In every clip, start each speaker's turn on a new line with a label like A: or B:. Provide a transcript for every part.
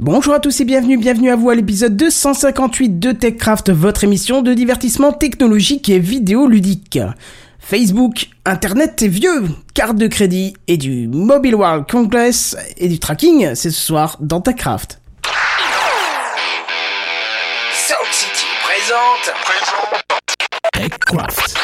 A: Bonjour à tous et bienvenue, bienvenue à vous à l'épisode 258 de TechCraft, votre émission de divertissement technologique et vidéoludique. Facebook, Internet est vieux, carte de crédit et du Mobile World Congress et du tracking, c'est ce soir dans TechCraft.
B: Sound City présente, présente
C: TechCraft.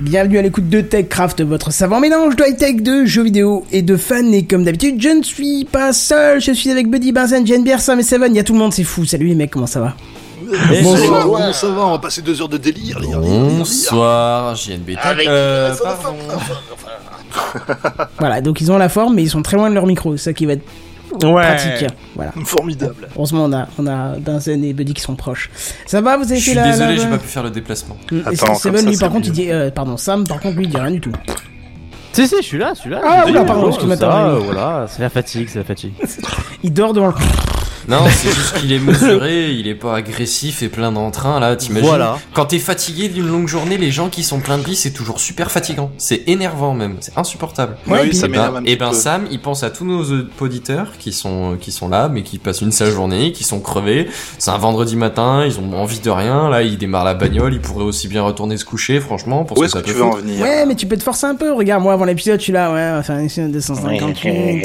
A: Bienvenue à l'écoute de TechCraft, votre savant mélange de high-tech, de jeux vidéo et de fans. Et comme d'habitude, je ne suis pas seul, je suis avec Buddy, Benzen, Jane Beer, Sam et Seven, il y a tout le monde, c'est fou. Salut les mecs, comment ça va
D: Bonsoir, bon, ça va, on va passer deux heures de délire. lire, lire, lire, lire.
E: Bonsoir, JNB.
B: avec
E: Euh,
B: Ça va,
E: pardon.
A: Voilà, donc ils ont la forme, mais ils sont très loin de leur micro, c'est ça qui va être pratique. Voilà,
D: Formidable.
A: heureusement on a, on a Benzen et Buddy qui sont proches. Ça va, vous avez
E: Je suis
A: fait la...
E: désolé,
A: la-
E: j'ai pas pu faire le déplacement.
A: Mm, et
D: Attends,
A: Seven,
D: comme
A: lui,
D: ça,
A: par
D: c'est
A: contre, il
D: mieux.
A: dit... euh, pardon, Sam, par contre, lui, il dit rien du tout.
F: Si, si, je suis là, je suis là.
A: Ah,
F: Je
A: oula,
F: dis,
A: pardon,
F: oh,
A: excuse-moi,
F: ça,
A: t'as
F: euh,
A: raison.
F: Voilà, c'est la fatigue, c'est la fatigue.
A: Il dort devant le...
E: Non, c'est juste qu'il est mesuré, il est pas agressif et plein d'entrain là, t'imagines
F: Voilà.
E: Quand t'es fatigué d'une longue journée, les gens qui sont pleins de vie, c'est toujours super fatigant. C'est énervant même, c'est insupportable.
A: Ouais,
D: oui,
A: puis-
D: ça
E: Et ben,
D: m'énerve un
E: eh
D: petit
E: ben,
D: peu.
E: Sam, il pense à tous nos auditeurs qui sont euh, qui sont là, mais qui passent une sale journée, qui sont crevés. C'est un vendredi matin, ils ont envie de rien. Là, ils démarrent la bagnole, ils pourraient aussi bien retourner se coucher, franchement, pour
D: Où
E: ce
D: est-ce
E: ça
D: que tu
E: peut
D: veux en
E: foutre.
D: venir
A: Ouais, mais tu peux te forcer un peu. Regarde, moi avant l'épisode, je suis là, ouais, on va faire une émission de 258.
D: Ouais,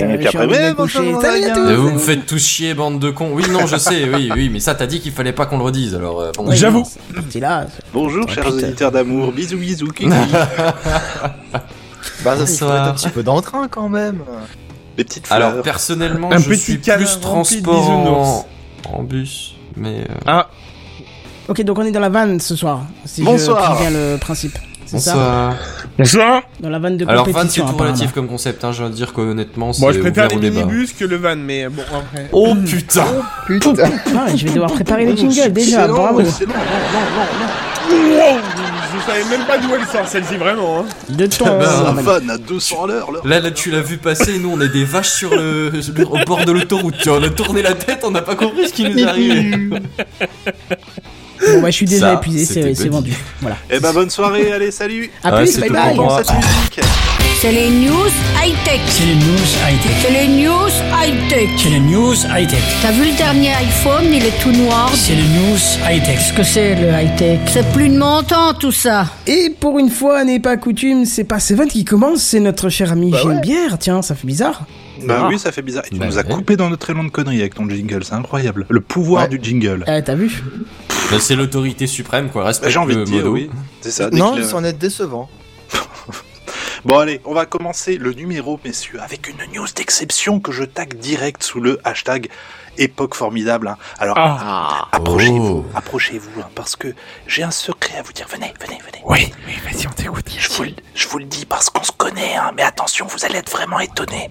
A: euh,
D: et puis
A: je suis
D: après,
A: en train de
D: ouais,
A: me coucher.
D: bonjour,
A: Salut à
D: Ryan.
A: tous.
E: Mais vous me faites tous chier, bande de cons. Oui, non, je sais, oui, oui, mais ça, t'as dit qu'il fallait pas qu'on le redise, alors euh, bon.
A: Ouais, C'est parti là.
D: Bonjour,
A: Ah,
D: chers
A: putain.
D: auditeurs d'amour. Bisous, bisous, kiki.
G: Bah, ça,
E: Bonsoir.
G: c'est un petit peu d'entrain quand même.
D: Les petites fleurs.
E: Alors, personnellement,
G: Un
E: je
G: petit
E: suis
G: câlin
E: plus
G: rempli de
E: transport en,
G: bisounours.
E: en bus, mais... euh,
A: Ok, donc on est dans la vanne ce soir. Si
D: Bonsoir.
A: Je bien le principe. C'est ça
E: bonsoir.
A: Dans la vanne de
E: Alors, van, c'est
A: compétition.
E: tout
A: apparemment.
E: relatif comme concept, hein, je viens de dire qu'honnêtement, c'est
H: Moi, je préfère
E: ouvert
H: les
E: au débat.
H: minibus que le van, mais bon, après.
E: Oh putain
G: Putain.
A: Ah, je vais devoir préparer les jingles
D: C'est
A: déjà.
D: long,
A: Bravo.
D: C'est long, non, non, non,
H: Je savais même pas d'où elle sort celle-ci, vraiment. Hein.
A: De ton.
D: non.
A: euh,
D: Un
A: vanne.
D: van à 200 à l'heure, là.
E: Là, là, tu l'as vu passer, nous, on est des vaches sur le... au bord de l'autoroute, tu vois, on a tourné la tête, on n'a pas compris ce qui nous arrivait.
A: Bon, bah, je suis déjà
E: Ça,
A: épuisé,
E: c'était
A: c'est c'est
E: Buddy.
A: vendu. Voilà.
D: Eh ben, bonne soirée, allez, salut.
A: À
E: Ah,
A: plus,
E: c'est
A: bye
E: tout
A: bye.
E: pour
D: Bon,
E: moi. Ah.
D: cette musique.
I: C'est les news high-tech.
A: les news high-tech.
I: C'est les news high-tech.
A: C'est les news high-tech.
I: T'as vu le dernier iPhone, il est tout noir.
A: C'est les news high-tech.
I: Qu'est-ce que c'est le high-tech C'est plus de mon temps tout ça.
A: Et pour une fois, n'est pas coutume, c'est pas Seven qui commence, c'est notre cher ami Jean Bière. Tiens, ça fait bizarre.
D: Bah oui, ça fait bizarre. Et tu
E: Bah
D: nous as
E: ouais.
D: coupé dans notre élan de conneries avec ton jingle, c'est incroyable. Le pouvoir
A: Ouais.
D: du jingle.
A: Eh, t'as vu
E: Bah, C'est l'autorité suprême, quoi, respecte
D: Bah, J'ai envie
E: le
D: de dire,
E: modo.
D: oui. C'est ça. dès
G: Non,
D: que le-
G: c'en est décevant.
D: Bon allez, on va commencer le numéro, messieurs, avec une news d'exception que je tag direct sous le hashtag époque formidable. hein. Alors
G: Ah.
D: approchez-vous,
E: Oh.
D: approchez-vous, hein, parce que j'ai un secret à vous dire. Venez, venez, venez. Oui, oui, vas-y, on t'écoute. Je vous, le- je vous le dis parce qu'on se connaît, hein, mais attention, vous allez être vraiment étonnés.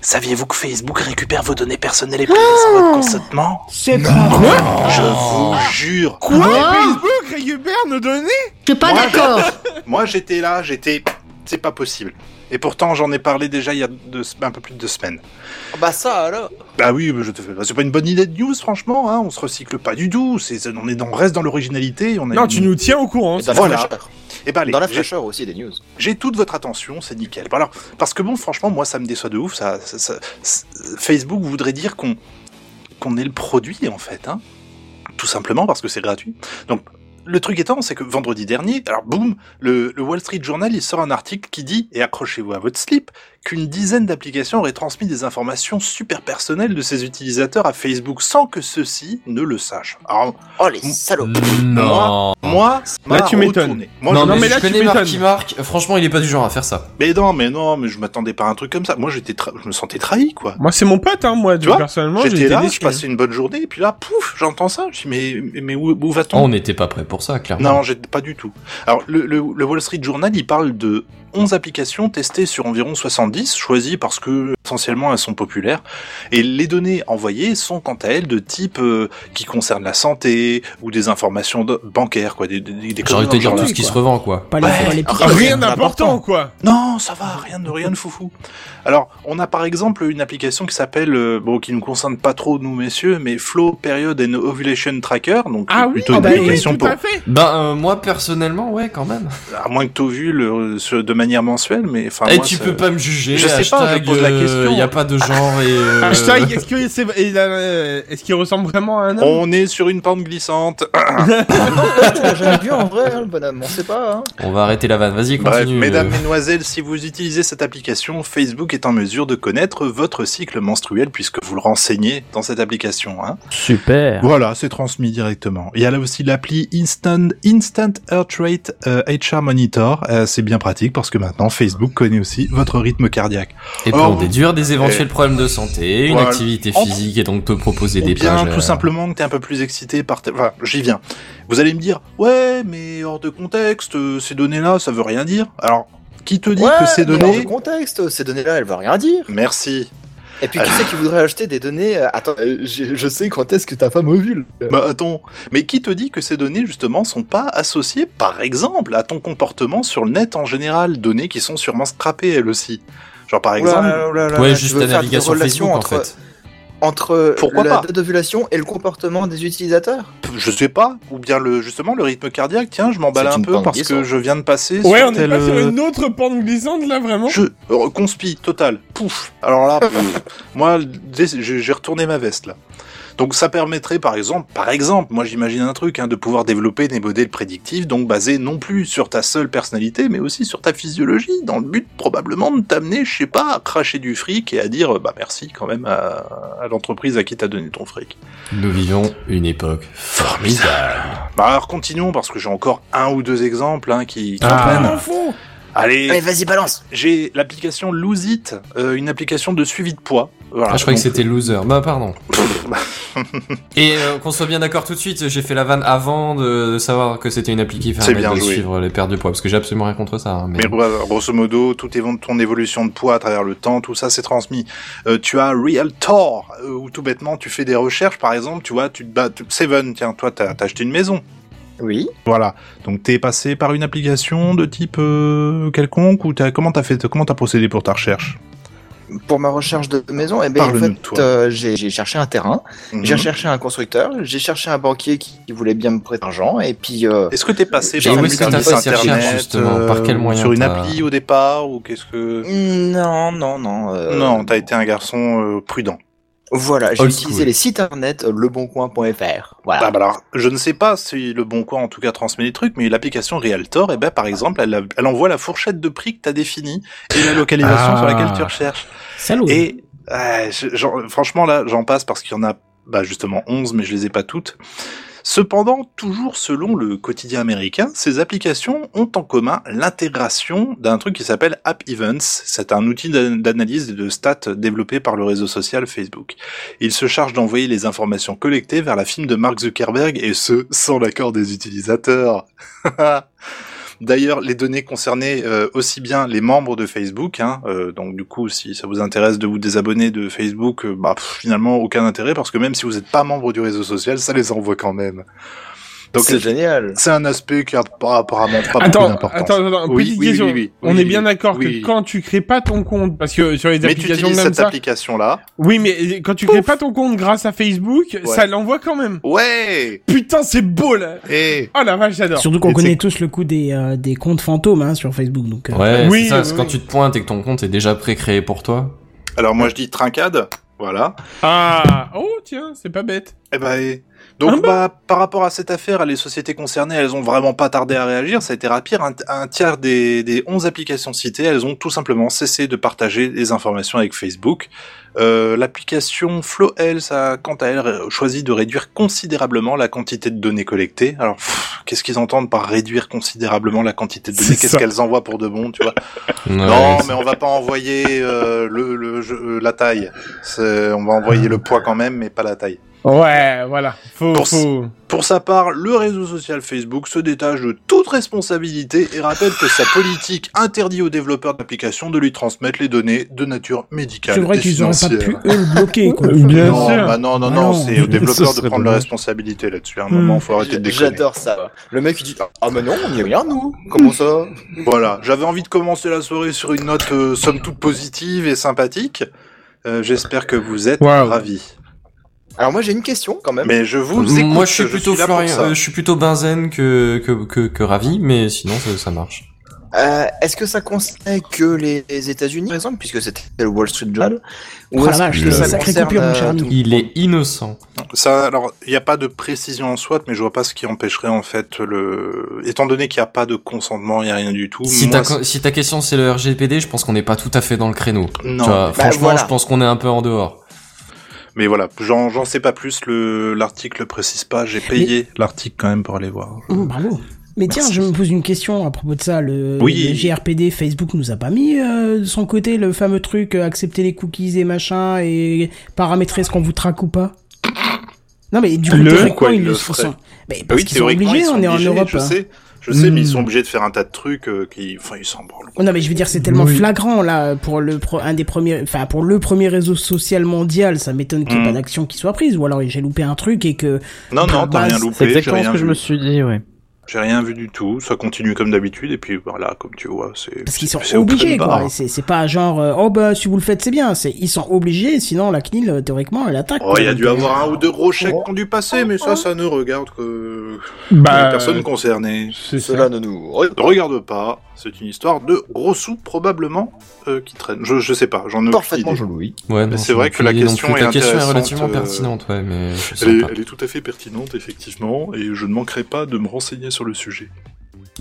D: Saviez-vous que Facebook récupère vos données personnelles et privées sans votre consentement
A: C'est pas
D: Je vous jure.
H: Quoi
I: Oh.
H: Facebook récupère nos données
I: Je suis pas
D: Moi,
I: d'accord.
D: Moi j'étais là, j'étais... C'est pas possible. Et pourtant j'en ai parlé déjà il y a deux- un peu plus de deux semaines.
G: Bah, ça alors.
D: Bah oui, mais je te fais pas. C'est pas une bonne idée de news, franchement. Hein. On se recycle pas du tout. C'est, on est, on reste dans l'originalité. On a
H: Non, tu nous tiens au courant.
G: Et dans
D: Voilà.
G: la fraîcheur.
D: Eh ben allez,
G: Dans la
D: j'ai,
G: fraîcheur aussi des news.
D: j'ai toute votre attention, c'est nickel. Bon, Alors, parce que bon, franchement, moi, ça me déçoit de ouf. Ça, ça- ça- c'est- Facebook voudrait dire qu'on qu'on- qu'on est le produit, en fait. hein. Tout simplement parce que c'est gratuit. Donc, le truc étant, c'est que vendredi dernier, alors boum, le, le Wall Street Journal, il sort un article qui dit, et accrochez-vous à votre slip, qu'une dizaine d'applications auraient transmis des informations super personnelles de ses utilisateurs à Facebook sans que ceux-ci ne le sachent. Alors,
J: Oh les salauds.
E: Non.
D: moi, ça m'a
H: Là, tu m'étonnes.
D: retourné. Moi,
E: non,
D: je-
E: mais,
H: mais
E: je
H: là, tu
E: connais Marc
H: m'étonnes.
E: qui marque. Franchement, il est pas du genre à faire ça.
D: Mais non, mais non, mais je m'attendais pas à un truc comme ça. Moi, j'étais, tra- je me sentais trahi, quoi.
H: Moi, c'est mon pote, hein, moi,
D: Tu vois,
H: personnellement, j'ai
D: J'étais
H: été
D: là,
H: déçu.
D: je passais une bonne journée, et puis là, pouf, j'entends ça. Je dis, mais, mais- mais où, où va-t-on
E: on n'était pas prêt pour ça, clairement.
D: Non, j'étais pas du tout. Alors, le, le- le Wall Street Journal, il parle de 11 applications testées sur environ 70, choisies parce que, essentiellement, elles sont populaires. Et les données envoyées sont, quant à elles, de type euh, qui concerne la santé ou des informations de- bancaires, quoi. Des, des, des
E: J'ai
D: conneries
E: envie de
D: dans
E: te
D: le
E: dire
D: genre-là.
E: tout ce qui
A: quoi.
E: se revend, quoi.
A: Pas les,
D: Ouais.
A: pas les
D: Ah,
H: Ah,
A: pires.
H: Rien d'important, quoi.
D: Non, ça va, rien de rien de foufou. Alors, on a par exemple une application qui s'appelle, euh, bon, qui nous concerne pas trop nous messieurs, mais Flow Period and Ovulation Tracker, donc
H: Ah oui,
D: plutôt
H: ah
D: une
H: bah oui,
D: application
H: tout
D: pour,
H: à fait.
E: Bah, euh, moi, personnellement, ouais, quand même.
D: à moins que t'ovules euh, sur- de manière mensuelle, mais enfin.
E: Eh,
D: moi,
E: tu
D: ça-
E: peux pas me juger.
D: Je sais pas, je
E: hashtag,
D: pose la
E: euh,
D: question.
E: y a pas de genre et. euh,
H: Hashtag, est-ce que c'est, il a- euh, est-ce qu'il ressemble vraiment à un homme
D: On est sur une pente glissante.
J: Tu l'as jamais vu en vrai, hein, le bonhomme, on sait pas. Hein.
E: On va arrêter la vanne. Vas-y,
D: Bref,
E: continue.
D: Bah,
E: euh.
D: mesdames, mesdemoiselles, si vous utilisez cette application, Facebook est en mesure de connaître votre cycle menstruel puisque vous le renseignez dans cette application. Hein.
F: Super.
D: Voilà, c'est transmis directement. Il y a là aussi l'appli Instant, Instant Heart Rate euh, HR Monitor. Euh, c'est bien pratique parce que maintenant Facebook connaît aussi votre rythme cardiaque.
E: Et pour
D: Oh.
E: déduire des éventuels problèmes de santé, une
D: Voilà.
E: activité
D: En-
E: physique et donc te proposer
D: Ou
E: des
D: Eh bien
E: pages,
D: tout
E: euh,
D: simplement que t'es un peu plus excité par... ta- Enfin, j'y viens. Vous allez me dire, ouais, mais hors de contexte, euh, ces données-là, ça veut rien dire. Alors, qui te dit
J: Ouais,
D: que ces
J: mais hors de
D: données...
J: contexte, ces données-là, elles veulent rien dire.
D: Merci.
J: Et puis qui c'est qui voudrait acheter des données euh, Attends, euh, je, je sais quand est-ce que ta femme ovule.
D: Bah attends, mais qui te dit que ces données justement sont pas associées par exemple à ton comportement sur le net en général, données qui sont sûrement scrappées elles aussi. Genre par exemple,
E: Ouais, juste la
J: la
E: navigation Facebook, en
J: entre,
E: fait.
J: Entre
D: Pourquoi
J: la
D: pas
J: date d'ovulation et le comportement des utilisateurs.
D: je sais pas, ou bien le justement le rythme cardiaque, tiens, je m'emballe
J: C'est
D: un
J: une
D: peu
J: pente
D: parce que
J: glissante.
D: je viens de passer
H: Ouais,
D: sur
H: on est
D: tel
H: pas sur
D: euh,
H: une autre pente glissante, là, vraiment.
D: je euh, conspi total. Pouf. Alors là, pff, moi dès- j'ai j'ai retourné ma veste là. Donc ça permettrait par exemple, par exemple, moi j'imagine un truc, hein, de pouvoir développer des modèles prédictifs, donc basés non plus sur ta seule personnalité, mais aussi sur ta physiologie, dans le but probablement de t'amener, je sais pas, à cracher du fric et à dire, euh, bah merci quand même à, à l'entreprise à qui t'as donné ton fric.
E: Nous vivons une époque formidable.
D: Bah alors continuons, parce que j'ai encore un ou deux exemples hein, qui... qui
H: Ah.
D: en prennent. Allez,
J: Allez, vas-y, balance.
D: j'ai l'application Lose It, euh, une application de suivi de poids. Voilà,
E: Ah, je croyais que
D: donc-
E: c'était loser. Bah, pardon. Et euh, qu'on soit bien d'accord tout de suite, j'ai fait la vanne avant de, de savoir que c'était une appli qui
D: C'est
E: permet
D: bien
E: de
D: joué.
E: suivre les pertes de poids, parce que j'ai absolument rien contre ça. hein, mais...
D: Mais ouais, grosso modo, tout est ton évolution de poids à travers le temps, tout ça c'est transmis. Euh, tu as Realtor, euh, où tout bêtement tu fais des recherches, par exemple, tu vois, tu te bats, tu- Seven, tiens, toi t'as t'as acheté une maison.
J: Oui.
D: Voilà. Donc t'es passé par une application de type euh, quelconque, ou t'as, comment t'as fait, comment t'as procédé pour ta recherche
J: Pour ma recherche de maison, eh ben, en
D: Parle-nous de
J: fait,
D: toi.
J: euh, j'ai j'ai cherché un terrain, j'ai
D: Mhm.
J: cherché un constructeur, j'ai cherché un banquier qui, qui voulait bien me prêter de l'argent, et puis euh,
D: Est-ce que t'es passé
E: Et
D: par
E: où
D: un
E: est-ce que t'as
D: service
E: fait ces recherches,
D: internet,
E: justement Par quel
D: ou
E: moyen
D: Sur une
E: t'as-
D: appli au départ, ou qu'est-ce que...
J: non, non, non. euh,
D: Non, t'as été un garçon euh, prudent.
J: Voilà, j'ai
E: Old
J: utilisé
E: school.
J: les sites internet euh, leboncoin.fr. Voilà.
D: Ah bah alors, je ne sais pas si le bon coin en tout cas transmet les trucs, mais l'application Realtor, eh ben, par exemple, elle, a- elle envoie la fourchette de prix que t'as définie et la localisation
H: Ah.
D: sur laquelle tu recherches.
A: Salaud.
D: Et euh, je- j'en- franchement là, j'en passe parce qu'il y en a bah, justement 11, mais je les ai pas toutes. Cependant, toujours selon le quotidien américain, ces applications ont en commun l'intégration d'un truc qui s'appelle App Events. C'est un outil d'an- d'analyse et de stats développé par le réseau social Facebook. Il se charge d'envoyer les informations collectées vers la firme de Mark Zuckerberg et ce, sans l'accord des utilisateurs. D'ailleurs, les données concernaient euh, aussi bien les membres de Facebook, hein, euh, donc du coup, si ça vous intéresse de vous désabonner de Facebook, euh, bah, pff, finalement aucun intérêt parce que même si vous n'êtes pas membre du réseau social, ça les envoie quand même. Donc euh,
J: c'est génial.
D: c'est un aspect qui a pas, apparemment pas beaucoup
H: Attends,
D: d'importance.
H: attends, attends,
D: Oui,
H: petite
D: oui,
H: question.
D: oui, oui,
H: on
D: oui,
H: est bien
D: oui,
H: d'accord
D: oui.
H: que quand tu crées pas ton compte, parce que sur les
D: Mais tu
H: applications
D: utilises
H: comme
D: cette
H: ça,
D: application-là.
H: oui,
K: euh,
H: mais quand tu crées pas ton compte grâce à Facebook, ça l'envoie quand même.
D: Ouais eh.
H: Putain, c'est beau là.
D: Et...
H: Oh la vache, j'adore.
A: Surtout qu'on
D: Et
A: connaît
D: c'est-
A: tous le coup des, euh, des comptes fantômes hein, sur Facebook. Donc, euh,
E: Ouais,
H: Oui,
E: c'est ça,
H: oui,
E: c'est
H: oui.
E: quand tu te pointes et que ton compte est déjà pré-créé pour toi.
D: Alors moi je dis trincade, Voilà.
K: Ah, oh tiens, c'est pas bête.
D: Eh ben, et- donc
K: Ah
D: bah, par rapport à cette affaire, les sociétés concernées, elles ont vraiment pas tardé à réagir. Ça a été rapide. Un, un tiers des, des 11 applications citées, elles ont tout simplement cessé de partager les informations avec Facebook. Euh, L'application Flow Health a, quant à elle, ré- choisi de réduire considérablement la quantité de données collectées. Alors, pff, qu'est-ce qu'ils entendent par réduire considérablement la quantité de
K: C'est
D: données Qu'est-ce
K: ça.
D: qu'elles envoient pour de bon, tu vois
E: Ouais,
D: non, mais on va pas envoyer euh, le, le jeu- la taille. C'est- On va
K: Ah.
D: envoyer le poids quand même, mais pas la taille.
K: Ouais, voilà. Faut,
D: Pour-
K: faut.
D: Pour sa part, le réseau social Facebook se détache de toute responsabilité et rappelle que sa politique interdit aux développeurs d'applications de lui transmettre les données de nature médicale.
A: C'est vrai
D: et
A: qu'ils auraient pas
D: financière.
A: pu, eux, le bloquer, quoi.
K: Bien
D: Non,
K: sûr.
D: bah non, non,
A: Ah
D: non,
A: non.
D: c'est aux développeurs
F: Ce
D: de
F: serait
D: prendre
F: dommage.
D: leurs responsabilités là-dessus. À un moment,
E: Mmh.
D: faut arrêter de déconner.
J: J'adore ça. Le mec il dit Ah, mais non, on y est rien, nous. Comment ça
D: Voilà, j'avais envie de commencer la soirée sur une note euh, somme toute positive et sympathique. Euh, J'espère que vous êtes
K: Waouh.
D: ravis.
J: Alors, moi, j'ai une question quand même.
D: Mais je vous
E: Mm,
D: écoute.
E: Moi, je suis plutôt
D: là pour
E: Florian,
D: ça.
E: euh, je suis plutôt Benzen que que, que que ravi, mais sinon ça, ça marche.
J: Euh, est-ce que ça concerne que les, les États-Unis, par exemple, puisque c'était le Wall Street Journal
A: Oh
J: Ou
A: la
J: est-ce
A: vache,
J: que
A: les
J: ça
A: sacrées
J: concerne,
A: coupures, mon cher
J: euh,
A: ami.
J: tout-
E: Il est innocent.
D: Ça, alors, il n'y a pas de précision en soi, mais je vois pas ce qui empêcherait en fait le. Étant donné qu'il n'y a pas de consentement, il n'y a rien du tout.
E: Si
D: moi,
E: ta
D: c'est-
E: si ta question c'est le RGPD, je pense qu'on n'est pas tout à fait dans le créneau.
D: Non. bah,
E: Tu vois, franchement,
J: voilà.
E: je pense qu'on est un peu en dehors.
D: Mais voilà, j'en j'en sais pas plus. Le l'article le précise pas. J'ai payé l'article quand même pour aller voir.
A: Mmh, bravo. Mais tiens,
D: Merci.
A: je me pose une question à propos de ça. Le,
D: Oui.
A: le GRPD, Facebook nous a pas mis euh, de son côté le fameux truc euh, accepter les cookies et machin et paramétrer ce qu'on vous traque ou pas. Non mais du coup,
K: Le-
A: théoriquement,
D: Pourquoi
A: ils
D: ils
A: le
D: le
A: font.
D: feraient
A: Mais parce qu'ils sont
D: Ah théoriquement,
A: obligés,
D: ils sont
A: on est en
D: obligés,
A: Europe.
D: Je
A: hein. Hmm.
D: sais, je sais, mais ils sont
K: Mm.
D: obligés de faire un tas de trucs euh, qui, enfin, ils s'en branlent.
A: Oh, Non mais je veux dire, c'est tellement
K: Oui.
A: flagrant là pour le pro- un des premiers, enfin pour le premier réseau social mondial. Ça m'étonne qu'il n'y ait
D: Mm.
A: pas d'action qui soit prise. Ou alors j'ai loupé un truc et que
D: Non, non,
A: Bah,
D: t'as rien
A: c'est
F: C'est
D: loupé. J'ai
F: exactement ce
D: rien,
F: que je me
D: vu.
F: suis dit, ouais.
D: J'ai rien vu du tout. Ça continue comme d'habitude. Et puis voilà, comme tu vois, c'est.
A: Parce qu'ils sont
D: c'est open
A: obligés,
D: bar.
A: quoi. Et C'est c'est pas genre, euh, oh bah, si vous le faites, c'est bien. C'est- Ils sont obligés, sinon la CNIL, euh, théoriquement, elle attaque.
D: Oh, il y a dû avoir un ou deux gros chèques
J: Oh.
D: qui ont dû passer, mais ça, ça ne regarde que
K: Bah,
D: les personnes concernées.
K: c'est ça.
J: Cela ne nous.
D: Ne regarde pas, c'est une histoire de gros sous probablement euh, qui traîne. Je, je sais pas, j'en ai aucune
J: Parfaitement,
D: idée.
J: je louis.
E: Ouais,
D: Mais
E: non,
D: c'est
E: je
D: vrai
E: n'ai
D: que
E: aucune
D: la
E: idée non
D: question
E: plus.
D: est
E: la question est
D: intéressante,
E: relativement
D: euh,
E: pertinente, ouais, mais je sais
D: Elle est,
E: pas.
D: elle est tout à fait pertinente, effectivement, et je ne manquerai pas de me renseigner sur le sujet.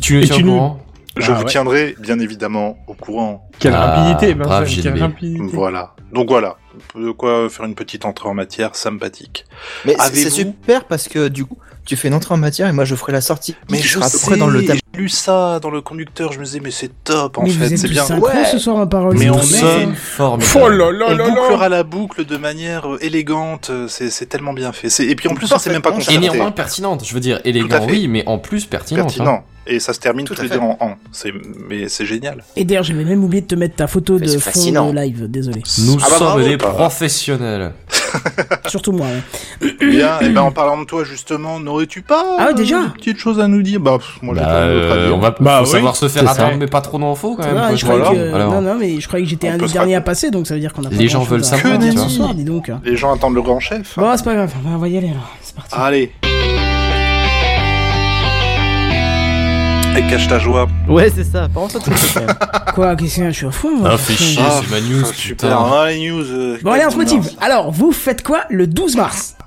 E: Tu
K: Et
E: es au
K: tu nous-
E: courant
D: Je
K: Ah
D: vous
K: ouais.
D: tiendrai, bien évidemment, au courant.
K: Quelle
E: Ah,
K: rapidité, Vincent,
E: brave,
K: quelle
E: JDB.
K: rapidité.
D: Voilà. Donc voilà, de quoi faire une petite entrée en matière sympathique.
J: Mais c'est-
D: Avez-vous-
J: c'est super parce que du coup, tu fais une entrée en matière et moi je ferai la sortie.
D: Mais
J: qui
D: je
J: sera à peu près
D: sais,
J: dans le thème.
D: j'ai lu ça dans le conducteur, je me disais, mais c'est top, en
A: Mais vous
D: fait,
A: êtes
D: c'est
A: tous
D: bien.
A: synchro
J: Ouais.
A: ce soir en parole.
D: Mais
A: c'est
D: on
A: tout
E: Nous
A: ça.
D: sonne.
E: sommes formidables.
K: Oh là là
D: On
K: là là.
D: bouclera la boucle de manière euh, élégante, euh, c'est c'est tellement bien fait. C'est- Et puis en plus, on s'est même pas
J: Parfaitement,
E: Et
D: concerté.
E: néanmoins pertinente, je veux dire, élégant
D: fait.
E: oui, mais en plus pertinente. hein.
D: pertinent. Et ça se termine
J: Tout
D: toutes
J: à
D: les
J: fait.
D: deux en en. C'est mais c'est génial.
A: Et d'ailleurs, j'avais même oublié de te mettre ta photo de
J: Mais c'est
A: fond
J: fascinant.
A: de live, désolé.
E: Nous
J: Ah bah
E: sommes
J: bravo,
E: des
D: bah.
E: professionnels.
A: Surtout moi. hein. ouais.
D: Bien. et ben en parlant de toi justement, n'aurais-tu pas
A: Ah ouais,
D: euh,
A: déjà
D: des petites choses à nous dire Bah pff, moi j'ai
E: Bah,
D: pas d'autre
E: euh,
D: avis. hein.
E: on va
K: Bah
E: faut
K: oui,
E: savoir se faire
F: c'est ça.
E: attendre, mais pas trop d'infos quand même.
A: Ah,
E: quoi,
A: je
E: crois.
A: croyais que...
E: bah, Alors,
A: Non, non, mais je croyais que j'étais
D: On
A: un
D: peut
A: des
D: se
A: derniers à
D: raconter.
A: passer, donc ça veut dire qu'on a pas
E: Les gens
A: grand-chose
E: veulent
A: à
E: savoir,
A: raconter
D: tu
A: ce
D: vois.
A: soir, dis donc. hein.
D: Les gens attendent le grand chef.
A: Bon, c'est pas grave, on va y aller alors. C'est parti.
D: Allez. Et cache ta joie.
F: Ouais, c'est ça. Par contre, ça, c'est quand
A: Quoi, qu'est-ce que je suis à fond moi.
E: Ah, fais chier,
D: Ah,
E: c'est ma news,
D: ah, super.
E: putain.
D: Ah, les news. euh,
A: Bon, allez, on se
D: quelle
A: motive.
D: ambiance.
A: Alors, vous faites quoi le 12 mars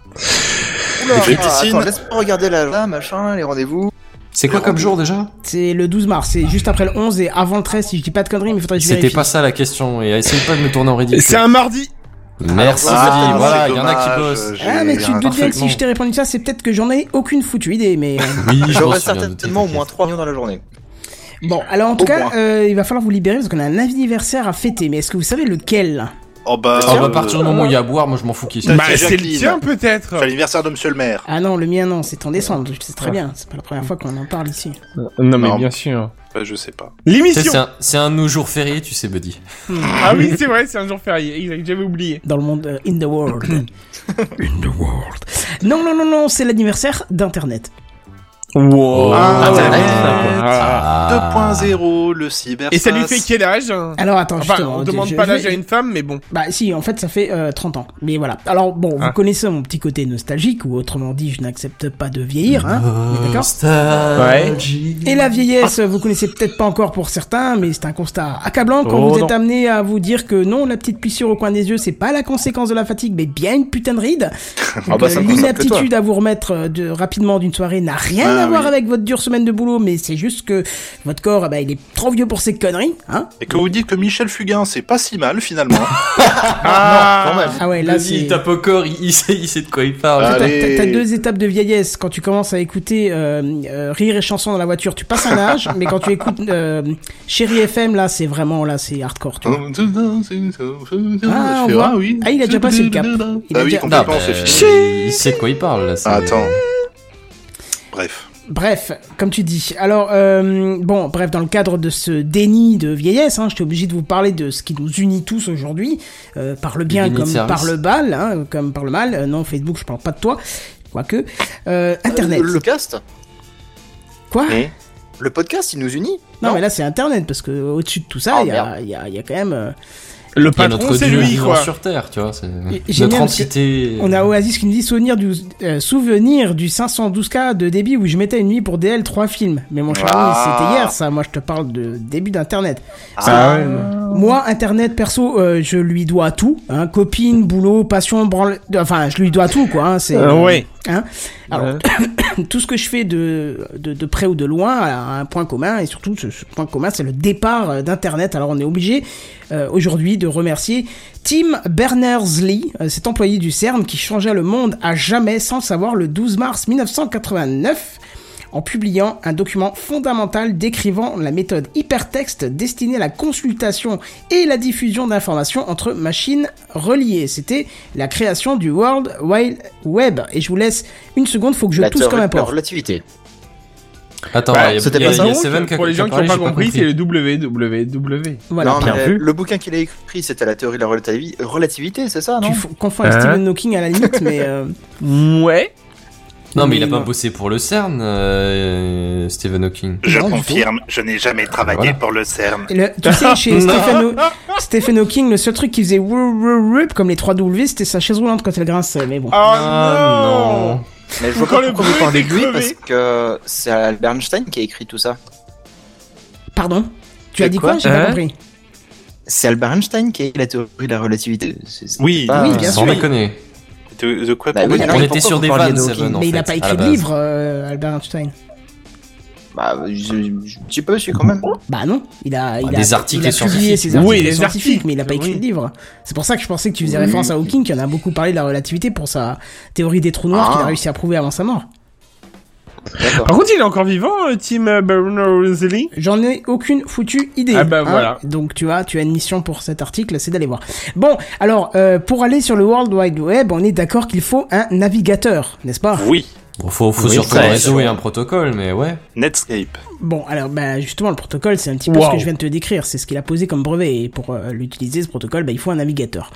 J: Oula,
D: Les
J: attends,
D: piscines.
J: attends, laisse-moi regarder la là, machin, les rendez-vous.
E: C'est quoi comme jour déjà
A: C'est le 12 mars, c'est juste après le 11 et avant le 13, si je dis pas de conneries, mais faudrait que je
E: C'était
A: vérifie.
E: pas ça la question, et essayez pas de me tourner en ridicule.
K: C'est un mardi.
E: Merci,
D: Ah,
E: voilà,
D: c'est
E: il y en a qui
D: dommage,
E: bossent.
D: euh, j'ai
A: Ah, mais tu
D: un
A: te doutes bien que
E: parfaitement.
A: si je t'ai répondu ça, c'est peut-être que j'en ai aucune foutue idée, mais. euh,
E: Oui, je m'en
J: J'aurai
E: souviens de
J: certainement au
E: tes
J: moins 3 millions dans la journée.
A: Bon, alors en tout
J: Au
A: cas,
J: moins.
A: euh, il va falloir vous libérer parce qu'on a un anniversaire à fêter, mais est-ce que vous savez lequel
D: Oh bah.
E: Ah bah, à
D: euh,
E: partir du moment où il y a à boire, moi je m'en fous qui c'est.
D: Bah,
K: Bah,
D: c'est
K: c'est le
D: Jacqueline.
K: tien peut-être.
D: c'est l'anniversaire de Monsieur le Maire.
A: Ah non, le mien non, c'est en décembre, je sais très bien, c'est pas la première fois qu'on en parle ici.
K: Non, mais
D: Non.
K: bien sûr.
D: Bah, je sais pas.
E: Tu sais,
K: L'émission.
E: C'est un, c'est un de nos jours fériés, tu sais, Buddy.
K: Ah oui, c'est vrai, c'est un jour férié. Exact, j'avais oublié.
A: Dans le monde, euh, in the world. in the world. Non, non, non, non, c'est l'anniversaire d'Internet.
E: Oh,
K: Wow.
D: Ah,
K: Internet,
D: ouais.
K: ça, quoi. Ah.
D: 2.0, le cyber.
K: Et ça lui fait quel âge hein
A: Alors attends,
K: Enfin,
A: justement,
K: on
A: je-
K: demande
A: je-
K: pas
A: je-
K: l'âge à une femme, mais bon.
A: Bah si, en fait ça fait euh, 30 ans. Mais voilà. Alors bon, vous
K: Ah.
A: connaissez mon petit côté nostalgique, ou autrement dit, je n'accepte pas de vieillir, hein.
D: Ah.
A: On est d'accord
K: Ah,
A: Et la vieillesse, vous connaissez peut-être pas encore pour certains, mais c'est un constat accablant quand
F: Oh
A: vous êtes
F: non.
A: amené à vous dire que non, la petite plissure au coin des yeux, c'est pas la conséquence de la fatigue, mais bien une putain de ride.
D: Ah bah, ça me concerne que toi.
A: L'inaptitude à vous remettre euh, de, rapidement d'une soirée n'a rien
D: Ah
A: à voir
D: oui.
A: avec votre dure semaine de boulot, mais c'est juste que votre corps, eh ben, il est trop vieux pour ces conneries, hein.
D: Et que vous dites que Michel Fugain, c'est pas si mal finalement.
E: quand même.
A: Ah ouais, là,
E: il
A: c'est-
E: tape au corps, il, il sait, il sait de quoi il parle.
A: T'as-
D: Allez.
A: T'as t'as deux étapes de vieillesse. Quand tu commences à écouter euh, euh, rire et chanson dans la voiture, tu passes un âge, mais quand tu écoutes euh, Chéri FM, là, c'est vraiment là, c'est hardcore.
D: Hein
A: Tu vois. Ah, on voit. Ah, il a déjà passé le cap. Il a
D: Ah oui,
A: déjà-
E: Non,
D: complètement,
E: bah,
D: c'est fini.
E: il sait de quoi il parle là. c'est-
D: Ah, Attends. Bref.
A: Bref, comme tu dis. Alors, euh, bon, bref, dans le cadre de ce déni de vieillesse, hein, je suis obligé de vous parler de ce qui nous unit tous aujourd'hui, euh, par le bien
E: déni de
A: comme
E: service.
A: par le mal, hein, comme par le mal. Euh, non, Facebook, je parle pas de toi, quoique. Euh, Internet.
J: Le Eh, cast
A: Quoi
K: Mmh.
J: Le podcast, il nous unit
A: Non, mais là, c'est Internet, parce que euh, au-dessus de tout ça,
J: Oh,
A: il y, a,
J: merde.
A: il y a- il y a quand même. euh,
K: Le
E: Il y a
K: patron,
E: notre
K: c'est
E: dieu
K: lui,
E: vivant
K: quoi.
E: sur Terre, tu vois. c'est-
A: génial,
E: Notre
A: parce que
E: entité.
A: On a Oasis qui nous dit souvenir du, euh, souvenir du 512K de débit où je mettais une nuit pour DL 3 films. Mais mon cher ami,
D: Ah.
A: c'était hier ça. Moi, je te parle de début d'Internet.
K: Ah ouais.
A: Moi, Internet, perso, euh, je lui dois tout. Hein, copine, boulot, passion, branle... Enfin, je lui dois tout, quoi. Hein, c'est,
K: Euh, ouais.
A: hein. Alors,
K: Ouais.
A: tout ce que je fais de, de, de près ou de loin a un point commun. Et surtout, ce, ce point commun, c'est le départ euh, d'Internet. Alors, on est obligé euh, aujourd'hui de remercier Tim Berners-Lee, euh, cet employé du CERN qui changea le monde à jamais sans le savoir le 12 mars 1989 en publiant un document fondamental décrivant la méthode hypertexte destinée à la consultation et la diffusion d'informations entre machines reliées. C'était la création du World Wide Web. Et je vous laisse une seconde, faut que je
J: La
A: tousse
J: théorie
A: comme un
J: de la
A: porc.
J: relativité.
E: Attends,
K: Bah,
E: il y a,
J: c'était
E: il y a-
J: pas ça, hein.
E: il y a
K: Donc,
E: Seven qui a-
K: Pour les gens qui
E: parlé,
K: n'ont pas
E: j'ai
K: compris, c'est le WWW.
A: Voilà.
J: non,
K: bien
J: mais
K: vu.
J: le bouquin qu'il a écrit, c'était la théorie de la relativi- relativité, c'est ça, non
A: Tu f- confonds avec
K: Hein
A: Stephen Hawking à la limite, mais euh, Mm.
K: Ouais.
E: Non, mais il a pas
A: Non.
E: bossé pour le CERN, euh, Stephen Hawking.
A: Je Non, du confirme,
L: je n'ai jamais
E: travaillé Voilà.
L: pour le CERN.
A: Et le- tu sais, chez Stephen, Haw- Stephen Hawking, le seul truc qui faisait wouh, wouh, wouh, comme les 3 W, c'était sa chaise roulante quand elle grinçait. Mais bon.
K: Oh
H: Ah,
E: Ah,
K: non,
J: Mais je
K: Ou
J: vois
K: quand
J: pas
K: le
J: pourquoi vous
K: bruit
J: parlez
K: était
J: de lui,
K: crevé.
J: parce que c'est Albert Einstein qui a écrit tout ça.
A: Pardon Tu as
J: C'est
A: dit quoi,
J: quoi
A: J'ai pas
K: Hein
A: compris.
J: C'est Albert Einstein qui a écrit la théorie de la relativité. C'est- c'est
D: Oui,
H: Ah.
J: pas-
A: oui, bien
E: Ah, Sans
A: sûr.
E: déconner.
D: De, de quoi
J: Bah oui,
D: parler
J: alors
E: On
J: mais
E: était
J: pourquoi
E: sur
J: vous
E: des
J: parliez
E: vannes,
J: de
E: Seven,
J: Hawking
E: en
A: mais il
E: fait. Ah bah,
A: a pas
E: à
A: écrit
E: la
A: de
E: base.
A: livre, euh, Albert Einstein.
J: Bah, je- je- un petit peu, si, quand même.
A: Bah non, il a, il a,
E: Ah, des articles
A: il a publié
E: scientifiques.
A: ses articles
K: Oui, les
A: scientifiques,
K: articles,
A: mais il a pas écrit de livre. C'est pour ça que je pensais que tu faisais référence à
E: Mm.
A: Hawking, qui en a beaucoup parlé de la relativité pour sa théorie des trous noirs
J: Ah.
A: qu'il a réussi à prouver avant sa mort.
J: D'accord.
K: Par contre, il est encore vivant, euh, Tim Berners-Lee.
A: J'en ai aucune foutue idée. hein.
K: Ah bah voilà.
A: Donc tu as, tu as une mission pour cet article, c'est d'aller voir. Bon, alors euh, pour aller sur le World Wide Web, on est d'accord qu'il faut un navigateur, n'est-ce pas
D: Oui,
E: Bon, faut, faut
J: Oui,
E: surtout
J: ça,
E: un réseau
J: sûr.
E: et un protocole, mais ouais.
D: Netscape.
A: Bon, alors bah justement le protocole, c'est un petit peu
K: Wow.
A: ce que je viens de te décrire, c'est ce qu'il a posé comme brevet et pour euh, l'utiliser ce protocole, bah, il faut un navigateur.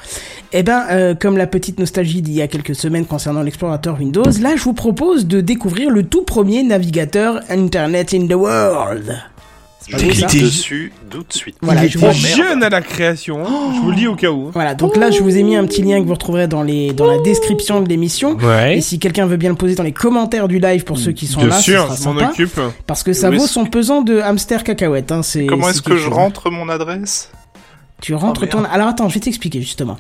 A: Eh ben, euh, comme la petite nostalgie d'il y a quelques semaines concernant l'explorateur Windows, là je vous propose de découvrir le tout premier navigateur Internet in the world.
D: Je
A: pas beau, ça
D: clique dessus tout de suite. Oh,
A: Voilà, je vous-
K: Trop jeune à la création,
H: Oh.
K: hein. je vous le dis au cas où.
A: Voilà, donc là je vous ai mis un petit lien que vous retrouverez dans les dans la description de l'émission. Et
K: Ouais.
A: si quelqu'un veut bien le poser dans les commentaires du live pour ceux qui sont
K: Bien
A: là, ce
K: sûr,
A: sera
K: je m'en
A: sympa,
K: occupe.
A: parce que ça
D: Où
A: vaut
D: est-ce
A: son pesant de hamster cacahuète. Hein, c'est,
D: Comment
A: c'est
D: est-ce que
A: quelque
D: je
A: chose.
D: rentre mon adresse
A: Tu rentres
D: Oh,
A: ton. Alors attends, je vais t'expliquer justement.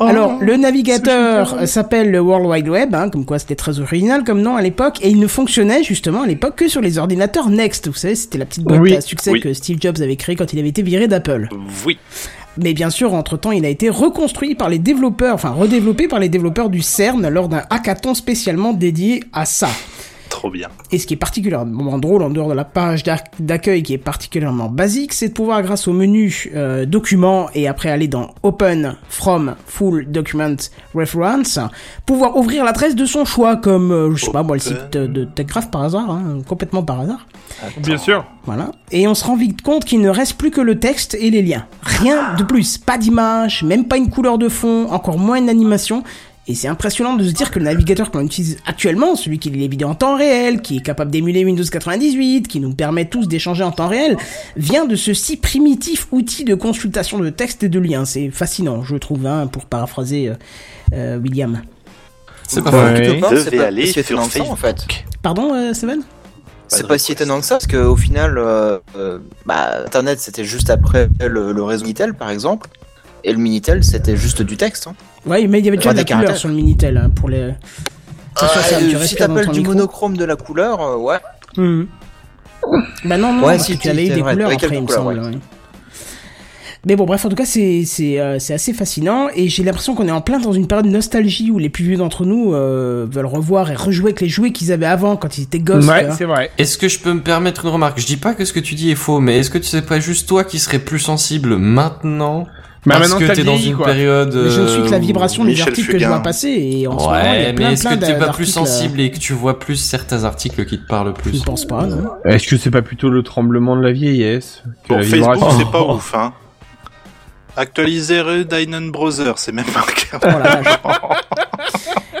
D: Oh,
A: Alors le navigateur
D: c'est
A: euh, s'appelle le World Wide Web, hein, comme quoi c'était très original comme nom à l'époque, et il ne fonctionnait justement à l'époque que sur les ordinateurs Next. Vous savez, c'était la petite boîte
K: Oui.
A: à succès
D: Oui.
A: que Steve Jobs avait créée quand il avait été viré d'Apple.
D: Oui.
A: Mais bien sûr, entre-temps, il a été reconstruit par les développeurs, enfin redéveloppé par les développeurs du CERN lors d'un hackathon spécialement dédié à ça.
D: Trop bien.
A: Et ce qui est particulièrement drôle, en dehors de la page d'ac- d'accueil qui est particulièrement basique, c'est de pouvoir, grâce au menu euh, Documents et après aller dans Open from Full Document Reference, pouvoir ouvrir l'adresse de son choix, comme, euh, je sais pas moi, le
D: Open.
A: site euh, de TechCraft par hasard, hein, complètement par hasard.
K: Bien sûr.
A: Voilà. Et on se rend vite compte qu'il ne reste plus que le texte et les liens. Rien de plus. Pas d'image, même pas une couleur de fond, encore moins une animation. Et c'est impressionnant de se dire que le navigateur que l'on utilise actuellement, celui qui lit les vidéos en temps réel, qui est capable d'émuler Windows 98, qui nous permet tous d'échanger en temps réel, vient de ce si primitif outil de consultation de texte et de liens. C'est fascinant, je trouve, hein, pour paraphraser euh, euh, William.
E: C'est pas
J: Enfin,
E: vrai.
J: quelque part,
M: Je
J: c'est
M: vais
J: pas
M: aller
J: si étonnant
M: sur
J: que ça, en fait.
A: Pardon, euh, Seven
J: C'est pas si étonnant que ça, parce qu'au final, euh, euh, bah, Internet, c'était juste après le, le réseau Minitel, par exemple, et le Minitel, c'était juste du texte. Hein.
A: Ouais, mais il y avait déjà
J: Pas
A: de la
J: des
A: couleur
J: caractères.
A: sur le Minitel hein, pour les. C'est sûr,
J: Euh,
A: Sam, tu
J: si
A: respires dans
J: t'appelles
A: ton
J: du
A: micro.
J: monochrome de la couleur, euh, ouais.
A: Mhm. Bah non, non,
J: Ouais,
A: parce
J: si,
A: que tu
J: si,
A: avais eu
J: c'est
A: des
J: vrai,
A: couleurs
J: avec
A: après,
J: quelques
A: il me
J: couleurs,
A: semble. ouais. Mais bon, bref, en tout cas, c'est c'est euh, c'est assez fascinant et j'ai l'impression qu'on est en plein dans une période de nostalgie où les plus vieux d'entre nous euh, veulent revoir et rejouer avec les jouets qu'ils avaient avant quand ils étaient gosses. tu
H: Ouais,
A: vois.
H: c'est vrai.
E: Est-ce que je peux me permettre une remarque Je dis pas que ce que tu dis est faux, mais est-ce que tu sais pas juste toi qui serais plus sensible maintenant
H: Bah,
E: parce
H: maintenant
E: que
H: t'as
E: t'es dans
H: vieilli,
E: une
H: quoi.
E: période.
A: Mais je ne suis que la
E: euh,
A: vibration des
D: Michel
A: articles que je
D: Fugain.
A: vois passer et en ce moment, il y a
E: Ouais,
A: plein,
E: mais est-ce
A: plein
E: que t'es
A: d'a-
E: pas plus
A: d'articles, euh,
E: sensible et que tu vois plus certains articles qui te parlent
A: Je
E: plus
A: ne pense pas, non.
K: Eh,
H: Est-ce que c'est pas plutôt le tremblement de la vieillesse que
D: Bon,
H: la
D: Facebook,
H: vibration
D: c'est pas ouf, hein. Actualiser Dynon Browser, c'est même pas clair.
A: Oh la vache.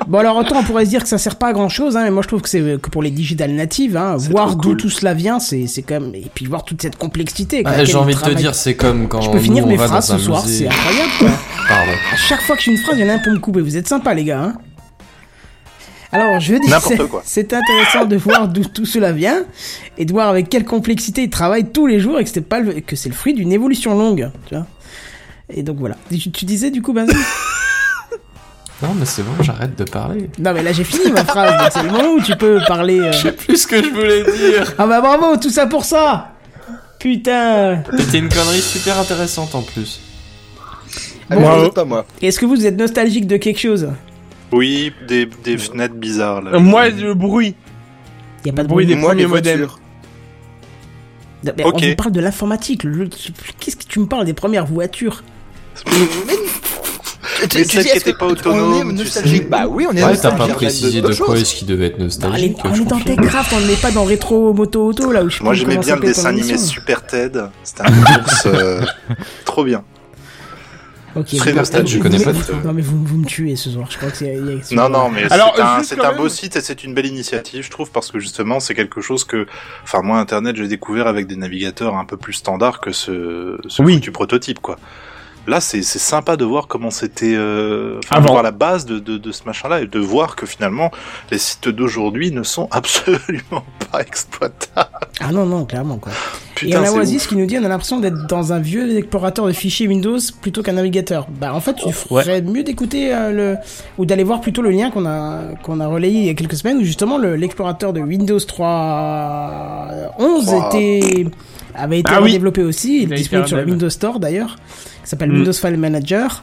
A: bon alors autant on pourrait se dire que ça sert pas à grand chose, hein, mais moi je trouve que c'est que pour les digital natives, hein,
D: C'est
A: voir
D: trop
A: d'où
D: cool.
A: tout cela vient, c'est c'est quand même et puis voir toute cette complexité. avec
E: Bah,
A: laquelle
E: J'ai
A: ils
E: envie de te
A: travaillent.
E: dire, c'est comme quand
A: Je peux
E: nous,
A: finir
E: on
A: mes
E: va
A: phrases
E: dans
A: ce
E: un
A: soir,
E: musée.
A: c'est incroyable quoi.
E: Pardon.
A: À chaque fois que j'ai une phrase, il y en a un pour me couper. Vous êtes sympa les gars. hein Alors je dis,
D: N'importe
A: c'est-
D: quoi.
A: c'est intéressant de voir d'où tout cela vient et de voir avec quelle complexité ils travaillent tous les jours et que c'est pas le- que c'est le fruit d'une évolution longue, tu vois. Et donc voilà. Tu, tu disais du coup, Benzo
E: Non, mais c'est bon, j'arrête de parler.
A: Non mais là j'ai fini ma phrase, donc c'est le moment où tu peux parler. euh.
E: Je sais plus ce que je voulais dire.
A: Ah bah bravo, tout ça pour ça Putain
E: C'était une connerie super intéressante en plus.
J: Ah, mais
H: Bravo.
J: je le sais pas, moi.
A: Est-ce que vous êtes nostalgique de quelque chose
D: Oui, des, des fenêtres bizarres, là.
H: Moi, le bruit.
A: Y a pas de
H: bruit
A: bruit.
H: des
J: Moi, les
H: premiers modèles.
J: voitures.
A: Non, mais
D: Ok.
A: On vous parle de l'informatique. le- Qu'est-ce que tu me parles des premières voitures
J: Tu- tu-
D: Mais
J: tu
D: celle
J: dis,
D: qui
J: est-ce
D: était
J: que
D: pas
J: on
D: autonome,
J: est
D: tu
J: nostalgique.
D: sais.
J: Bah oui, on est
E: Ouais, t'as
J: nostalgique.
E: pas
J: Arrête
E: précisé
J: deux
E: de quoi
J: choses.
E: est-ce qu'il devait être
A: On est
E: nostalgique.
A: Bah, on
E: je
A: est dans
E: confirme.
A: Techcraft, on n'est pas dans Rétro Moto Auto là où je sais
D: Moi,
A: plus
D: j'aimais
A: comment
D: bien le
A: s'appelait ton
D: dessin animé
A: émission.
D: Super Ted. C'était un ours euh, trop bien.
A: Ok,
D: Très
A: vous-
D: nostalgique,
E: je
A: vous-
E: connais
A: vous-
E: pas du
A: vous- Non mais vous, vous me tuez ce soir, je crois que c'est... il y a-
D: Non, non, mais
H: Alors,
D: c'est un,
H: juste
D: c'est
H: quand
D: un
H: même-
D: beau site et c'est une belle initiative, je trouve, parce que justement, c'est quelque chose que, enfin, moi, Internet, j'ai découvert avec des navigateurs un peu plus standards que ce, ce
H: Oui.
D: foutu prototype, quoi. Là, c'est c'est sympa de voir comment c'était, euh, enfin,
H: Avant.
D: de voir la base de, de, de ce machin-là et de voir que finalement, les sites d'aujourd'hui ne sont absolument pas exploitables.
A: Ah non, non, clairement quoi. Et
D: Putain,
A: on a
D: c'est
A: Oasis
D: ouf.
A: qui nous dit on a l'impression d'être dans un vieux explorateur de fichiers Windows plutôt qu'un navigateur. Bah en fait tu ferais mieux d'écouter euh, le ou d'aller voir plutôt le lien qu'on a qu'on a relayé il y a quelques semaines où justement le- l'explorateur de Windows 3 11
D: Trois.
A: était avait été
H: Ah oui.
A: développé aussi, il
H: Il
A: est
H: a
A: disponible
H: été
A: sur le
H: redev.
A: Windows Store d'ailleurs, qui s'appelle
H: Mm.
A: Windows File Manager.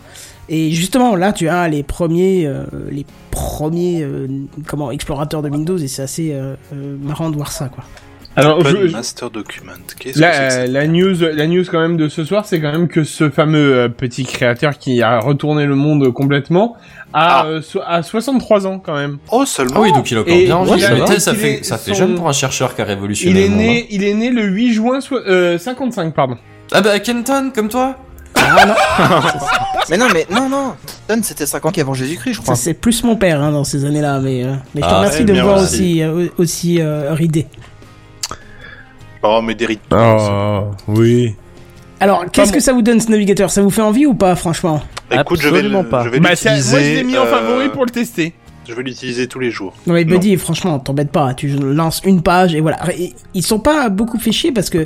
A: Et justement là tu as les premiers euh, les premiers euh, comment explorateurs de Windows et c'est assez euh, euh, marrant de voir ça quoi.
H: Alors, je- euh,
D: Open
H: je-
D: Master Document. Qu'est-ce que c'est que ça
H: la, la news, la news quand même de ce soir, c'est quand même que ce fameux euh, petit créateur qui a retourné le monde complètement a,
D: Ah.
H: euh, so- a 63 ans quand même.
D: Oh,
E: Ah
D: seulement.
E: oui, donc il a encore
H: Et
E: bien envie.
H: ouais,
E: ça,
H: mais
E: va.
H: peut-être
E: ça
H: qu'il
E: fait,
H: est-
E: ça fait
H: son-
E: jeune pour un chercheur qui a
H: Il
E: révolutionné
H: est
E: le monde, hein.
H: né, il est né le 8 juin so- euh, 55, pardon.
E: Ah bah, Kenton, comme toi
J: Mais non, mais non, non. Ton, c'était 50 avant Jésus-Christ, je
A: Ça,
J: crois.
A: c'est plus mon père hein, dans ces années-là, mais, euh, mais je te
E: Ah,
A: remercie
D: eh
A: de me
D: bien,
A: voir
D: merci.
A: aussi, euh, aussi euh, ridé.
D: Oh, mais des rites.
H: oui.
A: Alors, qu'est-ce que ça vous donne ce navigateur Ça vous fait envie ou pas, franchement
D: Bah, Écoute, je vais,
F: Absolument
D: le-
F: pas.
D: je vais
H: Bah, c'est-
D: l'utiliser.
H: moi je l'ai mis en
D: euh,
H: favori pour le tester.
D: Je vais l'utiliser tous les jours.
A: Non mais
D: Non.
A: Buddy, franchement, t'embête pas, tu lances une page et voilà. Et Ils sont pas beaucoup fait chier parce que...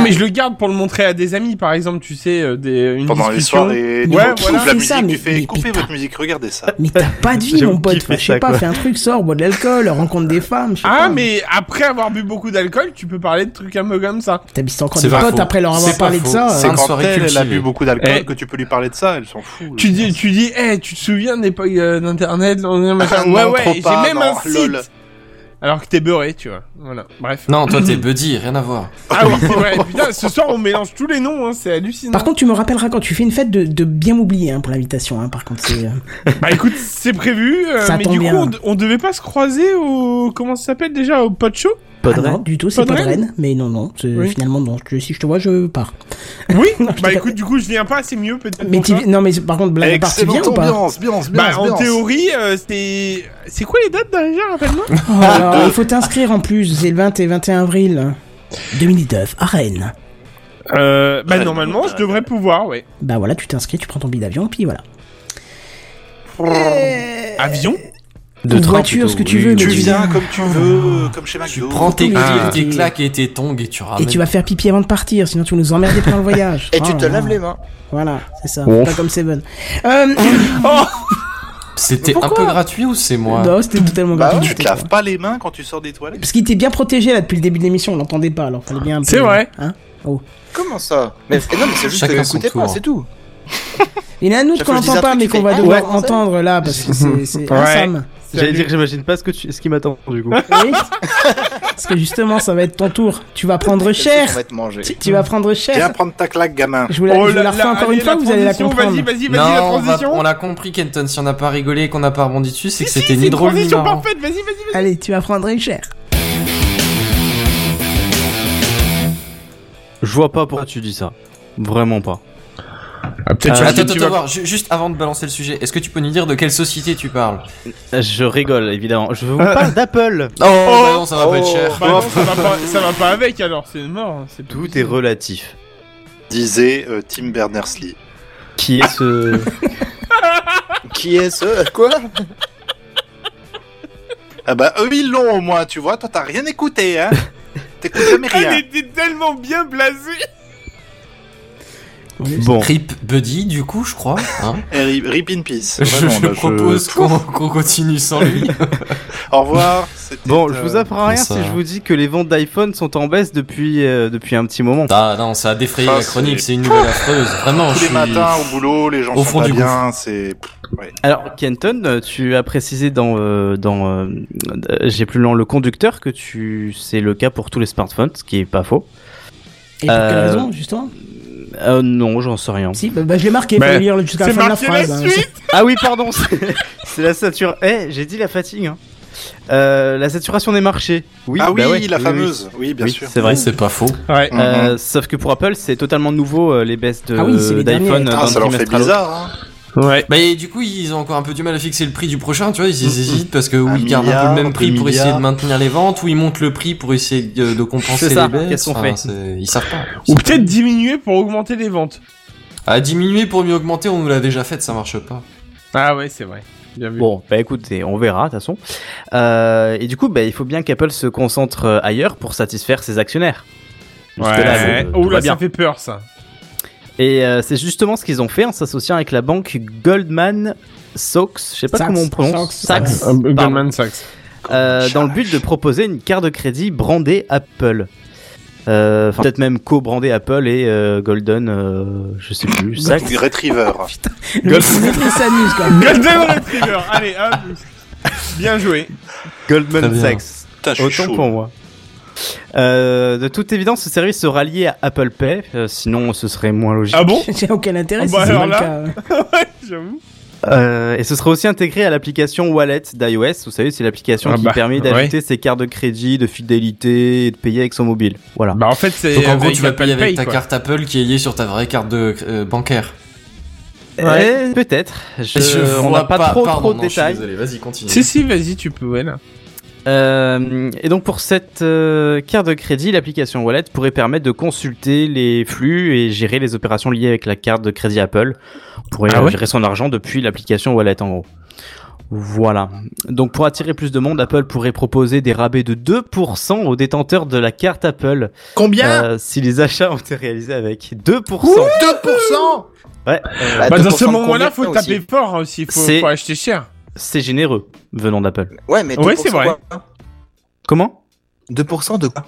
A: là,
H: mais je le garde pour le montrer à des amis par exemple, tu sais, euh, des, une
D: pendant les
H: discussion.
D: soirées, tu
H: Ouais,
D: coupes
H: voilà.
D: la
A: C'est
D: musique,
A: ça, mais-
D: tu fais
A: mais
D: couper
A: putain.
D: votre musique, regardez ça.
A: Mais t'as pas de vie,
F: J'aime
A: mon pote,
F: kiffer
A: enfin, je sais
F: ça,
A: pas,
F: quoi.
A: fais un truc, sors, bois de l'alcool, rencontre des femmes, je sais
H: Ah
A: pas.
H: mais après avoir bu beaucoup d'alcool, tu peux parler de trucs un peu comme ça.
A: T'as mis encore
E: C'est
A: des
E: pas
A: potes
E: faux.
A: après leur avoir
E: C'est pas
A: parlé de
E: faux.
A: ça.
E: C'est
A: euh,
E: une
D: Quand
E: soirée
D: elle, elle a
E: cultivée.
D: bu beaucoup d'alcool,
H: Eh.
D: que tu peux lui parler de ça, elle s'en fout.
H: Tu dis, tu dis, eh, tu te souviens de l'époque euh, d'internet, l'on- machin.
D: Non,
H: ouais,
D: trop
H: ouais, j'ai
D: pas,
H: même
D: non,
H: un site.
D: lol.
H: Alors que t'es beurré, tu vois. Voilà, bref.
E: Non, toi
A: Mm-hmm.
E: t'es Buddy, rien à voir.
H: Ah oui, c'est vrai. Putain, ce soir on mélange tous les noms, hein, c'est hallucinant.
A: Par contre, tu me rappelleras quand tu fais une fête de, de bien m'oublier hein, pour l'invitation. Hein, par contre, c'est... euh,
H: bah écoute, c'est prévu, euh,
A: Ça
H: mais
A: tombe
H: du coup,
A: bien.
H: on, on devait pas se croiser au. Comment ça s'appelle déjà Au pot show
A: Pas ah non, du tout, c'est pas, de Rennes. Mais non, non, c'est-
K: Oui.
A: finalement, non. Je- si je te vois, je pars.
K: Oui, bah écoute, du coup, je viens pas, c'est mieux peut-être.
A: Mais
K: pour
A: tu
H: hein.
K: toi.
A: vi- non, mais c'est- par contre, blague à part, tu viens ou pas
K: Bah, en théorie, euh, c'est. C'est quoi les dates déjà, rappelle-moi
A: Oh là là, il faut t'inscrire en plus, c'est le 20 et 21 avril 2009 à Rennes.
K: Euh, bah, normalement, je devrais pouvoir, ouais.
A: Bah voilà, tu t'inscris, tu prends ton billet d'avion, puis voilà. Euh,
K: Avion
A: De Ou train, voiture, plutôt, ce que tu oui. veux, mais
D: Tu
A: tu
D: viens
A: viens.
D: comme tu veux, euh, comme chez McDo.
E: Tu prends tes,
A: Ah.
E: tes claques et tes tongs et tu ramènes.
A: Et tu vas faire pipi avant de partir, sinon tu vas nous emmerder pendant le voyage.
E: Et tu
A: Oh
E: te
A: là
E: laves
A: là.
E: les mains.
A: Voilà, c'est ça.
E: Ouf.
A: Pas comme Seven. Euh...
H: Oh,
E: C'était un
A: Pourquoi
E: peu gratuit ou c'est moi
A: Non, c'était totalement
E: Bah
A: gratuit.
E: ouais, tu te
A: c'était
E: laves
A: toi.
D: Pas les mains quand tu sors des toilettes.
A: Parce qu'il était bien protégé là depuis le début de l'émission, on l'entendait pas alors fallait bien un peu.
J: C'est vrai.
A: Hein oh.
J: Comment ça Mais mais non, mais c'est juste
A: Chacun
J: que
A: son
J: t'écoutais pas,
A: tour.
J: c'est tout.
A: Il y en a un autre
J: Chaque
A: qu'on
J: fois que je dis
A: n'entend
J: un
A: pas
J: truc,
A: mais
J: tu
A: qu'on
J: fais,
A: va
J: ah,
A: devoir
J: ouais.
A: entendre là parce que c'est. c'est- Ah,
F: Ouais.
A: Sam.
F: J'allais dire, j'imagine pas ce, que tu- ce qui m'attend du coup.
A: Oui. Parce que justement, ça va être ton tour. Tu vas prendre cher.
J: va être mangé.
A: Tu, tu vas prendre cher.
D: Viens prendre ta claque, gamin.
A: Je vous la,
D: Oh
A: je
D: là
A: la refais
D: là,
A: encore
D: allez,
A: une fois,
D: la
A: vous allez la
D: transition,
A: comprendre.
D: vas-y,
E: non, on va- on l'a compris, Kenton. Si on n'a pas rigolé et qu'on n'a pas rebondi dessus, c'est que c'était
A: si,
E: ni drôle ni
A: transition
E: marrant.
A: parfaite, Allez, tu vas prendre cher.
F: Je vois pas pourquoi tu dis ça. Vraiment pas.
K: Ah,
E: Attends,
F: Euh,
E: attends, attends, voir, ju- juste avant de balancer le sujet, est-ce que tu peux nous dire de quelle société tu parles
F: Je rigole évidemment. Je vous parle d'Apple.
E: Oh, bah non, ça va pas être cher.
K: Bah, non, ça, va pas, ça va pas avec alors, c'est mort. hein, C'est
F: Tout est relatif.
D: Disait euh, Tim Berners-Lee.
F: Qui est ce.
J: Qui est ce Quoi
D: Ah bah eux ils l'ont au moins, tu vois, toi t'as rien écouté, hein T'écoutes jamais
H: Ah,
K: Elle
D: rien.
K: était tellement bien blasée
F: Bon.
E: Rip Buddy, du coup, je crois. hein.
D: Eh, Rip, rip in peace.
E: je
D: Vraiment,
E: je
D: là,
E: propose
D: Pouf.
E: qu'on qu'on continue sans lui.
D: Au revoir. c'était,
F: Bon, je
D: euh,
F: vous apprends rien si je vous dis que les ventes d'iPhone sont en baisse depuis, euh, depuis un petit moment.
E: Ah non, ça a défrayé
D: Ah,
E: la
D: c'est-
E: chronique, c'est une nouvelle affreuse. Vraiment,
D: Tous
E: je
D: les
E: suis...
D: matins au boulot, les gens
E: Ah, au
D: sont
E: fond
D: pas
E: du
D: bien, c'est... ouais.
F: Alors, Kenton, euh, tu as précisé dans, euh, dans euh, euh, j'ai plus le nom, le conducteur que tu, c'est le cas pour tous les smartphones, ce qui est pas faux.
A: Et pour quelle
F: Euh,
A: raison, justement
F: euh, Non, j'en sais rien.
A: Si, bah, bah, je l'ai marqué,
F: Bah,
A: fallait lire jusqu'à la
F: c'est
A: fin de la
F: marqué la
A: phrase. hein.
F: suite Ah oui, pardon, c'est c'est la saturation. Eh, j'ai dit la fatigue. hein. Euh, la saturation des marchés. Oui,
D: Ah
F: bah
D: oui,
F: ouais,
D: la fameuse. Oui, bien sûr.
F: C'est vrai,
E: Oui, c'est pas faux.
K: Ouais.
H: Mm-hmm.
F: Euh, Sauf que pour Apple, c'est totalement nouveau euh, les baisses de-
E: Ah oui, c'est les
F: d'iPhone.
E: derniers.
F: d'un
E: Ah, ça leur
F: trimestre
E: fait
F: à l'autre.
E: bizarre,
D: hein.
F: Ouais.
E: Bah, et du coup, ils ont encore un peu du mal à fixer le prix du prochain, tu vois. Ils hésitent parce que ou
D: Un
E: ils gardent un peu
D: milliard,
E: le même prix
D: deux
E: pour essayer
D: milliards.
E: de maintenir les ventes, ou ils montent le prix pour essayer de, de compenser
F: C'est ça,
E: les baisses.
F: qu'est-ce qu'on
E: Enfin,
F: fait
E: c'est- Ils savent pas.
K: Ou peut-être diminuer pour augmenter les ventes.
E: À diminuer pour mieux augmenter, on nous l'a déjà fait, ça marche pas.
K: Ah ouais, c'est vrai. Bien vu.
F: Bon, bah écoutez, on verra, de toute façon. Euh, et du coup, bah, il faut bien qu'Apple se concentre euh, ailleurs pour satisfaire ses actionnaires.
K: Ouais.
F: Jusque-là, le- tout
K: oh
F: va
K: là,
F: bien.
K: ça fait peur ça.
F: Et euh, c'est justement ce qu'ils ont fait en s'associant avec la banque Goldman Sachs, je sais pas
K: Sachs,
F: comment on prononce,
K: Sachs.
F: Sachs,
K: Euh,
F: pardon.
K: Goldman Sachs.
F: Euh, dans le but de proposer une carte de crédit brandée Apple. Euh, enfin, peut-être même co-brandée Apple et euh, Golden, euh, je sais plus, Sachs.
D: Retriever.
A: Le mec, il maîtrise sa news, quoi.
K: Golden Retriever, allez, hop. Bien joué.
F: Goldman
K: Très bien. Ah,
F: Sachs.
D: Putain, je suis
F: Autant
D: chaud.
F: pour moi. Euh, de toute évidence, ce service sera lié à Apple Pay, euh, sinon ce serait moins logique.
A: J'ai aucun intérêt
K: Ah
A: si
K: bah
A: c'est
K: alors
A: pas le
K: là.
A: cas. euh.
K: Ouais, j'avoue.
F: Euh, et ce sera aussi intégré à l'application Wallet d'iOS. Vous savez, c'est l'application
K: Ah
F: qui
K: bah,
F: permet d'ajouter ses cartes de crédit, de fidélité et de payer avec son mobile. Voilà.
K: Bah en fait, c'est
E: Donc en gros,
K: avec
E: tu vas
K: Apple
E: payer avec
K: Pay,
E: ta
K: quoi.
E: carte Apple qui est liée sur ta vraie carte de, euh, bancaire.
K: Ouais.
F: Euh, peut-être. Je-
E: Je
F: on
E: vois
F: n'a pas,
E: pas-
F: trop,
E: pardon,
F: trop
E: non,
F: de
E: je suis
F: détails.
E: désolé, vas-y, continue.
K: Si, si, vas-y, tu peux, ouais, là.
F: Euh, et donc pour cette euh, carte de crédit, l'application Wallet pourrait permettre de consulter les flux et gérer les opérations liées avec la carte de crédit Apple. On pourrait
K: Ah
F: euh,
K: ouais
F: gérer son argent depuis l'application Wallet en gros. Voilà. Donc pour attirer plus de monde, Apple pourrait proposer des rabais de 2% aux détenteurs de la carte Apple.
D: Combien
F: Euh, Si les achats ont été réalisés avec 2%.
D: 2%
F: Ouais.
K: Bah, dans ce moment-là, faut taper fort aussi, faut,
F: C'est-
K: faut acheter cher.
F: Euh, C'est généreux venant d'Apple.
J: Ouais, mais
K: Ouais, c'est vrai.
F: Comment
J: 2% de quoi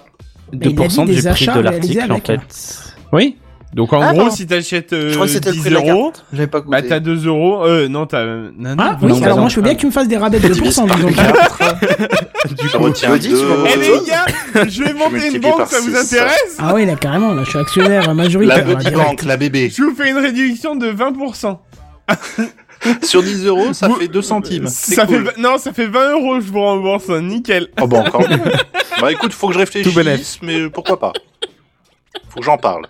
F: 2% du prix de l'article en fait.
K: Oui. Donc en
J: Ah,
K: gros,
J: pardon.
K: si t'achètes euh,
J: Je crois que c'était le
K: 10
J: prix de la
K: euros,
J: carte. J'avais pas
K: bah
J: compté.
K: t'as 2 euros. Euh, non, t'as. euh, non, non,
A: Ah oui,
K: non,
A: alors
K: non.
A: moi je veux bien que tu me fasses des rabais de 2%, dis donc.
D: Je retiens
K: Audi, tu vas
D: deux...
K: voir. Eh, les gars, je vais monter une
D: multiplies
K: banque,
D: par
K: ça vous
D: six.
K: intéresse
A: Ah oui, là carrément, là je Ah suis actionnaire majoritaire.
D: La
A: là,
D: petite
A: direct.
D: banque, la bébé.
K: Je vous fais une réduction de 20%.
D: Sur 10 euros, ça fait 2 centimes. C'est
H: Ça
D: cool.
H: fait, non, ça fait 20 euros, je vous rembourse, nickel.
D: Oh bah encore mieux. Bah écoute, faut que je réfléchisse, mais pourquoi pas Faut que j'en parle.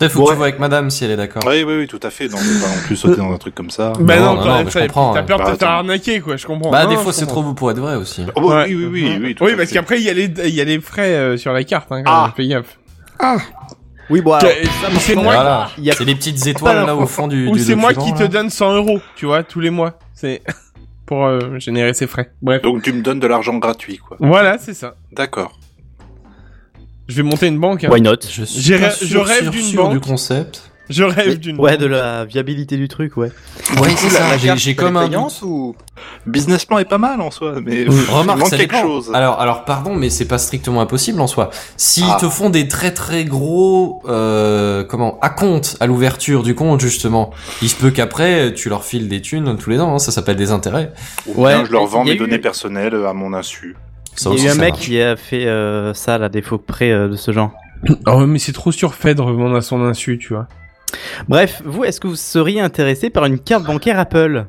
E: Faut que tu vois avec madame si elle est
H: Ah.
E: d'accord.
D: Oui, oui, oui, tout à fait. Non, faut pas non plus sauter dans un truc comme ça.
H: Bah non,
E: non, mais
H: t'as-
E: je
H: t'as-
E: comprends,
H: t'as
E: hein.
H: peur
D: Bah,
H: de te faire
D: attends.
H: arnaquer, quoi, je comprends.
E: Bah,
H: Non,
E: des
H: je
E: fois, c'est
H: comprends.
E: trop vous pour être vrai aussi.
D: Oh, bah,
H: Ouais.
D: Oui, oui, oui, oui. tout
H: Oui,
D: à
H: parce
D: fait.
H: qu'après, il y, a les- il y a les frais euh, sur la carte, hein, quand
D: Ah.
H: même, fais gaffe.
F: Oui,
K: Ah.
F: bon, alors,
H: Que- C'est moi,
E: Voilà.
F: il y a-
E: C'est les petites étoiles là au fond du.
H: ou
E: du
H: c'est moi
E: document,
H: qui te
E: là.
H: donne 100 euros, tu vois, tous les mois. C'est pour euh, générer ses frais. Bref.
D: Donc tu me donnes de l'argent gratuit, quoi.
H: Voilà, c'est ça.
D: D'accord.
H: Je vais monter une banque. hein.
F: why not
E: Je suis
H: J'ai
E: pas
H: rê- je rêve
E: sûr,
H: d'une
E: sûr du
H: banque.
E: concept.
H: Je rêve
J: Mais-
H: d'une
F: Ouais, de
H: banque.
F: la viabilité du truc, ouais.
E: Ouais, c'est
J: Ou la- la
E: ça. J'ai
J: carte,
E: j'ai
J: elle
E: comme
J: est
E: un. doute.
J: payante ou
D: Business plan est pas mal en soi, mais il
E: Remarque,
D: manque
E: ça
D: quelque
E: dépend.
F: Ah,
D: chose.
E: Alors, alors, pardon, mais c'est pas strictement impossible en soi. S'ils
D: Ah.
E: te font des très très gros, euh, comment, à compte, à l'ouverture du compte justement, il se peut qu'après tu leur files des thunes tous les ans. hein, ça s'appelle des intérêts.
D: Ou
F: Ouais.
D: bien je leur vends
F: Il y a
D: mes
F: eu-
D: données personnelles euh, à mon insu.
E: Ça
F: Il y
E: aussi,
F: a eu un
E: ça
F: mec
E: marche.
F: qui a fait euh, ça, là, des faux prêts euh, de ce genre.
H: Oh, mais c'est trop surfait de revendre à son insu, tu vois.
F: Bref, vous, est-ce que vous seriez intéressé par une carte bancaire Apple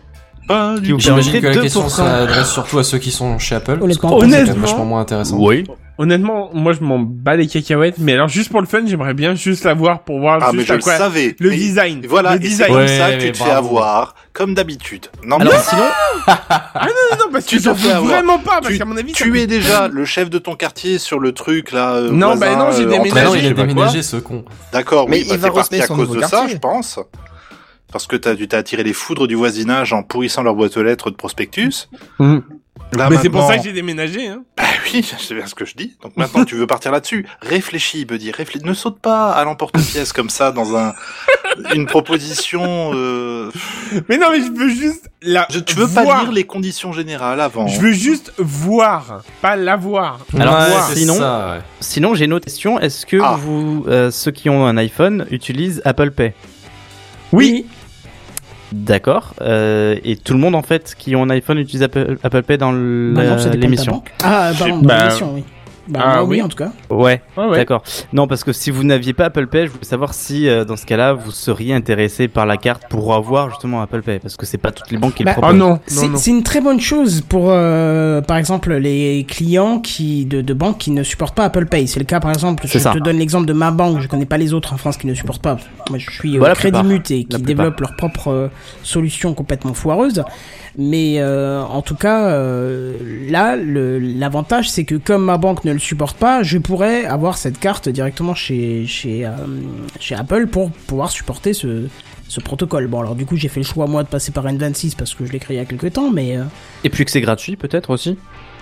D: Pas du
F: Qui vous
E: J'imagine
F: permettrait
E: que la question
F: 2%.
E: s'adresse surtout à ceux qui sont chez Apple. parce que
A: Honnêtement.
E: pour eux, c'est quand même
H: Honnêtement.
E: vachement moins intéressant.
F: Oui.
H: Honnêtement, moi, je m'en bats les cacahuètes, mais alors, juste pour le fun, j'aimerais bien juste la voir pour voir
D: Ah, mais
H: juste
D: je
H: à
D: le
H: quoi-
D: savais.
H: Le
D: Mais-
H: design.
D: Voilà,
H: le
D: et c'est
H: design.
D: comme
E: Ouais,
D: ça que tu
E: mais
D: te
E: bravo.
D: fais avoir, comme d'habitude. Non, mais
F: Alors, sinon,
H: Ah, Non, non, parce que
D: Tu
H: j'en
D: te fais
H: veux
D: avoir.
H: vraiment pas, parce
D: Tu-
H: qu'à mon avis, ça
D: tu es déjà le chef de ton quartier sur le truc là. euh,
H: Non,
D: voisin,
H: bah non, j'ai
D: euh,
H: déménagé.
E: Bah
D: entre-
E: non, il
H: Je
E: a
H: sais pas
E: déménagé ce con.
D: D'accord,
J: Mais
D: oui,
J: il
D: bah,
J: va
D: t'es parti
J: refaire
D: à
J: son
D: cause
J: nouveau
D: de ça,
J: quartier.
D: je pense. Parce que t'as dû t'attirer les foudres du voisinage en pourrissant leur boîte aux lettres de prospectus.
H: Mhm.
D: Là,
H: mais c'est pour
D: maintenant-
H: ça que j'ai déménagé. Hein.
D: Bah oui, c'est bien ce que je dis. Donc maintenant, tu veux partir là-dessus. Réfléchis, Buddy, réfléchis. Ne saute pas à l'emporte-pièce comme ça dans un une proposition. euh,
H: Mais non, mais je veux juste la.
D: je- tu veux
H: voir.
D: pas lire les conditions générales avant.
H: Je veux juste voir, pas l'avoir.
F: Alors,
E: Ouais,
F: voir.
E: c'est
F: sinon-
E: ça, ouais.
F: sinon j'ai une autre question. Est-ce que
D: Ah.
F: vous, euh, ceux qui ont un iPhone utilisent Apple Pay
H: Oui.
F: D'accord. Euh, et tout le monde, en fait, qui ont un iPhone utilise Apple, Apple Pay dans le-
A: Bah non, ça dépend de ta
F: l'émission
A: banque. Ah, pardon, dans
H: Bah,
A: l'émission, oui. Bah,
H: ah,
A: moi, oui,
H: oui.
A: en tout cas.
F: Ouais,
H: Ouais, ouais.
F: d'accord. Non, parce que si vous n'aviez pas Apple Pay, je voulais savoir si, euh, dans ce cas-là, vous seriez intéressé par la carte pour avoir justement Apple Pay. Parce que c'est pas toutes les banques qui
A: Bah,
F: le
H: Oh
F: proposent.
H: non, non,
A: C'est
H: non.
A: c'est une très bonne chose pour, euh, par exemple, les clients qui, de, de banques qui ne supportent pas Apple Pay. C'est le cas, par exemple, je
F: C'est ça.
A: te donne l'exemple de ma banque, je connais pas les autres en France qui ne supportent pas. Moi, je suis euh,
F: Bah, la
A: Crédit
F: plupart.
A: Mut et qui
F: plupart.
A: développent leur propre euh, solution complètement foireuse. Mais euh, en tout cas, euh, là, le- l'avantage, c'est que comme ma banque ne le supporte pas, je pourrais avoir cette carte directement chez, chez, euh, chez Apple pour pouvoir supporter ce, ce protocole. Bon, alors du coup, j'ai fait le choix, moi, de passer par N26 parce que je l'ai créé il y a quelques temps, mais euh,
F: Et puis que c'est gratuit, peut-être aussi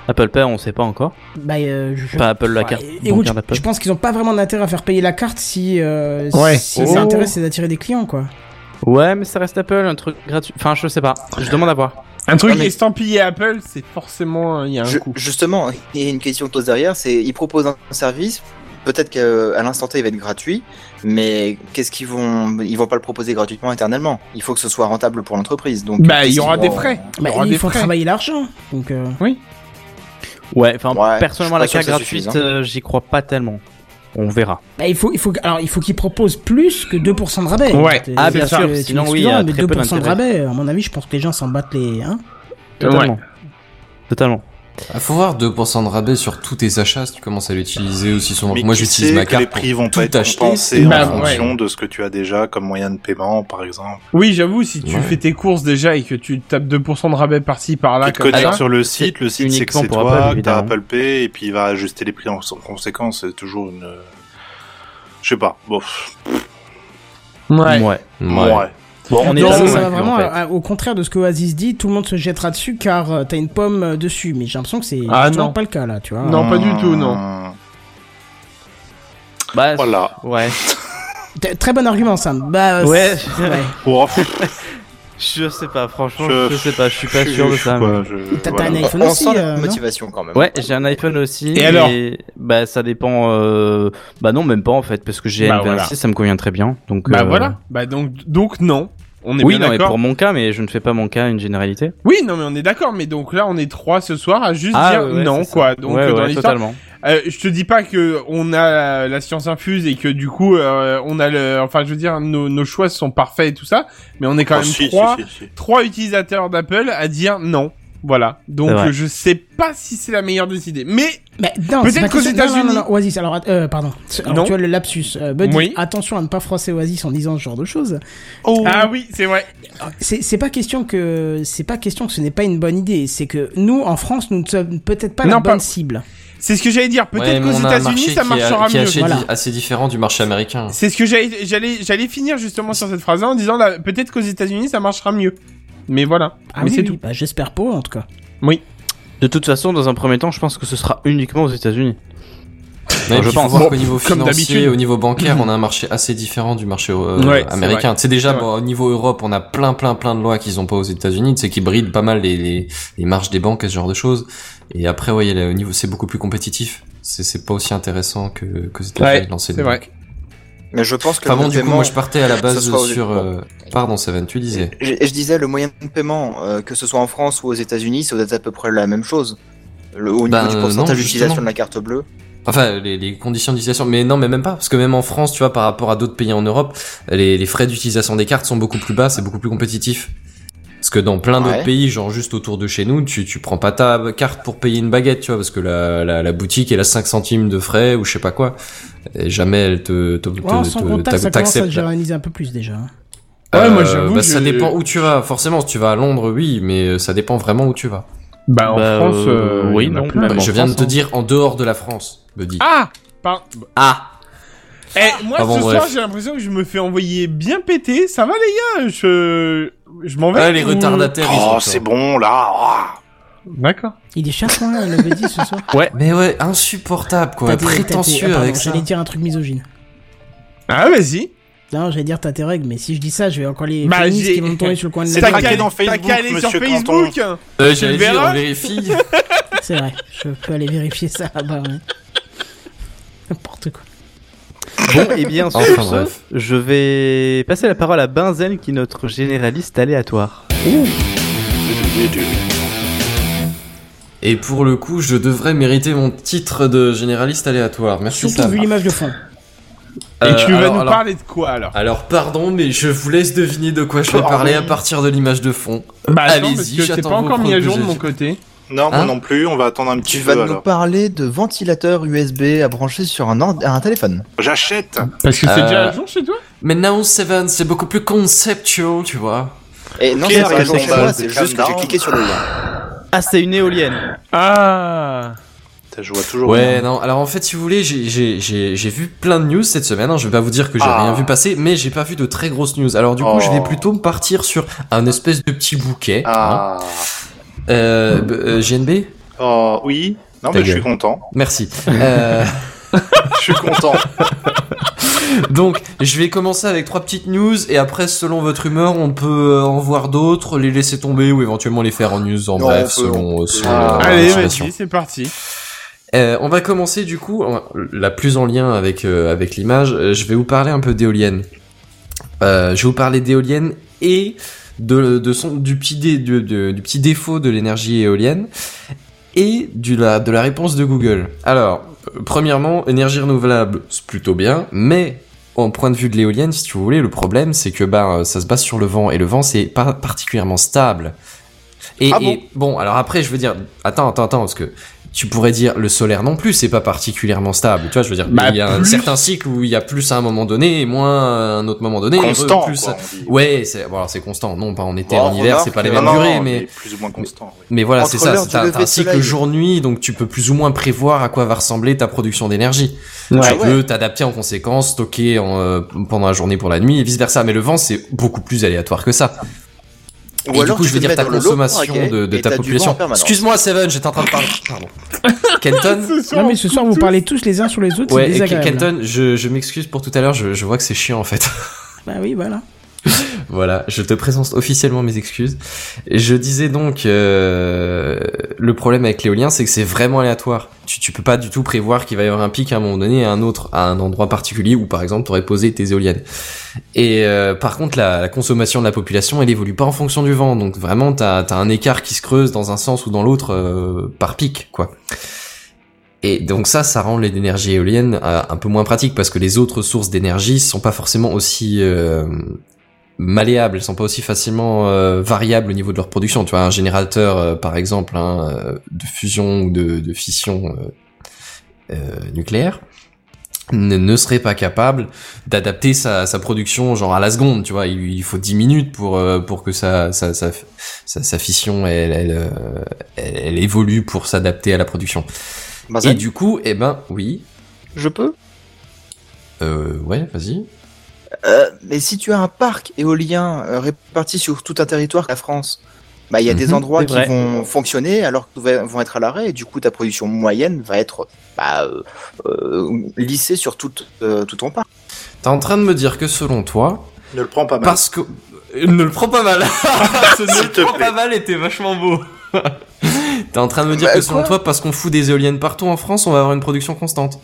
F: Apple Pay, on sait pas encore.
A: bah, euh, je,
F: Pas Apple, la
A: Ouais,
F: carte.
A: et- et
F: bancaire
A: écoute,
F: d'Apple.
A: je, je pense qu'ils ont pas vraiment d'intérêt à faire payer la carte si, euh,
H: Ouais.
A: si
F: Oh.
A: l'intérêt c'est d'attirer des clients, quoi.
F: Ouais, mais ça reste Apple, un truc gratuit. Enfin, je sais pas. Je demande à voir.
H: Un truc
J: Non, mais-
H: estampillé Apple, c'est forcément euh, il y a un
J: Je-
H: coup.
J: Justement, il y a une question close derrière, c'est ils proposent un service, peut-être qu'à l'instant T il va être gratuit, mais qu'est-ce qu'ils vont ils vont pas le proposer gratuitement éternellement. Il faut que ce soit rentable pour l'entreprise. Donc
H: Bah, il
J: qu'est-ce
H: y aura
J: qu'ils
H: des
J: vont-
H: frais.
A: Bah,
H: il y aura
A: il
H: des
A: faut
H: frais.
A: travailler l'argent, donc. euh,
F: Ouais, enfin,
J: Ouais,
F: personnellement,
J: je
F: la
J: suis pas
F: carte
J: sûr
F: gratuite,
J: que ça suffise, hein.
F: euh, j'y crois pas tellement. On verra.
A: Bah, il faut, il faut, alors, il faut qu'ils proposent plus que 2% de rabais.
H: Ouais.
A: T'es-
F: Ah,
A: t'es-
F: bien
A: t'es-
F: sûr,
A: t'es
F: sinon, oui,
A: excusant,
F: il y a
A: mais
F: très peu
A: 2% de
F: d'intérêt.
A: rabais, à mon avis, je pense que les gens s'en battent les, hein.
F: Totalement.
H: Ouais.
F: Totalement.
E: Ah, faut voir 2% de rabais sur tous tes achats si tu commences à l'utiliser aussi souvent.
D: Mais
E: Moi,
D: tu
E: j'utilise
D: sais
E: ma
D: que
E: carte.
D: Les prix
E: pour
D: vont
E: tout
D: pas être
E: acheter.
D: compensés
H: Bah,
D: en
H: ouais.
D: fonction de ce que tu as déjà comme moyen de paiement, par exemple.
H: Oui, j'avoue, si tu
E: Ouais.
H: fais tes courses déjà et que tu tapes 2% de rabais par-ci par-là
D: tu te
H: comme
D: connectes
H: ça.
D: sur le site, le site sait que
F: uniquement
D: c'est
F: pour
D: toi,
F: Apple,
D: que t'as
F: évidemment.
D: Apple Pay, et puis il va ajuster les prix en en conséquence. C'est toujours une. euh, Je sais pas. Bon. pff,
H: Ouais.
F: Ouais.
E: Ouais.
D: ouais.
F: Bon, on est
A: Non,
F: pas
A: ça,
F: convaincus,
A: va vraiment,
F: en fait.
A: à- au contraire de ce que Oasis dit, tout le monde se jettera dessus car euh, t'as une pomme euh, dessus, mais j'ai l'impression que c'est
H: Ah,
A: justement
H: non.
A: pas le cas là, tu vois.
H: Non, pas du tout, non.
D: Mmh.
F: Bah,
D: Voilà.
F: ouais.
A: T- Très bon argument, Sam. Bah, euh,
F: Ouais.
A: c'est- ouais.
D: Oh, pff,
F: Je sais pas, franchement,
D: Je-
F: je, sais pas, je suis pas
D: je-
F: sûr de
D: je-
F: ça. mais-
D: quoi, je-
A: T'as- t'as
D: voilà.
A: un
J: On-
A: iPhone
J: on
A: aussi,
J: sent la
A: euh, non
J: motivation quand même.
F: Ouais, j'ai un iPhone aussi.
H: Et alors
F: Bah, ça dépend. euh, Bah, non, même pas en fait, parce que j'ai
H: Bah,
F: un N26,
H: voilà.
F: ça me convient très bien. Donc,
H: Bah
F: euh,
H: voilà. Bah donc donc non. On est
F: Oui,
H: bien
F: non, mais
H: d'accord.
F: pour mon cas, mais je ne fais pas mon cas une généralité.
H: Oui, non mais on est d'accord. Mais donc là, on est trois ce soir à juste
F: Ah,
H: dire
F: ouais, ouais,
H: non
F: c'est ça.
H: quoi. Donc
F: Ouais,
H: euh, dans
F: ouais,
H: l'histoire,
F: totalement.
K: euh, je te dis pas que on a la science infuse et que du coup euh, on a le, enfin je veux dire nos, nos choix sont parfaits et tout ça, mais on est quand
D: Oh,
K: même
D: si,
K: trois,
D: si, si, si.
K: trois utilisateurs d'Apple à dire non. Voilà. Donc
F: C'est vrai.
K: euh, je sais pas si c'est la meilleure des idées, mais
A: Mais non, c'est
K: Peut-être
A: ma
K: qu'aux
A: question- non, non,
K: États-Unis-
A: Non, non, Oasis, alors, att- euh, pardon. Alors,
K: Non.
A: tu as le lapsus. Euh, Buddy,
K: Oui.
A: attention à ne pas froisser Oasis en disant ce genre de choses.
K: ah oui c'est vrai.
A: C'est c'est pas question que c'est pas question que ce n'est pas une bonne idée. C'est que nous, en France, nous ne sommes peut-être pas la
K: Non, pas-
A: bonne cible.
K: C'est ce que j'allais dire.
E: Ouais,
K: Peut-être
E: mais
K: qu'aux
E: on a un marché
K: États-Unis ça
E: qui est-
K: marchera
E: qui est
K: mieux.
E: assez,
A: voilà.
E: di- assez différent du marché américain.
K: C'est ce que j'allais, j'allais, j'allais finir justement sur cette phrase en disant là, peut-être qu'aux États-Unis ça marchera mieux. Mais voilà.
A: Ah
K: Mais
A: oui,
K: c'est
A: oui.
K: tout.
A: Bah, J'espère pas, en tout cas.
F: De toute façon, dans un premier temps, je pense que ce sera uniquement aux États-Unis.
E: Mais
F: je
E: je pense
F: pense.
E: voir
K: Bon,
E: qu'au niveau
K: comme
E: financier,
K: d'habitude.
E: au niveau bancaire, on a un marché assez différent du marché euh,
K: Ouais, c'est
E: américain. Tu sais déjà,
K: C'est
E: bon, au niveau Europe, on a plein, plein, plein de lois qu'ils ont pas aux États-Unis, tu sais, qui brident pas mal les, les, les marges des banques et ce genre de choses. Et après, ouais, il y a le- au niveau, c'est beaucoup plus compétitif. C'est, c'est pas aussi intéressant que, que États-Unis
K: Ouais,
E: de lancer
K: C'est
E: des
K: vrai.
E: banques.
J: Mais je pense que
E: Enfin
J: le
E: bon, du coup,
J: paiement-
E: moi, je partais à la
J: ce
E: base
J: soit aux-
E: sur, euh, pardon, Seven, tu disais.
J: Je, je disais, le moyen de paiement, euh, que ce soit en France ou aux États-Unis, ça doit être à peu près la même chose. Le, au niveau
E: Ben,
J: du
E: euh,
J: pourcentage
E: non,
J: d'utilisation
E: justement.
J: de la carte bleue.
E: Enfin, les, les conditions d'utilisation, mais non, mais même pas, parce que même en France, tu vois, par rapport à d'autres pays en Europe, les, les frais d'utilisation des cartes sont beaucoup plus bas, c'est beaucoup plus compétitif. Parce que dans plein d'autres
J: Ouais.
E: pays, genre juste autour de chez nous, tu, tu prends pas ta carte pour payer une baguette, tu vois, parce que la, la, la boutique, elle a 5 centimes de frais ou je sais pas quoi. Et jamais elle te, te, te-
A: Ouais, en sans
E: te-
A: contact, ça commence à
E: t'accepte.
A: se généraliser un peu plus déjà. hein.
K: Ouais, moi,
E: Euh,
K: j'avoue,
E: bah, ça
K: je-
E: dépend où tu vas. Forcément, si tu vas à Londres, oui, mais euh, ça dépend vraiment où tu vas. Bah,
K: Bah en
F: Bah,
K: France.
F: euh,
K: euh,
F: oui,
K: il y en a
F: non,
K: plein.
F: même en
E: je viens de
F: France,
E: te
F: hein.
E: dire en dehors de la France, Buddy.
K: Ah. Par...
E: ah
K: Eh, moi
E: Ah bon,
K: ce
E: bref.
K: soir j'ai l'impression que je me fais envoyer bien péter. Ça va les gars. Je, je m'en vais.
E: Ah, les
K: ou-
E: retardataires, ils
L: Oh,
E: sont
L: c'est bon,
D: oh.
L: là.
K: D'accord.
A: Il est chafouin, hein, le Buddy, ce soir.
E: Mais ouais, insupportable quoi,
A: T'as des- t'as des- ah,
E: prétentieux
A: pardon,
E: avec ça.
A: J'allais dire un truc misogyne.
K: Ah vas-y.
A: Non, j'allais dire t'as tes règles, mais si je dis ça, je vais encore les
K: Bah,
A: féministes
K: j'ai-
A: qui vont me tomber sur le coin de
L: C'est
A: la
L: ta
A: gueule.
L: calé dans
K: T'as
L: Facebook,
K: qu'à aller sur
L: monsieur
K: Facebook.
E: Euh,
K: Tu
E: j'allais
K: le
E: dire,
K: verras
E: on vérifie.
A: C'est vrai, je peux aller vérifier ça là-bas. ouais. N'importe quoi.
F: Bon, et bien sur
E: Enfin,
F: ce,
E: bref.
F: je vais passer la parole à Benzel, qui est notre généraliste aléatoire.
E: Et pour le coup, je devrais mériter mon titre de généraliste aléatoire. Merci
A: Surtout
E: Sam.
A: vu l'image de fond.
E: Euh,
K: Et tu vas
E: alors-
K: nous
E: alors-
K: parler de quoi alors
E: Alors pardon, mais je vous laisse deviner de quoi je
A: Oh,
E: vais
D: Ah,
E: parler
D: oui.
E: à partir de l'image de fond.
K: Bah
E: Euh, allez-y,
K: attends parce que c'est
E: j'attends
K: pas
E: vos
K: encore mis à jour de
E: propositions.
K: mon côté.
D: Non,
E: Hein
D: moi non plus, on va attendre un petit
J: Tu vas
D: peu
J: nous
D: alors.
J: parler de ventilateur USB à brancher sur un, ord- un téléphone.
D: J'achète
K: Parce que c'est
E: Euh,
K: déjà à jour chez toi.
E: Mais Now Seven, c'est beaucoup plus conceptual, tu vois.
J: Et non,
D: Ok,
J: c'est pas à jour
D: raison,
J: chez moi,
D: bah,
J: c'est
D: calm
J: juste que j'ai
D: down.
J: cliqué sur le lien.
F: Ah, c'est une éolienne.
K: Ah.
D: Putain, Je vois toujours.
E: Ouais,
D: rien.
E: non. Alors en fait, si vous voulez, j'ai- j'ai j'ai- j'ai vu plein de news cette semaine. hein. Je vais pas vous dire que j'ai
D: Ah.
E: rien vu passer, mais j'ai pas vu de très grosses news. Alors du coup,
D: Oh.
E: je vais plutôt me partir sur un espèce de petit bouquet. hein.
D: Ah.
E: Euh, b- euh, GNB
D: Oh, oui. Non,
E: Ta
D: mais je suis
E: gueule.
D: content.
E: Merci. Euh,
D: Je suis content.
E: donc, je vais commencer avec trois petites news et après, selon votre humeur, on peut euh, en voir d'autres, les laisser tomber ou éventuellement les faire en news en
J: Non,
E: bref,
J: on peut,
E: selon,
J: on
E: euh,
J: peut.
E: selon
D: Ah.
E: la
K: Allez
E: situation.
K: vas-y c'est parti.
E: Euh, on va commencer du coup, euh, la plus en lien avec, euh, avec l'image, euh, je vais vous parler un peu d'éolienne. Euh, je vais vous parler d'éolienne et de, de son, du, petit dé- de- de- du petit défaut de l'énergie éolienne et du, la, de la réponse de Google. Alors, euh, premièrement, énergie renouvelable, c'est plutôt bien, mais en point de vue de l'éolienne, si tu voulais, le problème c'est que bah, euh, ça se base sur le vent et le vent c'est pas particulièrement stable. Et,
D: Ah bon
E: et- bon, alors après, je veux dire, attends, attends, attends, parce que tu pourrais dire le solaire non plus, c'est pas particulièrement stable. Tu vois, je veux dire,
K: Bah,
E: il y a un
K: plus.
E: certain cycle où il y a plus à un moment donné et moins à un autre moment donné. et
D: constant.
E: plus.
D: quoi, on dit. Oh,
E: Ouais, c'est bon, alors c'est constant. Non, pas en été,
J: Bon,
E: en hiver,
J: remarque,
E: c'est pas les
J: euh,
E: mêmes
D: Non, non,
E: durées,
D: non,
E: mais
D: plus ou moins constant. oui.
E: mais voilà,
J: Entre
E: c'est ça.
J: l'heure
E: c'est-
J: du
E: T'as
J: lever
E: t'as un
J: de
E: cycle
J: soleil.
E: jour-nuit, donc tu peux plus ou moins prévoir à quoi va ressembler ta production d'énergie. Tu
J: ouais.
E: peux t'adapter en conséquence, stocker en, euh, pendant la journée pour la nuit et vice versa. Mais le vent, c'est beaucoup plus aléatoire que ça. Et
J: Ou alors,
E: du coup,
J: tu
E: je
J: peux
E: veux dire
J: le
E: ta
J: mettre dans le lot,
E: consommation
J: ok,
E: de, de
J: et
E: ta
J: t'as du vent en
E: population.
J: permanence.
E: Excuse-moi, Seven, j'étais en train de parler. Pardon. Kenton.
A: Non, mais ce soir, vous parlez tous les uns sur les autres, c'est
E: Ouais, et Ke-
A: désagréable.
E: Kenton, je, je m'excuse pour tout à l'heure, je, je vois que c'est chiant en fait.
A: Bah oui, voilà.
E: voilà, je te présente officiellement mes excuses. Je disais donc, euh, le problème avec l'éolien, c'est que c'est vraiment aléatoire. Tu, tu peux pas du tout prévoir qu'il va y avoir un pic à un moment donné, à un autre, à un endroit particulier où par exemple t'aurais posé tes éoliennes. Et euh, par contre, la, la consommation de la population, elle évolue pas en fonction du vent. Donc vraiment, t'as as un écart qui se creuse dans un sens ou dans l'autre euh, par pic, quoi. Et donc ça, ça rend l'énergie éolienne euh, un peu moins pratique parce que les autres sources d'énergie sont pas forcément aussi euh, malléables, elles sont pas aussi facilement euh, variables au niveau de leur production. Tu vois, un générateur, euh, par exemple, hein, euh, de fusion ou de, de fission euh, euh, nucléaire, ne, ne serait pas capable d'adapter sa, sa production genre à la seconde. Tu vois, il, il faut 10 minutes pour euh, pour que ça ça, ça, sa, sa fission elle, elle, euh, elle, elle évolue pour s'adapter à la production.
J: Bazin.
E: Et du coup, eh ben oui,
J: Bah, Je peux
E: euh, ouais, vas-y.
J: Euh, Mais si tu as un parc éolien euh, réparti sur tout un territoire, la France, bah, il y a des
E: Mhm,
J: endroits
F: c'est
J: qui
F: vrai.
J: vont fonctionner alors que d'autres vont être à l'arrêt et du coup ta production moyenne va être bah, euh, euh, lissée sur tout, euh, tout ton parc.
E: T'es en train de me dire que selon toi,
D: Ne le prends pas mal.
E: Ah, parce que Euh, ne le prends pas mal, ce ne
D: S'il
E: le
D: te
E: prends
D: plaît.
E: pas mal était vachement beau. T'es en train de me dire
J: Bah,
E: que selon
J: quoi
E: toi, parce qu'on fout des éoliennes partout en France, on va avoir une production constante.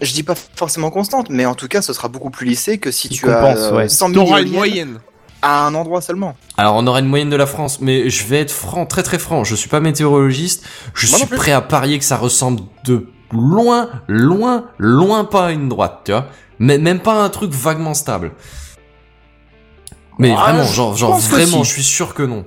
J: Je dis pas forcément constante, mais en tout cas ce sera beaucoup plus lissé que si
F: Il
J: tu as
F: compense,
J: euh,
F: ouais.
J: 100 000
K: T'auras une
J: éoliennes
K: moyenne.
J: à un endroit seulement.
E: Alors on aura une moyenne de la France, mais je vais être franc, très très franc, je suis pas météorologiste, je
J: Moi non
E: suis
J: plus.
E: prêt à parier que ça ressemble de loin, loin, loin pas à une droite, tu vois. Mais même pas à un truc vaguement stable. Mais
J: Ah,
E: vraiment,
J: je
E: genre, genre
J: pense que
E: vraiment,
J: si.
E: je suis sûr que non.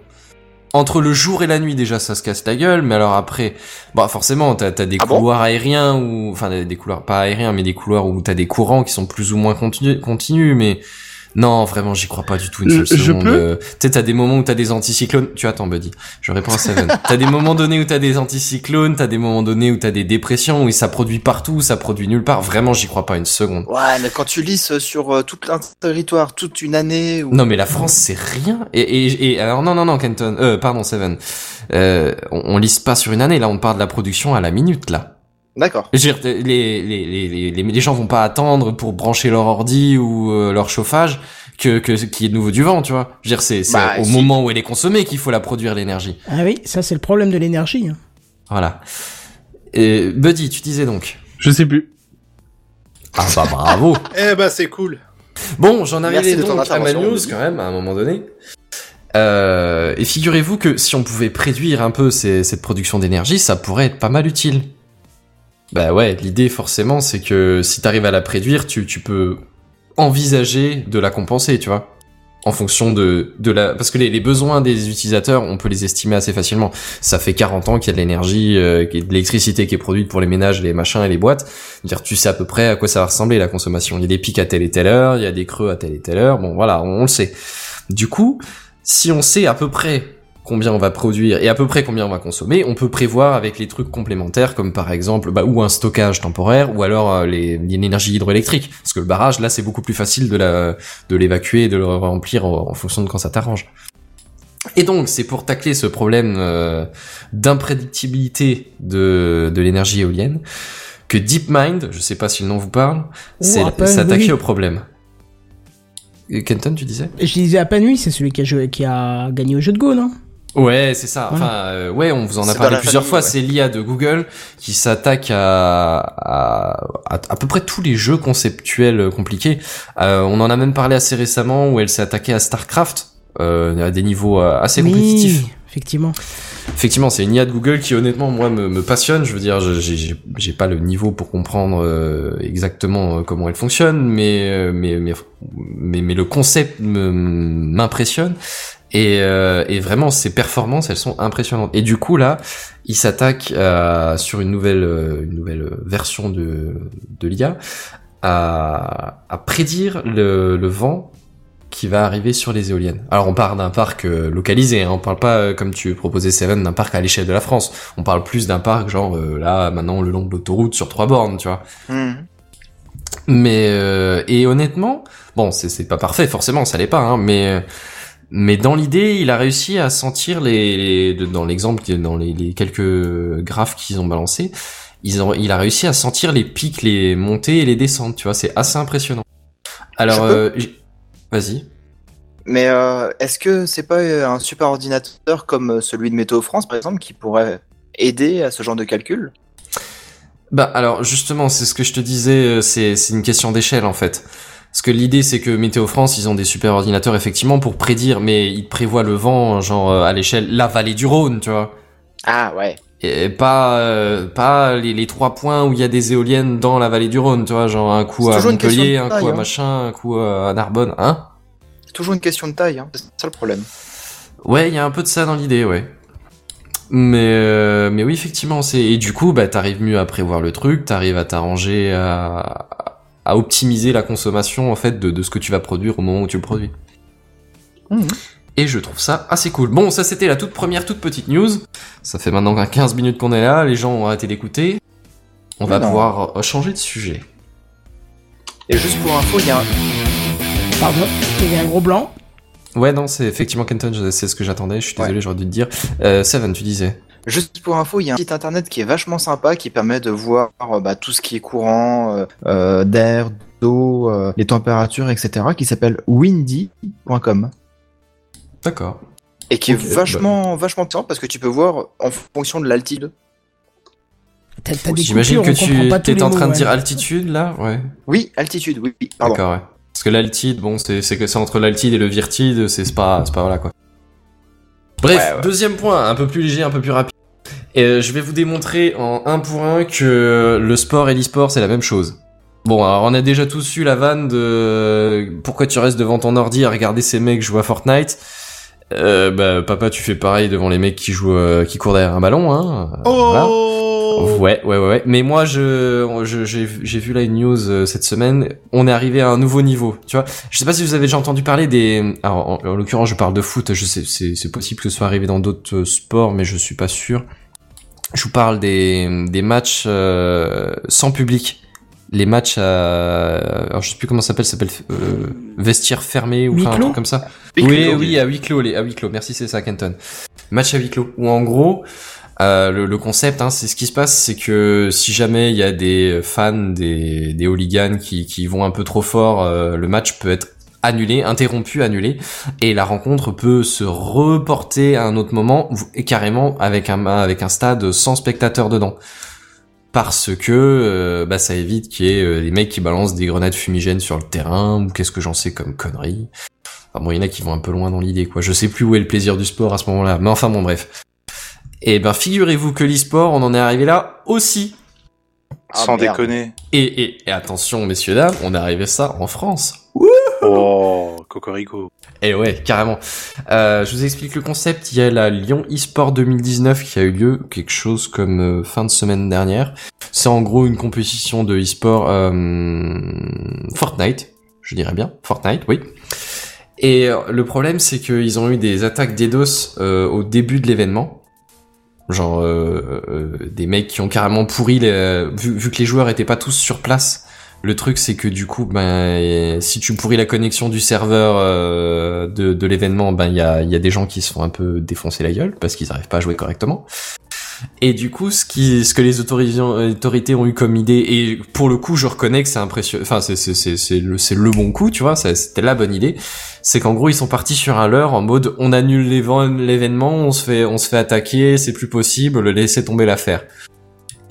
E: Entre le jour et la nuit déjà, ça se casse la gueule, mais alors après, bah forcément, t'as as des
J: Ah bon
E: couloirs aériens ou, enfin des des couloirs pas aériens, mais des couloirs où t'as des courants qui sont plus ou moins continu- continus, mais non, vraiment, j'y crois pas du tout une seule
K: Je- je
E: seconde.
K: peux
E: Euh, Tu sais, t'as des moments où t'as des anticyclones. Tu attends, Buddy. Je réponds à Seven. t'as des moments donnés où t'as des anticyclones, t'as des moments donnés où t'as des dépressions, où ça produit partout, ça produit nulle part. Vraiment, j'y crois pas une seconde.
J: Ouais, mais quand tu lisses sur euh, tout un territoire toute une année ou
E: Non, mais la France, c'est rien. Et, et, et- alors non, non, non, Kenton. Euh, pardon, Seven. Euh, on, on lisse pas sur une année. Là, on parle de la production à la minute, là.
J: D'accord.
E: Je veux dire, les, les, les, les, les- les gens vont pas attendre pour brancher leur ordi ou euh, leur chauffage que, que, qu'il y ait de nouveau du vent, tu vois. Je veux dire, c'est, c'est
J: Bah,
E: au
J: si.
E: moment où elle est consommée qu'il faut la produire, l'énergie.
A: Ah oui, ça c'est le problème de l'énergie. hein.
E: Voilà. Et, Buddy, tu disais donc.
K: Je sais plus.
E: Ah bah bravo
D: Eh bah c'est cool.
E: Bon, j'en
J: Merci
E: arrivais
J: de
E: donc à
J: ton
E: ma
J: intervention,
E: news
J: Olivier.
E: quand même, à un moment donné. Euh, et figurez-vous que si on pouvait préduire un peu ces- cette production d'énergie, ça pourrait être pas mal utile. Bah ouais, l'idée forcément, c'est que si t'arrives à la préduire, tu, tu peux envisager de la compenser, tu vois. En fonction de, de la... Parce que les, les besoins des utilisateurs, on peut les estimer assez facilement. Ça fait 40 ans qu'il y a de l'énergie, euh, qu'il y a de l'électricité qui est produite pour les ménages, les machins et les boîtes dire tu sais à peu près à quoi ça va ressembler la consommation. Il y a des pics à telle et telle heure, il y a des creux à telle et telle heure. Bon voilà, on, on le sait. Du coup, si on sait à peu près combien on va produire et à peu près combien on va consommer, on peut prévoir avec les trucs complémentaires comme par exemple bah, ou un stockage temporaire ou alors euh, les- l'énergie hydroélectrique parce que le barrage là c'est beaucoup plus facile de la de l'évacuer et de le remplir en, en fonction de quand ça t'arrange. Et donc c'est pour tacler ce problème euh, d'imprédictibilité de de l'énergie éolienne que DeepMind, je sais pas si le nom vous parle,
A: Ou
E: c'est
A: Apple,
E: s'attaquer
A: oui.
E: au problème. Et Kenton, tu disais
A: Je disais à Panui, c'est celui qui a, joué- qui a gagné au jeu de Go, non
E: Ouais, c'est ça.
A: Voilà.
E: Enfin, euh, ouais, on vous en a
J: C'est dans
E: parlé
J: la
E: plusieurs
J: famille,
E: fois.
J: ouais.
E: C'est l'IA de Google qui s'attaque à à, à à peu près tous les jeux conceptuels compliqués. Euh, on en a même parlé assez récemment où elle s'est attaquée à Starcraft euh, à des niveaux euh, assez compétitifs.
A: Oui, effectivement.
E: Effectivement, c'est une IA de Google qui, honnêtement, moi, me, me passionne. Je veux dire, je- j'ai- j'ai j'ai pas le niveau pour comprendre euh, exactement euh, comment elle fonctionne, mais, euh, mais, mais, mais, mais le concept me- m'impressionne. Et, euh, et vraiment, ses performances, elles sont impressionnantes. Et du coup, là, il s'attaque à- sur une nouvelle, euh, une nouvelle version de, de l'IA à, à prédire le, le vent qui va arriver sur les éoliennes. Alors on part d'un parc euh, localisé, hein, on parle pas euh, comme tu proposais Seven d'un parc à l'échelle de la France. On parle plus d'un parc genre euh, là maintenant le long de l'autoroute sur trois bornes, tu vois.
J: Mhm.
E: Mais euh, et honnêtement, bon c'est c'est pas parfait forcément, ça l'est pas, hein, mais euh, mais dans l'idée, il a réussi à sentir les, les- de- dans l'exemple, qui est dans les, les quelques graphes qu'ils ont balancés, ils ont il a réussi à sentir les pics, les montées et les descentes, tu vois, c'est assez impressionnant. Alors
J: Je peux
E: euh, j- vas-y.
J: Mais euh, est-ce que c'est pas euh, un super ordinateur comme euh, celui de Météo France par exemple qui pourrait aider à ce genre de calcul
E: Bah alors justement, c'est ce que je te disais, euh, c'est c'est une question d'échelle en fait. Parce que l'idée c'est que Météo France, ils ont des super ordinateurs effectivement pour prédire, mais ils prévoient le vent genre euh, à l'échelle la vallée du Rhône, tu vois.
J: Ah ouais.
E: et pas euh, pas les, les trois points où il y a des éoliennes dans la vallée du Rhône, tu vois, genre un coup
J: C'est
E: à
J: toujours une question
E: Montpellier,
J: de
E: un
J: taille,
E: coup à
J: hein.
E: machin, un coup à Narbonne, hein
J: C'est toujours une question de taille, hein. c'est ça le problème.
E: Ouais, il y a un peu de ça dans l'idée, ouais. Mais euh, mais oui, effectivement, c'est et du coup, bah t'arrives mieux à prévoir le truc, t'arrives à t'arranger à à optimiser la consommation en fait de, de ce que tu vas produire au moment où tu le produis. Et je trouve ça assez cool. Bon, ça c'était la toute première, toute petite news. Ça fait maintenant 15 minutes qu'on est là, les gens ont arrêté d'écouter. On
J: Mais
E: va
J: non.
E: pouvoir euh, changer de sujet.
J: Et juste pour info, il y a un...
A: Pardon, il y a un gros blanc.
E: Ouais, non, c'est effectivement Kenton, je- c'est ce que j'attendais, je suis désolé, j'aurais dû te dire. Euh, Seven, tu disais.
J: Juste pour info, il y a un site internet qui est vachement sympa, qui permet de voir euh, bah, tout ce qui est courant, euh, euh, d'air, d'eau, euh, les températures, etc., qui s'appelle windy.com.
E: D'accord.
J: Et qui
E: Ok, bah,
J: est vachement, vachement puissant parce que tu peux voir en fonction de l'altitude.
A: T'as- t'as des
E: J'imagine
A: coupures,
E: que
A: on comprend
E: tu
A: pas tous
E: t'es
A: les
E: en train
A: mots,
E: de dire
A: ouais.
E: altitude là, ouais.
J: Oui, altitude, oui, oui, pardon.
E: D'accord, ouais. Parce que l'altitude, bon, c'est c'est que c'est entre l'altitude et le virtide, c'est c'est pas, c'est pas voilà quoi. Bref, deuxième point, un peu plus léger, un peu plus rapide. Et euh, je vais vous démontrer en un pour un que le sport et l'e-sport c'est la même chose. Bon, alors on a déjà tous eu la vanne de pourquoi tu restes devant ton ordi à regarder ces mecs jouer à Fortnite. Euh, bah papa, tu fais pareil devant les mecs qui jouent, euh, qui courent derrière un ballon, hein. Euh,
D: Oh,
E: voilà. Ouais, ouais, ouais, ouais. Mais moi, je, je- j'ai, j'ai vu là une news euh, cette semaine. On est arrivé à un nouveau niveau. Tu vois, je sais pas si vous avez déjà entendu parler des. Alors, en, en l'occurrence, je parle de foot. Je sais, c'est, c'est possible que ce soit arrivé dans d'autres euh, sports, mais je suis pas sûr. Je vous parle des, des matchs euh, sans public. Les matchs à, alors je sais plus comment ça s'appelle, ça s'appelle euh, vestiaire fermé ou
A: Huis
E: enfin, un
A: clos
E: truc comme ça.
D: Huis
E: oui,
D: clos,
E: oui, à huis clos, les, à huis clos. Merci, c'est ça, Kenton. Match à huis clos. Où en gros, euh, le, le concept, hein, c'est ce qui se passe, c'est que si jamais il y a des fans, des, des hooligans qui, qui vont un peu trop fort, euh, le match peut être annulé, interrompu, annulé, et la rencontre peut se reporter à un autre moment, et carrément avec un avec un stade sans spectateurs dedans. Parce que euh, bah, ça évite qu'il y ait euh, des mecs qui balancent des grenades fumigènes sur le terrain, ou qu'est-ce que j'en sais comme conneries. Enfin bon, il y en a qui vont un peu loin dans l'idée, quoi. Je sais plus où est le plaisir du sport à ce moment-là, mais enfin bon, bref. Et ben, figurez-vous que l'e-sport, on en est arrivé là aussi.
J: Ah,
D: Sans
J: merde.
D: déconner.
E: Et, et, et attention, messieurs, dames, on est arrivé ça en France.
D: Oh, Cocorico.
E: Et Eh ouais, carrément. Euh, je vous explique le concept. Il y a la Lyon e-sport 2019 qui a eu lieu quelque chose comme euh, fin de semaine dernière. C'est en gros une compétition de e-sport euh, Fortnite, je dirais bien. Fortnite, oui. Et euh, le problème, c'est qu'ils ont eu des attaques DDoS euh, au début de l'événement. Genre euh, euh, des mecs qui ont carrément pourri, les- euh, vu, vu que les joueurs étaient pas tous sur place. Le truc, c'est que du coup, ben, si tu pourris la connexion du serveur euh, de, de l'événement, ben, il y a, il y a des gens qui se font un peu défoncer la gueule parce qu'ils n'arrivent pas à jouer correctement. Et du coup, ce, qui, ce que les autoris- autorités ont eu comme idée, et pour le coup, je reconnais que c'est impressionnant, enfin, c'est, c'est, c'est, c'est le, c'est le bon coup, tu vois, ça- c'était la bonne idée, c'est qu'en gros, ils sont partis sur un leurre en mode, on annule l'éven- l'événement, on se fait, on se fait attaquer, c'est plus possible, laissez tomber l'affaire.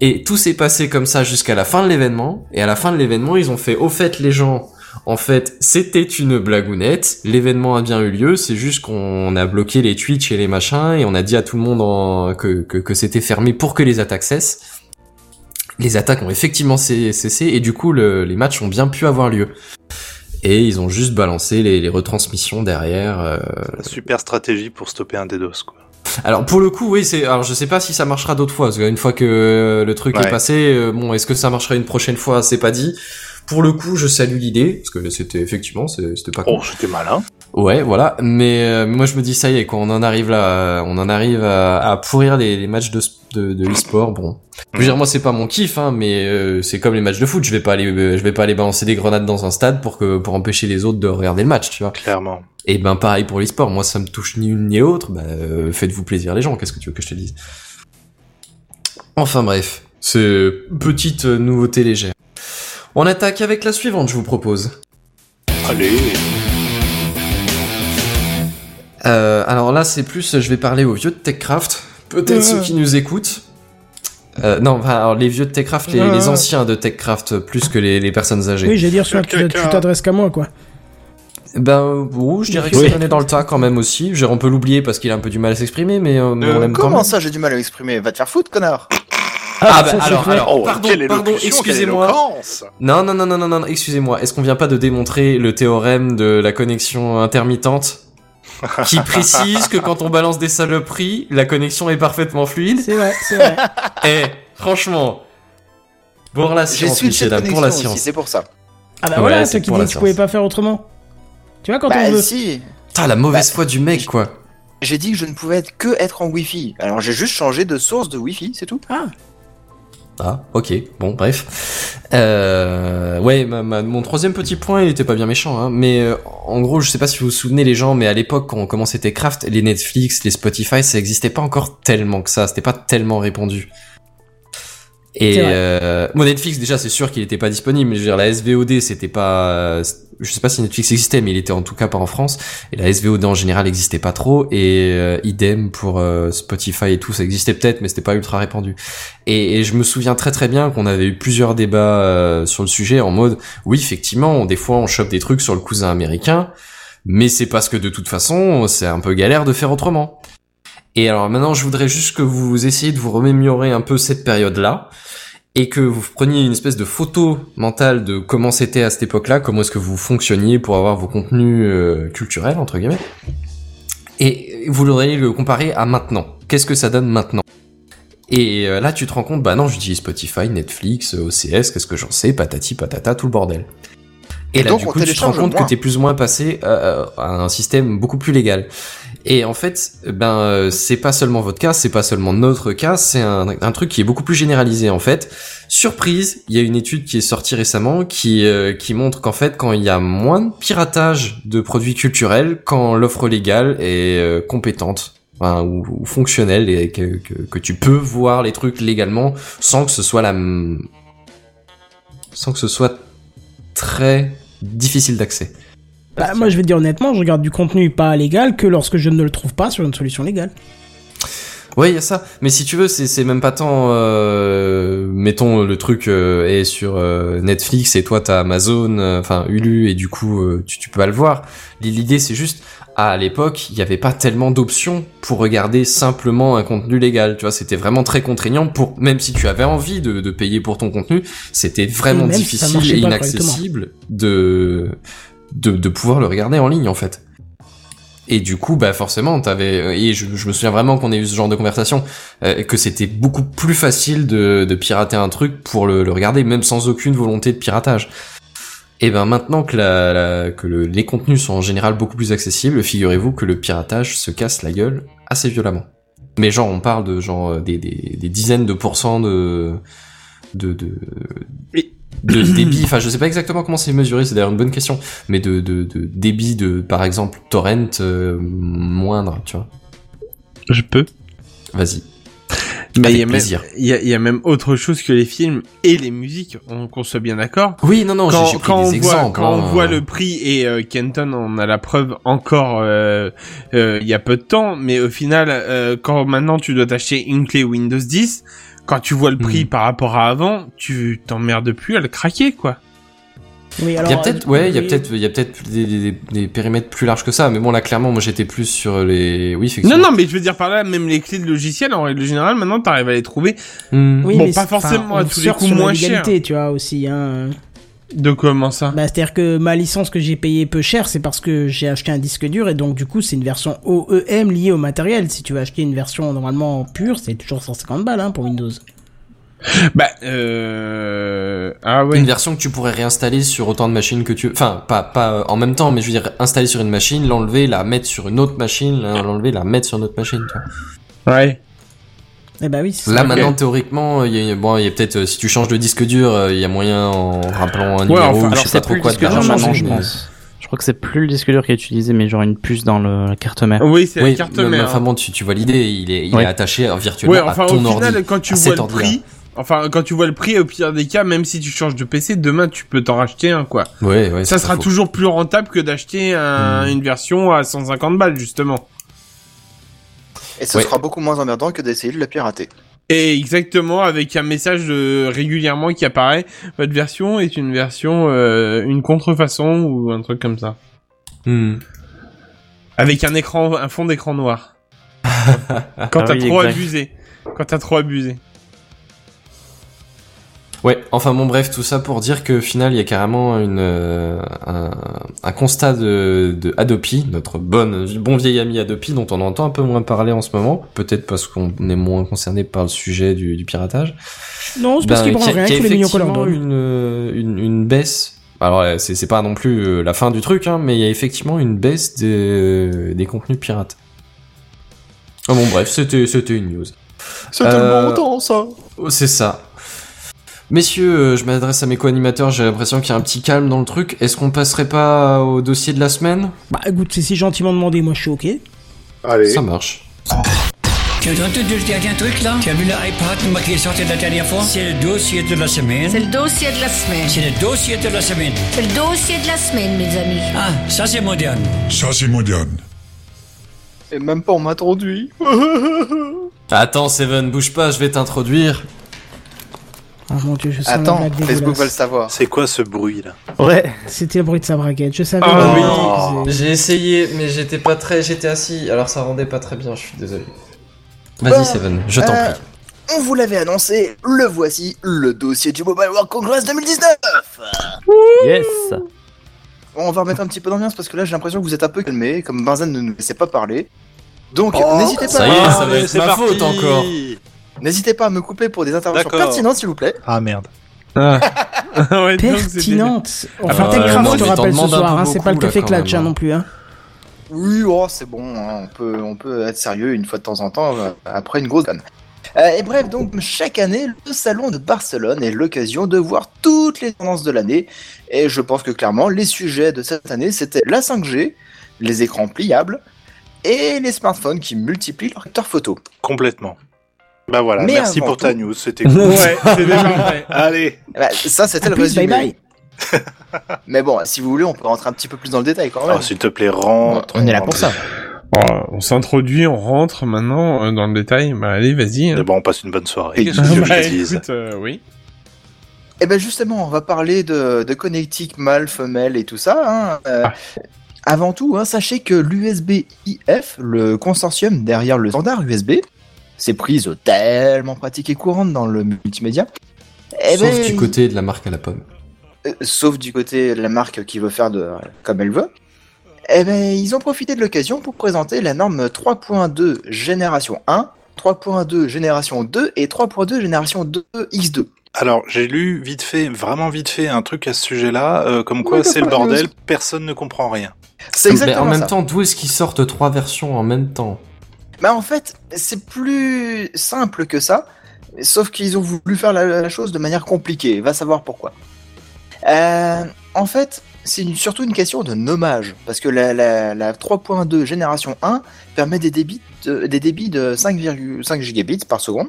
E: Et tout s'est passé comme ça jusqu'à la fin de l'événement. Et à la fin de l'événement, ils ont fait, au fait, les gens, en fait, c'était une blagounette. L'événement a bien eu lieu. C'est juste qu'on a bloqué les Twitch et les machins et on a dit à tout le monde en- que, que, que c'était fermé pour que les attaques cessent. Les attaques ont effectivement cé- cessé et du coup, le- les matchs ont bien pu avoir lieu. Et ils ont juste balancé les, les retransmissions derrière. euh,
D: La super stratégie pour stopper un DDoS, quoi.
E: alors pour le coup, oui, c'est. Alors je sais pas si ça marchera d'autres fois. Parce qu'une fois que euh, le truc est
D: Ouais.
E: passé, euh, bon, est-ce que ça marchera une prochaine fois C'est pas dit. Pour le coup, je salue l'idée parce que c'était effectivement, c'est- c'était pas.
D: Oh, c'était malin.
E: Ouais, voilà. Mais euh, moi, je me dis ça y est, quoi. On en arrive là. euh, On en arrive à, à pourrir les, les matchs de sp- de, de e-sport. Bon, je veux dire, moi, c'est pas mon kiff, hein, mais euh, c'est comme les matchs de foot. Je vais pas aller, euh, je vais pas aller balancer des grenades dans un stade pour que pour empêcher les autres de regarder le match, tu vois.
D: Clairement.
E: Et ben pareil pour l'e-sport, moi ça me touche ni une ni l'autre, bah, euh, faites-vous plaisir les gens, qu'est-ce que tu veux que je te dise Enfin bref, c'est petite euh, nouveauté légère. On attaque avec la suivante, je vous propose.
D: Allez.
E: Euh, alors là c'est plus, euh, je vais parler aux vieux de TechCraft, peut-être ceux qui nous écoutent. Euh, non, enfin, alors les vieux de TechCraft, les,
A: Ouais,
E: les
A: ouais.
E: anciens de TechCraft, plus que les, les personnes âgées.
A: Oui, j'ai dire, celui-là, tu tu t'adresses qu'à moi, quoi.
E: Ben, bon, je dirais que
J: Oui.
E: cette année dans le tas quand même aussi. Genre, on peut l'oublier parce qu'il a un peu du mal à s'exprimer, mais, euh, mais on l'aime quand
J: Comment
E: même.
J: ça, j'ai du mal à m'exprimer Va te faire foutre, connard
E: Ah, bah, alors, alors,
J: Oh,
E: pardon,
J: quelle
E: pardon,
J: élocution, quelle
E: excusez-moi.
J: éloquence.
E: Non, non, non, non, non, non, excusez-moi. Est-ce qu'on vient pas de démontrer le théorème de la connexion intermittente qui précise que quand on balance des saloperies, la connexion est parfaitement fluide
A: C'est vrai, c'est vrai. Ah,
E: Eh, franchement. Pour la
J: J'ai
E: science,
J: su de
E: messieurs,
J: cette
E: dames, pour la
J: connexion aussi,
E: science.
J: c'est pour ça.
A: Ah bah
E: Ouais,
A: voilà,
E: c'est
A: ceux qui
E: pour la
A: disent qu'ils pouvaient pas faire autrement. Tu vois, quand on veut.
J: Bah, si
E: Putain, la
J: Bah,
E: mauvaise foi du mec, quoi.
J: J'ai dit que je ne pouvais être que être en Wi-Fi. Alors j'ai juste changé de source de Wi-Fi, c'est tout.
A: Ah
E: Ah, ok, bon, bref. Euh, ouais, ma- ma- mon troisième petit point, il était pas bien méchant, hein, mais euh, en gros, je sais pas si vous vous souvenez les gens, mais à l'époque, quand on commençait Techcraft, les Netflix, les Spotify, ça existait pas encore tellement que ça, c'était pas tellement répandu. Et
A: C'est vrai.
E: euh, bon, Netflix, déjà, c'est sûr qu'il était pas disponible, mais je veux dire, la SVOD, c'était pas... euh, je sais pas si Netflix existait, mais il était en tout cas pas en France, et la SVOD en général existait pas trop, et euh, idem pour euh, Spotify et tout, ça existait peut-être, mais c'était pas ultra répandu. Et, et je me souviens très très bien qu'on avait eu plusieurs débats euh, sur le sujet en mode oui effectivement on- des fois on chope des trucs sur le cousin américain mais c'est parce que de toute façon c'est un peu galère de faire autrement. Et alors maintenant je voudrais juste que vous essayiez de vous remémorer un peu cette période là et que vous preniez une espèce de photo mentale de comment c'était à cette époque-là, comment est-ce que vous fonctionniez pour avoir vos contenus euh, culturels entre guillemets et vous devriez le comparer à maintenant. Qu'est-ce que ça donne maintenant et euh, là, tu te rends compte, bah non, j'utilise Spotify, Netflix, euh, OCS, qu'est-ce que j'en sais, patati patata, tout le bordel. Et,
J: Et
E: là,
J: donc,
E: du
J: on
E: coup, tu te rends
J: télécharge
E: compte
J: moins.
E: que t'es plus ou moins passé euh, à un système beaucoup plus légal. Et en fait, ben, euh, c'est pas seulement votre cas, c'est pas seulement notre cas, c'est un, un truc qui est beaucoup plus généralisé en fait. Surprise, il y a une étude qui est sortie récemment qui euh, qui montre qu'en fait, quand il y a moins de piratage de produits culturels, quand l'offre légale est euh, compétente. enfin, ou, ou fonctionnelle et que, que, que tu peux voir les trucs légalement sans que ce soit la m- sans que ce soit très difficile d'accès.
A: Bah, moi, je vais te dire honnêtement, je regarde du contenu pas légal que lorsque je ne le trouve pas sur une solution légale.
E: Ouais, il y a ça. Mais si tu veux, c'est c'est même pas tant. euh, mettons le truc euh, est sur euh, Netflix et toi t'as Amazon, euh, enfin Hulu et du coup euh, tu, tu peux pas le voir. L'idée c'est juste à l'époque il n'y avait pas tellement d'options pour regarder simplement un contenu légal. Tu vois, c'était vraiment très contraignant pour même si tu avais envie de, de payer pour ton contenu, c'était vraiment
A: même si ça
E: difficile
A: marchait
E: et
A: pas correctement.
E: inaccessible de, de de pouvoir le regarder en ligne en fait. Et du coup, bah forcément, t'avais et je, je me souviens vraiment qu'on ait eu ce genre de conversation euh, que c'était beaucoup plus facile de, de pirater un truc pour le, le regarder, même sans aucune volonté de piratage. Et ben maintenant que la, la- que le- les contenus sont en général beaucoup plus accessibles, figurez-vous que le piratage se casse la gueule assez violemment. Mais genre, on parle de genre euh, des, des, des dizaines de pourcents de de de, de débit. Enfin, je sais pas exactement comment c'est mesuré. C'est d'ailleurs une bonne question mais de, de, de débit de par exemple torrent euh, moindre, tu vois.
H: Je peux.
E: Vas-y.
H: Mais
E: Avec
H: il y, a même-
E: plaisir.
H: il y a- il y a même autre chose que les films et les musiques, on, qu'on soit bien d'accord.
E: Oui, non, non, j'ai-
H: quand,
E: j'ai pris
H: quand
E: des
H: on voit,
E: exemples,
H: Quand on
E: hein.
H: voit le prix, et euh, Kenton on a la preuve encore euh, euh, il y a peu de temps, mais au final, euh, quand maintenant tu dois t'acheter une clé Windows 10, quand tu vois le prix
E: Hmm.
H: par rapport à avant, tu t'emmerdes plus à le craquer, quoi.
A: Oui, euh,
E: Il y a peut-être, ouais, il y a peut-être, il y a peut-être des, des- des- des périmètres plus larges que ça, mais bon là clairement, moi j'étais plus sur les, oui effectivement.
H: Non, non, mais je veux dire par là, même les clés de logiciels, en règle générale, maintenant, t'arrives à les trouver.
E: Hmm.
A: Oui,
H: bon,
A: mais
H: pas
A: c'est- enfin,
H: forcément à
A: on
H: tous les
A: surfe
H: coups
A: sur la
H: moins cher.
A: légalité, tu vois, aussi, hein.
H: De comment ça
A: Bah, c'est-à-dire que ma licence que j'ai payée peu cher, c'est parce que j'ai acheté un disque dur et donc du coup c'est une version OEM liée au matériel. Si tu veux acheter une version normalement pure, c'est toujours 150 balles hein, pour Windows.
H: Bah, euh... Ah ouais.
E: Une version que tu pourrais réinstaller sur autant de machines que tu, enfin pas pas euh, en même temps, mais je veux dire installer sur une machine, l'enlever, la mettre sur une autre machine, l'en- l'enlever, la mettre sur une autre machine. tu vois.
H: Ouais.
A: Eh bah oui. c'est
E: Là
A: ça.
E: maintenant théoriquement, il y a, bon, il y a peut-être euh, si tu changes de disque dur, euh, il y a moyen en rappelant un
H: Ouais,
E: numéro
H: enfin,
E: ou
H: alors
E: je sais pas trop
F: plus
E: quoi
F: le
E: de
F: disque dur
E: faire changer.
F: maintenant, je pense. Je crois que c'est plus le disque dur qui est utilisé, mais genre une puce dans le, la carte mère.
H: Oui, c'est
E: Oui,
H: la carte
E: mais- mais
H: mère.
E: Enfin bon, tu, tu vois l'idée, il est, il
F: Ouais.
E: est attaché euh, virtuellement
H: Ouais, enfin,
E: à
H: au
E: ton
H: final,
E: ordi.
H: quand tu
E: à
H: vois
E: cet
H: le
E: ordi-là.
H: prix, enfin, quand tu vois le prix, au pire des cas, même si tu changes de PC, demain, tu peux t'en racheter un, quoi.
E: Ouais, ouais,
H: Ça
E: c'est
H: sera
E: pas faux. Hmm.
H: toujours plus rentable que d'acheter un- une version à 150 balles, justement.
J: Et ce
E: Ouais.
J: sera beaucoup moins emmerdant que d'essayer de le pirater.
H: Et exactement, avec un message euh, régulièrement qui apparaît, votre version est une version, euh, une contrefaçon ou un truc comme ça.
E: Hmm.
H: Avec un écran, un fond d'écran noir. Quand
E: Ah
H: t'as
E: oui,
H: trop
E: exact.
H: abusé. Quand t'as trop abusé.
E: Ouais, enfin bon bref, tout ça pour dire que final, il y a carrément une, euh, un, un constat de, de Adopi, notre bonne, bon vieil ami Adopi, dont on entend un peu moins parler en ce moment, peut-être parce qu'on est moins concerné par le sujet du, du piratage.
A: Non, c'est parce
E: Ben,
A: qu'il prend
E: qui a-
A: rien,
E: qui a
A: tous les millions qu'on leur
E: effectivement
A: donne.
E: une, euh, une, une baisse. Alors euh, c'est c'est pas non plus euh, la fin du truc, hein, mais il y a effectivement une baisse des, des contenus pirates. Ah bon bref, c'était c'était une news.
N: C'est
E: Euh,
N: tellement hein. longtemps, ça.
E: Oh, C'est ça. Messieurs, euh, je m'adresse à mes co-animateurs, j'ai l'impression qu'il y a un petit calme dans le truc. Est-ce qu'on passerait pas au dossier de la semaine
A: Bah écoute, c'est si gentiment demandé, moi je suis ok.
E: Allez. Ça marche.
O: Tu as entendu le dernier truc là Tu as vu l'iPad moi, qui est sorti la dernière fois C'est le dossier de la semaine.
I: C'est le dossier de la semaine.
O: C'est le dossier de la semaine.
I: C'est le dossier de la semaine, mes amis.
O: Ah, ça c'est moderne.
N: Ça, c'est moderne.
J: Et même pas on m'a traduit.
E: Attends, Seven, bouge pas, je vais t'introduire.
A: Ah mon dieu, je sens
J: Attends,
A: la blague
J: Facebook
A: dégueulasse.
J: va le savoir.
D: C'est quoi ce bruit là
F: Ouais.
A: C'était le bruit de sa braguette, je savais.
E: Ah
A: pas.
E: oui, j'ai essayé, mais j'étais pas très, j'étais assis, alors ça rendait pas très bien. Je suis désolé. Vas-y,
J: Bon,
E: Seven, je t'en
J: euh,
E: prie.
J: On vous l'avait annoncé, le voici, le dossier du Mobile World Congress 2019
F: Yes
J: On va remettre un petit peu d'ambiance parce que là j'ai l'impression que vous êtes un peu calmé, comme Benzen ne nous laissait pas parler. Donc n'hésitez pas
E: Oh,
J: Ah,
E: ça y est, ça va être ma faute encore.
J: N'hésitez pas à me couper pour des interventions
D: D'accord.
J: pertinentes s'il vous plaît.
N: Ah merde.
H: ouais, donc, c'est
A: Pertinente.
H: nul.
A: Enfin,
H: Ah,
A: Techcraft, je
H: non,
A: te
H: mais t'en
A: rappelle ce
H: demandes un
A: soir,
H: peu
A: hein, c'est pas le
J: beaucoup, là,
A: café
J: quand
A: clutch
J: même,
A: hein,
J: hein.
A: non plus. Hein.
J: Oui, oh, c'est bon, hein, on, peut, on peut être sérieux une fois de temps en temps euh, après une grosse conne. Euh, et bref, donc chaque année, le salon de Barcelone est l'occasion de voir toutes les tendances de l'année. Et je pense que clairement, les sujets de cette année, c'était la 5G, les écrans pliables et les smartphones qui multiplient leur capteur photo.
D: Complètement. Bah voilà,
J: Mais
D: merci
J: avant
D: pour
J: tout-
D: ta news, c'était cool. Allez.
J: Bah, ça, c'était
D: À
J: le
D: plus,
J: résumé.
D: Ah bye
J: Mais bon, si vous voulez, on peut rentrer un petit peu plus dans le détail quand même.
D: Oh, s'il te plaît, rentre.
J: on est là pour ça.
H: Oh, on s'introduit, on rentre maintenant euh, dans le détail. Bah allez, vas-y.
D: Bon, Eh ben, on passe une bonne soirée.
H: Qu'est-ce que je te dise euh, oui.
J: Eh ben justement, on va parler de, de connectique mâle, femelle et tout ça. hein. Euh, Avant tout, hein, sachez que l'USB-IF, le consortium derrière le standard USB, ces prises tellement pratiques et courantes dans le multimédia. eh
E: Sauf
J: ben,
E: du côté de la marque à la pomme.
J: euh, sauf du côté de la marque qui veut faire de, comme elle veut. Eh ben, ils ont profité de l'occasion pour présenter la norme 3.2 génération 1, 3.2 génération 2 et 3.2 génération 2X2.
D: Alors, j'ai lu vite fait, vraiment vite fait, un truc à ce sujet-là, euh, comme quoi
J: Oui,
D: c'est le
J: d'accord,
D: bordel,
J: news.
D: personne ne comprend rien.
J: C'est exactement
E: Mais en même
J: ça.
E: temps, d'où est-ce qu'ils sortent trois versions en même temps
J: Bah en fait, c'est plus simple que ça, sauf qu'ils ont voulu faire la, la chose de manière compliquée, va savoir pourquoi. Euh, en fait, c'est une- surtout une question de nommage, parce que la, la- la 3.2 génération 1 permet des débits de, des débits de 5,5 gigabits par seconde,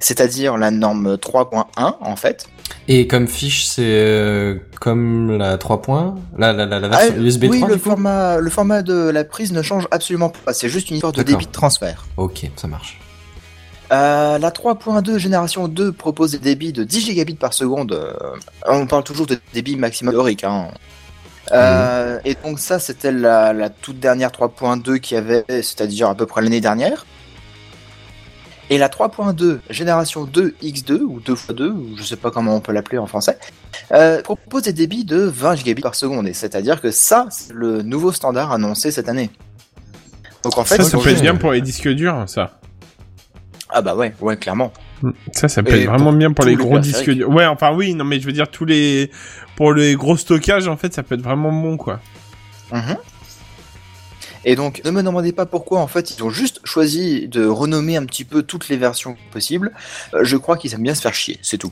J: c'est-à-dire la norme 3.1 en fait.
E: Et comme fiche, c'est euh, comme la 3 points La, la, la, la
J: Ah,
E: version USB
J: oui,
E: 3
J: le format, le format de la prise ne change absolument pas, c'est juste une histoire de
E: D'accord.
J: débit de transfert.
E: Ok, ça marche.
J: Euh, la 3.2 génération 2 propose des débits de 10 gigabits par seconde. euh, on parle toujours de débit maximum théorique. hein. Euh, Et donc ça, c'était la, la toute dernière 3.2 qui avait, c'est-à-dire à peu près l'année dernière. Et la 3.2 génération 2 X2 ou 2x2, ou je sais pas comment on peut l'appeler en français, euh, propose des débits de 20 gigabits par seconde. Et c'est-à-dire que ça, c'est le nouveau standard annoncé cette année. Donc en fait,
H: ça, ça
J: ils ont
H: peut être
J: juste-
H: bien pour les disques durs, ça.
J: Ah bah ouais, ouais, clairement.
H: Ça, ça peut
J: Et
H: être vraiment
J: pour
H: bien pour
J: tous
H: les
J: les
H: gros
J: périphériques.
H: disques durs. Ouais, enfin oui, non mais je veux dire tous les pour les gros stockages, en fait, ça peut être vraiment bon, quoi.
J: Mhm. Et donc, ne me demandez pas pourquoi, en fait, ils ont juste choisi de renommer un petit peu toutes les versions possibles. Euh, je crois qu'ils aiment bien se faire chier, c'est tout.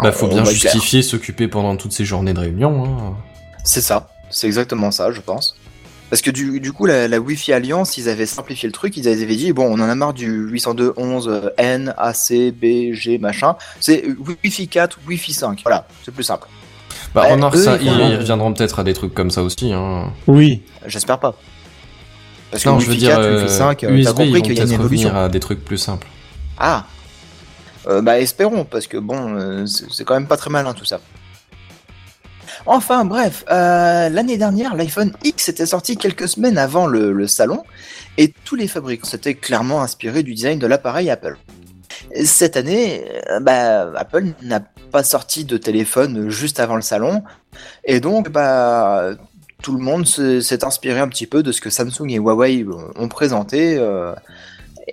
J: Euh,
E: Bah, faut
J: Ah, on
E: bien
J: va être clair.
E: justifier s'occuper pendant toutes ces journées de réunion. Hein.
J: C'est ça, c'est exactement ça, je pense. Parce que du, du coup, la, la Wi-Fi Alliance, ils avaient simplifié le truc, ils avaient dit, bon, on en a marre du 802.11 N, AC, B, G, machin. C'est euh, Wi-Fi 4, Wi-Fi 5, voilà, c'est plus simple.
E: Bah,
J: Ouais,
E: remarque,
J: eux,
E: ça,
J: ils
E: ils,
J: font-
E: ils reviendront peut-être à des trucs comme ça aussi. Hein.
H: Oui.
J: J'espère pas. Parce que
E: non,
J: Wi-Fi
E: je veux dire,
J: 4,
E: euh,
J: Wi-Fi 5, euh,
E: USB,
J: t'as
E: ils
J: compris
E: vont
J: qu'il y a une
E: peut-être
J: évolution.
E: revenir à des trucs plus simples.
J: Ah Euh, Bah espérons, parce que bon, euh, c'est c'est quand même pas très malin tout ça. Enfin bref, euh, l'année dernière, l'iPhone X était sorti quelques semaines avant le, le salon, et tous les fabricants s'étaient clairement inspirés du design de l'appareil Apple. Cette année, euh, bah, Apple n'a pas sorti de téléphone juste avant le salon, et donc bah, tout le monde se- s'est inspiré un petit peu de ce que Samsung et Huawei ont présenté. euh,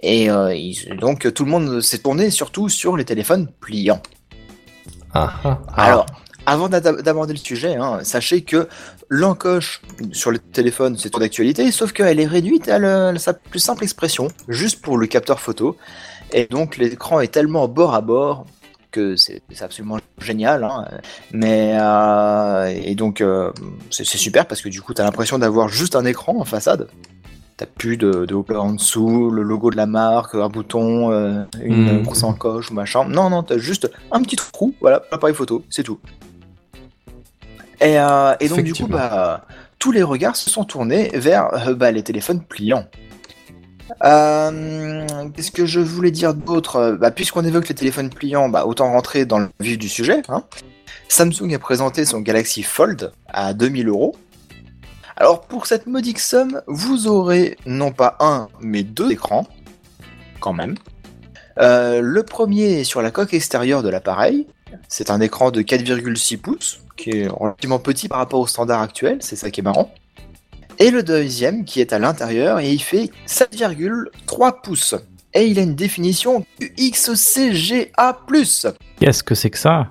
J: et euh, ils- donc tout le monde s'est tourné surtout sur les téléphones pliants.
E: Ah,
J: Alors, avant d'ada- d'aborder le sujet, hein, sachez que l'encoche sur le téléphone, c'est trop d'actualité, sauf qu'elle est réduite à, le- sa plus simple expression, juste pour le capteur photo. Et donc l'écran est tellement bord à bord que c'est c'est absolument génial. hein. Mais euh, et donc euh, c'est c'est super parce que du coup, t'as l'impression d'avoir juste un écran en façade. T'as plus de, de haut-parleur en dessous, le logo de la marque, un bouton, euh, une
E: Mm.
J: grosse encoche, machin. Non, non, t'as juste un petit trou, voilà, appareil photo, c'est tout. Et, euh, et donc du coup, bah, tous les regards se sont tournés vers euh, bah, les téléphones pliants. Euh, Qu'est-ce que je voulais dire d'autre Euh, bah, Puisqu'on évoque les téléphones pliants, bah, autant rentrer dans le vif du sujet. hein. Samsung a présenté son Galaxy Fold à 2000 euros. Alors pour cette modique somme, vous aurez non pas un, mais deux écrans, quand même. Euh, le premier est sur la coque extérieure de l'appareil. C'est un écran de 4,6 pouces, qui est relativement petit par rapport au standard actuel, c'est ça qui est marrant. Et le deuxième qui est à l'intérieur et il fait 7,3 pouces. Et il a une définition UXCGA+.
F: Qu'est-ce que c'est que ça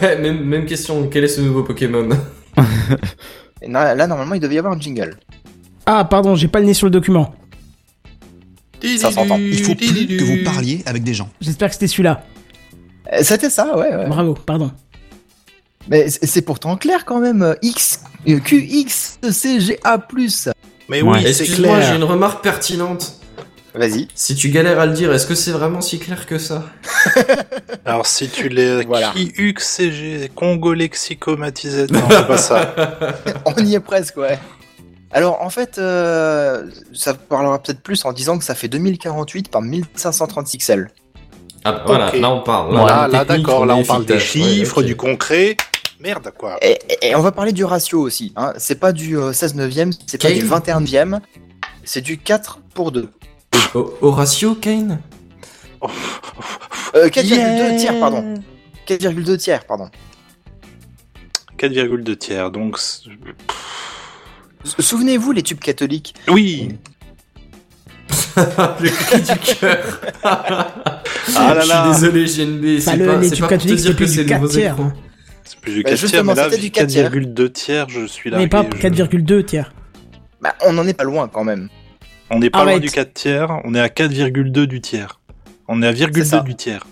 E: même, même question, quel est ce nouveau Pokémon
J: Et Là, là, normalement, il devait y avoir un jingle.
A: Ah, pardon, j'ai pas le nez sur le document.
J: Ça s'entend.
N: Il faut plus que vous parliez avec des gens.
A: J'espère que c'était celui-là.
J: Euh, C'était ça, ouais, ouais.
A: Bravo, pardon.
J: Mais c- c'est pourtant clair quand même. euh, X, euh, QXCGA+.
E: Mais oui, Ouais. c'est Excuse-moi, clair. j'ai une remarque pertinente.
J: Vas-y.
E: Si tu galères à le dire, est-ce que c'est vraiment si clair que ça
D: Alors si tu les
E: Voilà.
D: QXCG, congolexicomatisé, non, c'est pas ça.
J: On y est presque, ouais. Alors en fait, euh, ça parlera peut-être plus en disant que ça fait 2048 par 1536 pixels.
E: Ah, bah, voilà,
J: Ok.
E: là on parle.
J: Voilà, là,
E: technique,
J: d'accord, là, on parle
E: efficace.
J: des chiffres,
E: ok.
J: du
D: Concret, merde quoi.
J: Et, et- et on va parler du ratio aussi. Hein. C'est pas du euh, 16 neuvième, c'est pas
E: Kane
J: du 21 e c'est du 4 pour 2.
E: Au, au ratio, Kane
J: Euh, 4,2
E: Yeah.
J: tiers, pardon. 4,2 tiers, pardon.
D: 4,2 tiers, donc... c'est-
J: S- Souvenez-vous les tubes catholiques
D: Oui
E: Le cri du cœur
D: Ah là là.
E: Je suis désolé, GNB,
D: Bah,
E: c'est
D: le-
E: pas,
D: les
E: c'est
D: tubes
E: pas pour te
D: catholiques, c'est
E: dire que
D: plus
E: c'est
D: du
E: le nouveau
D: 4 tiers.
E: écran.
D: C'est plus du
J: Bah,
D: 4 tiers,
J: justement,
D: mais là,
J: c'était
D: vu
J: du 4 tiers.
D: 4,2 tiers, je suis là.
A: Mais pas 4,2 tiers.
J: Bah, on en est pas loin quand même.
D: On
E: Ah
D: n'est pas loin
J: Arrête.
D: du 4 tiers, on est à 4,2 du tiers. On est à
J: ça.
D: 0,2 du tiers.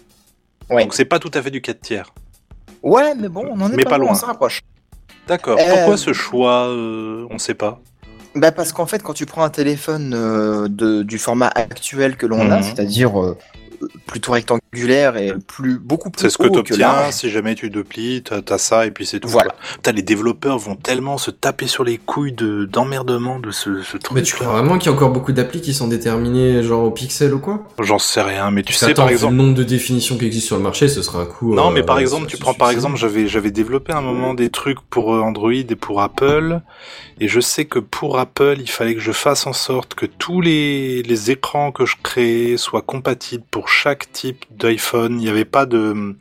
J: Ouais.
D: Donc c'est pas tout à fait du 4 tiers.
J: Ouais, mais bon, on en est
D: Mais
J: pas,
D: pas
J: loin,
D: loin.
J: on se rapproche.
D: D'accord.
J: Euh,
D: Pourquoi ce choix euh, On sait pas.
J: Bah parce qu'en fait, quand tu prends un téléphone euh, de- du format actuel que l'on a,
D: Mhm.
J: c'est-à-dire euh, plutôt rectangulaire et plus beaucoup plus
D: C'est ce que
J: haut
D: tu
J: large,
D: obtiens, si jamais tu duplies, t'as t'as ça et puis c'est tout. Voilà. Putain, les développeurs vont tellement se taper sur les couilles de- d'emmerdement de, ce, ce truc.
E: Mais tu crois vraiment qu'il y a encore beaucoup d'applis qui sont déterminées genre au pixel ou quoi
D: J'en sais rien, mais tu
E: Parce
D: sais,
E: qu'attends,
D: par
E: vu
D: exemple-
E: le nombre de définitions qui existent sur le marché, ce serait un coup.
D: Non,
E: euh,
D: mais par exemple, tu
E: c'est-
D: prends par exemple, j'avais j'avais développé à un moment des trucs pour euh, Android et pour Apple, et je sais que pour Apple, il fallait que je fasse en sorte que tous les, les écrans que je créais soient compatibles pour chaque type d'iPhone. Il n'y avait pas de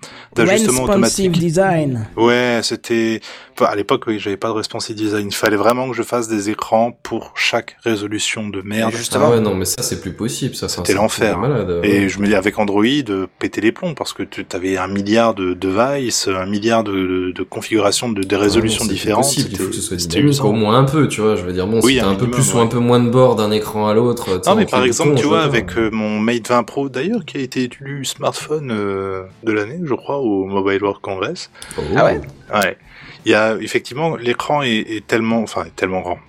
A: Responsive
D: d'ajustement automatique.
A: design.
D: Ouais, c'était enfin, à l'époque, oui, j'avais pas de responsive design. Il fallait vraiment que je fasse des écrans pour chaque résolution de merde.
E: Ah ouais, non, mais ça c'est plus possible, ça.
D: C'était l'enfer.
E: euh,
D: Et je me dis avec Android, euh, péter les plombs parce que tu avais un milliard de devices, un milliard de, de- de configurations, de, des résolutions différentes.
E: Possible, il faut
D: C'était-
E: que ce soit
D: c'était
E: dynamique
D: usant.
E: au moins un peu, tu vois. Je veux dire, bon,
D: Oui,
E: si t'as
D: un
E: un peu
D: minimum,
E: plus ou un peu moins de bord d'un écran à l'autre. tu sais,
D: Non mais
E: entre
D: par
E: les
D: exemple,
E: boutons,
D: tu
E: je
D: vois,
E: veux dire.
D: avec euh, mon Mate 20 Pro d'ailleurs, qui a été élu smartphone euh, de l'année, je crois, au Mobile World Congress.
J: Ah ouais
D: Ouais. Il y a effectivement l'écran est, est tellement, enfin, est tellement grand.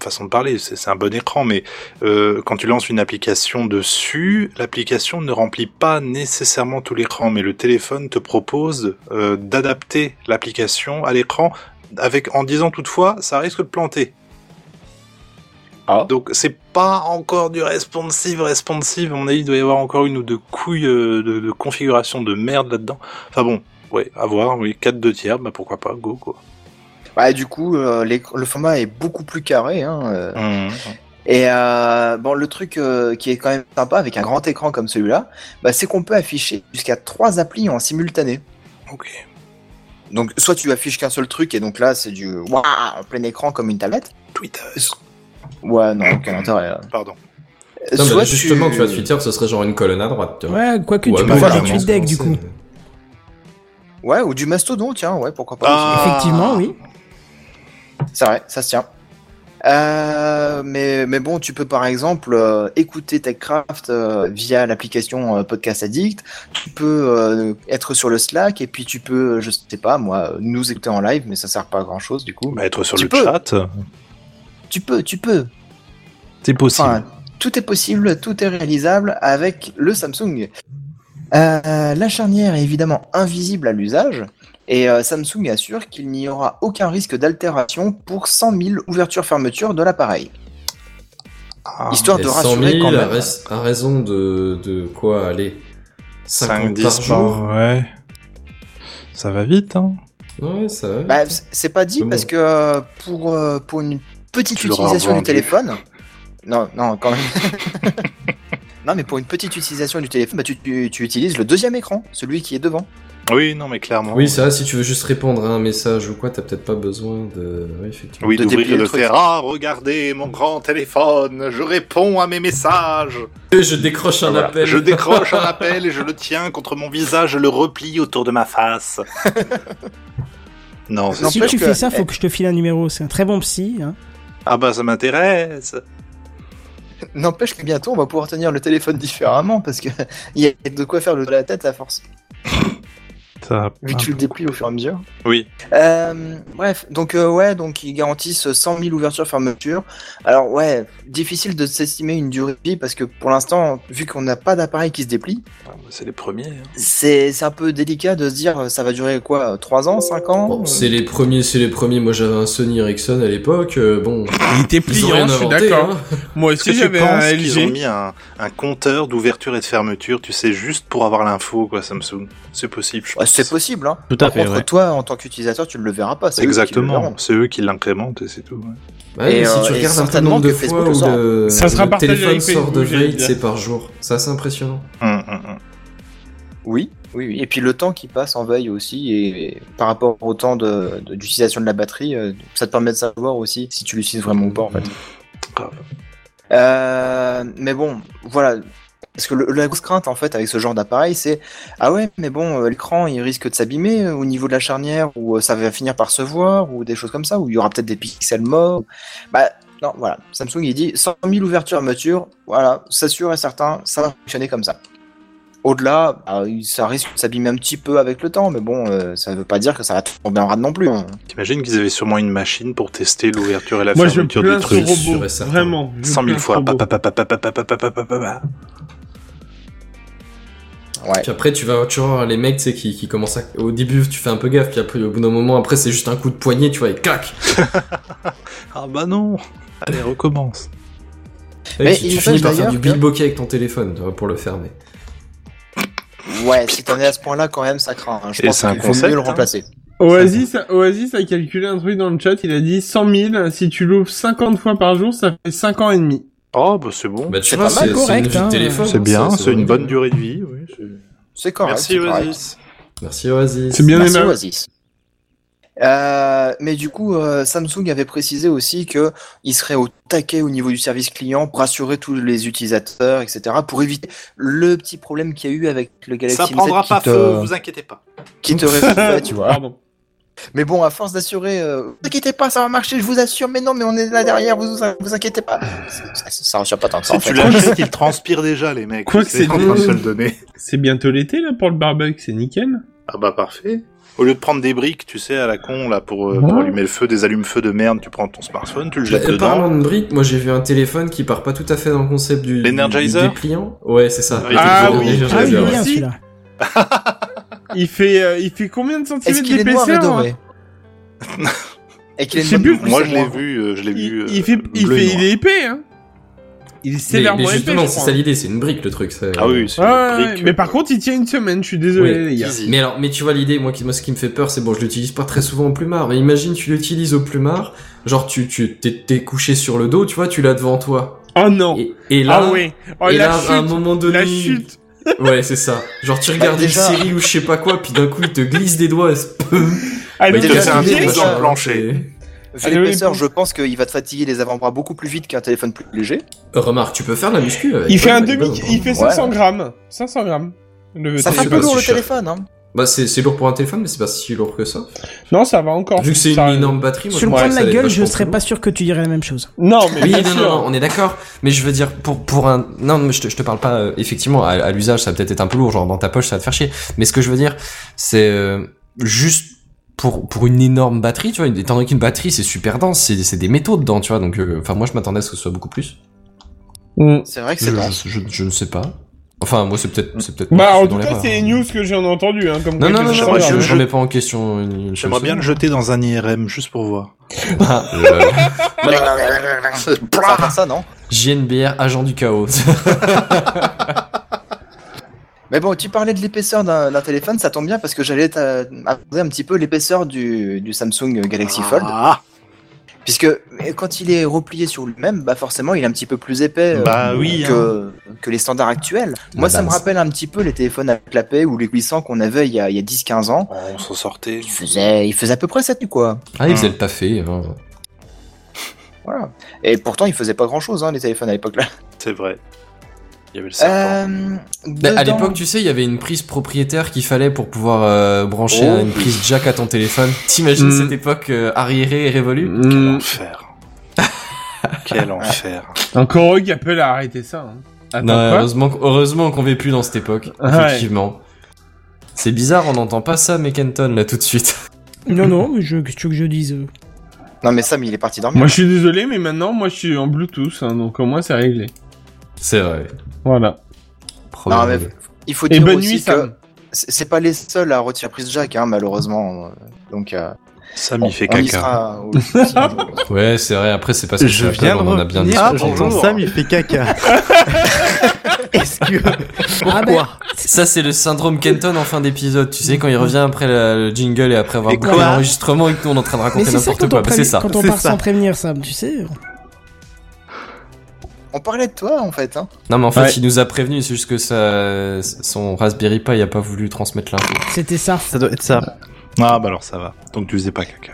D: Façon de parler, c'est c'est un bon écran, mais euh, quand tu lances une application dessus, l'application ne remplit pas nécessairement tout l'écran, mais le téléphone te propose euh, d'adapter l'application à l'écran, avec en disant toutefois, ça risque de planter. Donc c'est pas encore du responsive, responsive. À mon avis, il doit y avoir encore une ou deux couilles euh, de, de configuration de merde là-dedans. Enfin bon, ouais, à voir. Oui, 4 2 tiers, bah pourquoi pas, go quoi.
J: Bah, du coup, euh, les- le format est beaucoup plus carré. Hein, euh. Et euh, bon, le truc euh, qui est quand même sympa avec un grand écran comme celui-là, bah, c'est qu'on peut afficher jusqu'à trois applis en simultané.
D: Ok.
J: Donc, soit tu affiches qu'un seul truc, et donc là, c'est du waouh en plein écran comme une tablette.
D: Twitter.
J: Ouais, non, aucun intérêt. là.
D: Pardon.
E: Non, mais
J: Soit
E: justement,
J: tu-
E: tu... vois, Twitter, ce serait genre une colonne à droite. tu vois.
A: Ouais, quoique
E: Ou
A: tu
E: à
A: peux
E: gauche,
A: faire des
E: je
A: tweet
E: pense,
A: decks du
E: c'est-
A: coup.
J: Ouais, ou du mastodon, tiens, ouais, pourquoi pas.
A: Ah.
J: aussi.
A: Effectivement, oui.
J: C'est vrai, ça se tient. Euh, mais, mais bon, tu peux par exemple euh, écouter TechCraft euh, via l'application euh, Podcast Addict. Tu peux euh, être sur le Slack et puis tu peux, euh, je sais pas moi, euh, nous écouter en live, mais ça sert pas à grand chose du coup.
D: Bah, être sur
J: Tu
D: le
J: peux.
D: chat.
J: Tu peux, tu peux.
D: C'est possible.
J: Enfin, tout est possible, tout est réalisable avec le Samsung. Euh, la charnière est évidemment invisible à l'usage et euh, Samsung assure qu'il n'y aura aucun risque d'altération pour 100 000 ouvertures-fermetures de l'appareil. Histoire
E: Et
J: de
E: 100
J: rassurer
E: 000
J: quand
E: à,
J: même.
E: rais- à raison de, de quoi aller 50 par
D: 5-10
E: jour
D: ouais. Ça va vite, hein.
E: Ouais, ça va.
J: Bah, c- c'est pas dit
E: Mais bon.
J: parce que euh, pour, euh, pour une petite
E: Tu l'auras
J: utilisation du
E: vendu.
J: téléphone. Non, non, quand même. non, mais pour une petite utilisation du téléphone, bah, tu, tu- tu utilises le deuxième écran, celui qui est devant.
D: Oui, non, mais clairement.
E: Oui, ça, si tu veux juste répondre à un message ou quoi, t'as peut-être pas besoin de. Oui, effectivement.
D: Oui, d'ouvrir et de faire Ah, regardez mon grand téléphone, je réponds à mes messages.
E: Et je décroche un
D: Ah, Voilà.
E: appel.
D: Je décroche un appel et je le tiens contre mon visage, je le replie autour de ma face. non, c'est
A: Si
D: sûr
A: tu
D: que-
A: fais ça, faut que je te file un numéro. C'est un très bon psy. hein.
D: Ah bah ça m'intéresse.
J: N'empêche que bientôt on va pouvoir tenir le téléphone différemment parce que il y a de quoi faire le dos de la tête à force. Vu que tu le déplies au fur et à mesure.
D: Oui.
J: Euh, bref, donc euh, ouais, donc ils garantissent 100 000 ouvertures fermetures. Alors ouais, difficile de s'estimer une durée de vie parce que pour l'instant, vu qu'on n'a pas d'appareil qui se déplie,
D: C'est les premiers. hein.
J: c'est c'est un peu délicat de se dire euh, ça va durer quoi, euh, 3 ans, 5 ans
E: Bon, c'est les premiers, c'est les premiers. Moi, j'avais un Sony Ericsson à l'époque. euh, bon.
H: Il était
E: ont
H: pliant,
E: rien
H: je suis
E: inventé,
H: d'accord.
E: hein.
H: Moi
D: Est-ce que
H: aussi,
D: tu
H: j'avais
D: penses
H: un
D: qu'ils ont mis
H: LG.
D: un, un compteur d'ouverture et de fermeture, tu sais, juste pour avoir l'info, quoi, Samsung C'est possible, je
J: Ouais,
D: pense.
J: c'est possible, hein.
D: Tout à
J: Par
D: fait,
J: contre,
D: ouais.
J: toi, en tant qu'utilisateur, tu ne le verras pas. c'est eux qui le verront.
D: Exactement, c'est eux qui l'incrémentent et c'est tout. ouais.
E: Ouais, mais
J: Et,
E: si tu
J: euh,
E: regardes un
J: et
E: peu le
J: certainement
E: nombre de
J: que
E: fois
J: Facebook
E: où
J: le sort.
E: le,
J: Ça sera
E: le
J: partagé
E: téléphone
J: avec
E: sort de
J: Facebook, j'allais
E: veille,
J: dire.
E: c'est par jour. Ça, c'est impressionnant.
D: Hum, hum, hum.
J: Oui, oui, oui. Et puis le temps qui passe en veille aussi, et, et par rapport au temps de- de- d'utilisation de, la batterie, euh, ça te permet de savoir aussi si tu l'utilises vraiment ou pas en fait. Euh, mais bon, voilà. Parce que le- la grosse crainte en fait avec ce genre d'appareil, c'est ah ouais, mais bon, euh, l'écran il risque de s'abîmer euh, au niveau de la charnière, ou euh, ça va finir par se voir, ou des choses comme ça, ou il y aura peut-être des pixels morts. Bah non, voilà. Samsung il dit 100 000 ouvertures matures, voilà, c'est sûr et certain, ça va fonctionner comme ça. Au-delà, bah, ça risque de s'abîmer un petit peu avec le temps, mais bon, euh, ça veut pas dire que ça va tomber en rade non plus. hein.
D: T'imagines qu'ils avaient sûrement une machine pour tester l'ouverture et la
H: Moi, je
D: fermeture
H: plains
D: des
H: ce
D: trucs.
H: robot. Vraiment. je
D: 100 000
H: plains ce
D: fois.
H: robot.
D: Pa, pa, pa, pa, pa, pa, pa, pa, pa, pa, pa, pa.
J: Ouais.
E: Puis après, tu vas, tu vas voir les mecs, tu sais, qui, qui commencent à... Au début, tu fais un peu gaffe, puis après, au bout d'un moment, après, c'est juste un coup de poignet, tu vois, et clac
D: Ah bah non Allez, recommence.
J: Mais
E: Et tu,
J: il
E: tu finis
J: me semble
E: par faire
J: d'ailleurs
E: du
J: que-
E: billboquet avec ton téléphone, tu vois, pour le fermer.
J: Ouais, si t'en es à ce point-là, quand même, ça craint. hein. Je
D: Et
J: pense
D: c'est un
J: qu'il vaut mieux
D: concept,
J: le
D: hein.
J: remplacer.
H: Oasis, Oasis a calculé un truc dans le chat, il a dit 100 000, si tu l'ouvres 50 fois par jour, ça fait 5 ans et demi.
D: Oh bah c'est bon.
E: Bah, tu
J: C'est
E: vois,
J: pas mal,
E: c'est c'est
A: correct,
E: une vie de
A: hein.
E: téléphone.
D: C'est bien,
E: ça,
D: c'est une
E: vraiment
D: bonne
E: bien.
D: durée de vie. oui, c'est-
J: C'est correct.
D: Merci
J: c'est correct.
D: Oasis.
E: Merci, Oasis.
H: C'est bien
J: Merci
H: aimable.
J: Oasis. Euh, mais du coup, euh, Samsung avait précisé aussi que il serait au taquet au niveau du service client pour assurer tous les utilisateurs, etc., pour éviter le petit problème qu'il y a eu avec le Galaxy
D: Ça prendra
J: Z7
D: pas
J: qui te,
D: feu, vous inquiétez pas.
J: qui te réchauffait, tu vois.
H: Pardon.
J: Mais bon, à force d'assurer, euh, vous inquiétez pas, ça va marcher, je vous assure. Mais non, mais on est là derrière, vous vous inquiétez pas. Ça, ça rassure pas tant que ça.
D: Si
J: en
D: tu
J: fait.
D: l'achètes, il transpire déjà, les mecs.
H: Quoi que c'est
D: en train de se le donner.
H: C'est bientôt l'été, là, pour le barbecue, c'est nickel.
D: Ah bah parfait. Au lieu de prendre des briques, tu sais, à la con, là, pour, euh,
H: Ouais.
D: pour allumer le feu, des allumes-feu de merde, tu prends ton smartphone, tu le
E: Bah,
D: jettes
E: et
D: dedans.
E: parlant de briques, moi j'ai vu un téléphone qui part pas tout à fait dans le concept du, du, du
D: L'Energizer
E: dépliant. Ouais, c'est ça.
D: Ah
E: Le
D: oui.
E: Energizer,
H: Ah, il est
E: ouais.
A: hein.
H: bien, celui-là. Il fait, euh, il fait combien de
J: Est-ce
H: centimètres
J: qu'il est noir et
H: d'épaisseur hein
J: doré Et qu'il est
H: Je sais
J: noir
H: plus,
J: ou
D: Moi,
J: c'est
D: je l'ai
J: noir
D: vu, euh, je l'ai vu.
H: Il fait, il, fait il est épais, hein Il est sévèrement
E: mais, mais
H: épais.
E: justement,
H: je
E: c'est
H: crois.
E: ça l'idée, c'est une brique le truc.
D: Ah oui, c'est euh,
H: Ouais, ouais, mais par contre, il tient une semaine, je suis désolé,
E: Oui.
H: les gars.
E: Mais alors, mais tu vois l'idée, moi, qui- moi, ce qui me fait peur, c'est bon, je l'utilise pas très souvent au plumard, mais imagine, tu l'utilises au plumard, genre, tu, tu, t'es, t'es couché sur le dos, tu vois, tu l'as devant toi.
H: Oh non.
E: Et, et là,
H: Ah ouais. Oh,
E: et
H: la
E: là,
H: chute.
E: à un moment donné.
H: La chute.
E: Ouais, c'est ça. Genre, tu regardes
H: Ah,
E: une
H: déjà.
E: série ou je sais pas quoi, puis d'un coup, il te glisse des doigts, et c'est
H: Ah,
E: Bah,
H: mais
E: il
H: déjà,
E: casse
H: c'est un
E: les
H: pied,
E: doigts,
H: sur le
E: là,
D: plancher.
J: Vu
E: Allez, oui,
J: l'épaisseur, je pense qu'il va te fatiguer les avant-bras beaucoup plus vite qu'un téléphone plus léger.
E: c'est- Euh, Remarque, tu peux faire de la muscu avec.
J: Il fait
E: Ouais,
J: un
E: bah,
J: demi-
E: bah, bah.
H: Il fait
J: Ouais.
H: 500 grammes. 500 grammes. Le
J: Ça
E: Je
J: fait un
E: sais
J: peu
E: pas
J: lourd
E: si
J: le
E: je-
J: téléphone, hein.
E: Bah, c'est, c'est lourd pour un téléphone, mais c'est pas si lourd que ça.
H: Non, ça va encore.
E: Vu que c'est
H: Oh, Ça-
E: une énorme batterie, moi,
A: Sur le
E: je pense
A: point
E: que
A: de
E: ça
A: la
E: va être
A: gueule, je
E: vachement
A: serais pas sûr que tu dirais la même chose.
H: Non,
E: oui, non, non, non, on est d'accord. Mais je veux dire, pour, pour un. Non, mais je te, je te parle pas, euh, effectivement, à, à l'usage, ça va peut-être être un peu lourd, genre dans ta poche, ça va te faire chier. Mais ce que je veux dire, c'est euh, juste pour, pour une énorme batterie, tu vois, étant donné qu'une batterie, c'est super dense, c'est c'est des métaux dedans, tu vois, donc. euh, Enfin, moi, je m'attendais à ce que ce soit beaucoup plus.
H: Mm.
J: C'est vrai que
E: Euh, Je,
J: c'est bon.
E: je, je, je ne sais pas. Enfin, moi, c'est peut-être. c'est peut-être
H: Bah, en
E: c'est
H: tout
E: dans
H: cas,
E: l'erreur.
H: c'est les news que j'en ai entendu, hein, comme
E: Non,
H: quoi
E: non, non,
H: que
E: je
H: ça
E: ne
H: regarde.
E: je remets pas en question. une- une
D: J'aimerais
E: seule
D: bien le jeter dans un IRM juste pour voir.
E: seconde. Ah, euh,
J: Ça va faire ça, non
E: JNBR, agent du chaos.
J: Mais bon, tu parlais de l'épaisseur d'un d'un téléphone, ça tombe bien parce que j'allais aborder un petit peu l'épaisseur du, du Samsung Galaxy Fold.
D: Ah,
J: Puisque euh, quand il est replié sur lui-même, bah forcément il est un petit peu plus épais euh,
D: Bah oui,
J: que, que les standards actuels. Moi ça me
D: base.
J: rappelle un petit peu les téléphones à clapet ou les glissants qu'on avait il y a, il y a 10-15 ans.
D: On s'en sortait.
J: Il faisait, il faisait à peu près ça tu quoi.
E: Ah, il faisait le taffé. hein.
J: Voilà. Et pourtant il faisait pas grand chose hein, les téléphones à l'époque là.
D: C'est vrai. Il y avait le
J: Euh,
E: Bah, à
J: dedans-
E: l'époque, tu sais, il y avait une prise propriétaire qu'il fallait pour pouvoir euh, brancher
J: Oh.
E: une prise jack à ton téléphone. T'imagines cette époque euh, arriérée et révolue
H: hmm.
D: Quel
H: Mm.
D: enfer. Quel enfer.
H: Encore eux qui appellent à arrêter ça. hein. Attends,
E: Non,
H: quoi
E: heureusement, qu'- heureusement qu'on vit plus dans cette époque,
H: Ah ouais.
E: effectivement. C'est bizarre, on n'entend pas ça, mais Kenton, là, tout de suite.
A: Non, non, mais je, qu'est-ce que tu veux que je dise euh
J: Non mais Sam il est parti dormir.
H: Moi, je suis désolé, mais maintenant, moi, je suis en Bluetooth, hein, donc au moins, c'est réglé.
E: C'est vrai.
H: Voilà.
J: Non, mais il faut
H: Et
J: dire
H: bonne
J: aussi
H: nuit,
J: que
H: Sam.
J: c'est c'est pas les seuls à retirer prise jack, hein, malheureusement. Donc, euh,
D: Sam,
J: on-
D: il fait
J: on y
D: caca.
J: sera au-
E: Ouais, c'est vrai, après, c'est parce que
F: Je
E: chez Apple,
F: viens de
E: on en a bien
F: revenir,
E: discuté.
F: j'entends Ah, Sam, il fait caca. Est-ce que...
E: Ah
F: Pourquoi
E: ben, Ça, c'est le syndrome Kenton en fin d'épisode. Tu sais, quand il revient après la- le jingle et après avoir
A: Mais
E: bouclé
A: quoi
E: l'enregistrement et que nous, on est en train de
A: Mais
E: raconter
A: c'est ça
E: n'importe
A: quand on,
E: quoi. Bah,
A: prévi-
E: C'est ça.
A: quand on part sans prévenir, Sam, tu sais.
J: On parlait de toi, en fait. Hein.
E: Non, mais en fait,
J: Ouais.
E: il nous a prévenu, c'est juste que ça, son Raspberry Pi a pas voulu transmettre l'info.
A: C'était ça.
F: Ça doit être ça.
D: Ah bah alors ça va. Donc tu faisais pas caca.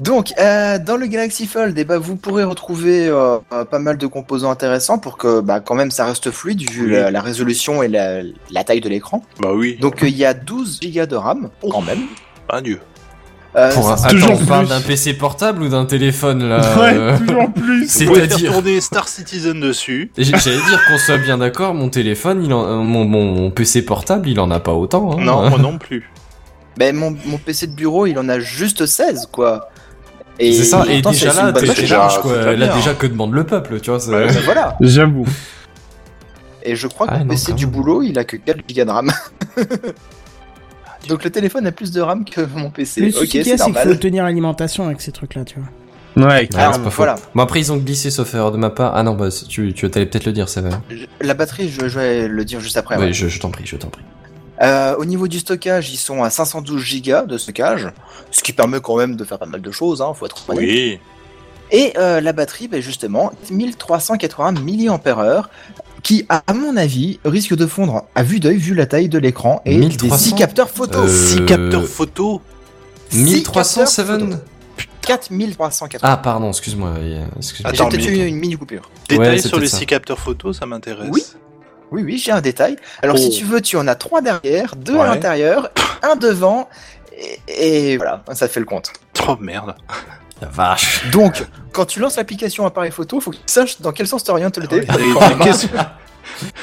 J: Donc, euh, dans le Galaxy Fold, eh ben, vous pourrez retrouver euh, euh, pas mal de composants intéressants pour que, bah, quand même, ça reste fluide vu la, la résolution et la, la taille de l'écran.
D: Bah oui.
J: Donc, euh, il y a 12 Go de RAM, quand même.
D: Un dieu.
J: Euh,
E: Pour un,
J: ça-
E: attends, on parle d'un PC portable ou d'un téléphone là euh,
D: Vous pouvez faire
E: C'est-à-dire.
D: tourner Star Citizen dessus.
E: J'ai- J'allais dire qu'on soit bien d'accord, mon téléphone, il en, euh, mon, mon, mon PC portable, il en a pas autant. hein.
D: Non, moi non plus.
J: Ben, mon, mon PC de bureau, il en a juste 16, quoi. Et
E: C'est ça, et
J: pourtant, c'est-
E: déjà
J: c'est une
E: là,
J: bonne
E: t'es
J: chose.
E: t'es large quoi. Là, déjà, que demande le peuple, tu vois. c'est-
J: Ben, voilà.
H: J'avoue.
J: Et je
A: Ah,
J: crois que le PC du boulot, il a que 4 Go de RAM. Donc le téléphone a plus de RAM que mon PC.
A: Le
J: ok,
A: souci qu'il y a,
J: c'est
A: c'est qu'il faut
J: normal.
A: tenir l'alimentation avec ces trucs-là, tu vois.
H: Ouais,
J: Alors,
E: c'est pas
J: Ah, voilà.
E: faux. Bon, après, ils ont glissé, sauf erreur de ma part. Ah non, bah, c'est- tu, tu allais peut-être le dire, c'est vrai.
J: La batterie, je, je vais le dire juste après.
E: Oui,
J: Ah ouais.
E: je, je t'en prie, je t'en prie.
J: Euh, au niveau du stockage, ils sont à 512 Go de stockage, ce qui permet quand même de faire pas mal de choses, hein, faut être honnête.
D: Oui.
J: Et euh, la batterie, ben justement, 1380 mAh, qui, à mon avis, risque de fondre à vue d'œil vu la taille de l'écran et des 6
E: 1300,
J: capteurs photo.
E: euh,
J: Six
E: euh,
D: photo
J: Six
E: 1307
J: capteurs photo. 4380.
E: Ah, pardon, excuse-moi. euh,
D: Ah,
E: excuse-moi.
J: J'ai peut-être eu une mini coupure.
E: Ouais,
D: Détail
E: c'est
D: sur les
E: peut-être ça.
D: 6 capteurs photo, ça m'intéresse.
J: Oui. Oui, oui, j'ai un détail. Alors,
D: Oh.
J: si tu veux, tu en as trois derrière, deux
D: Ouais.
J: à l'intérieur, un devant, et, et voilà, ça fait le compte.
D: Oh merde.
E: La vache.
J: Donc, quand tu lances l'application appareil photo, faut que tu saches dans quel sens t'orientes le téléphone.
D: Et- qu'est-ce-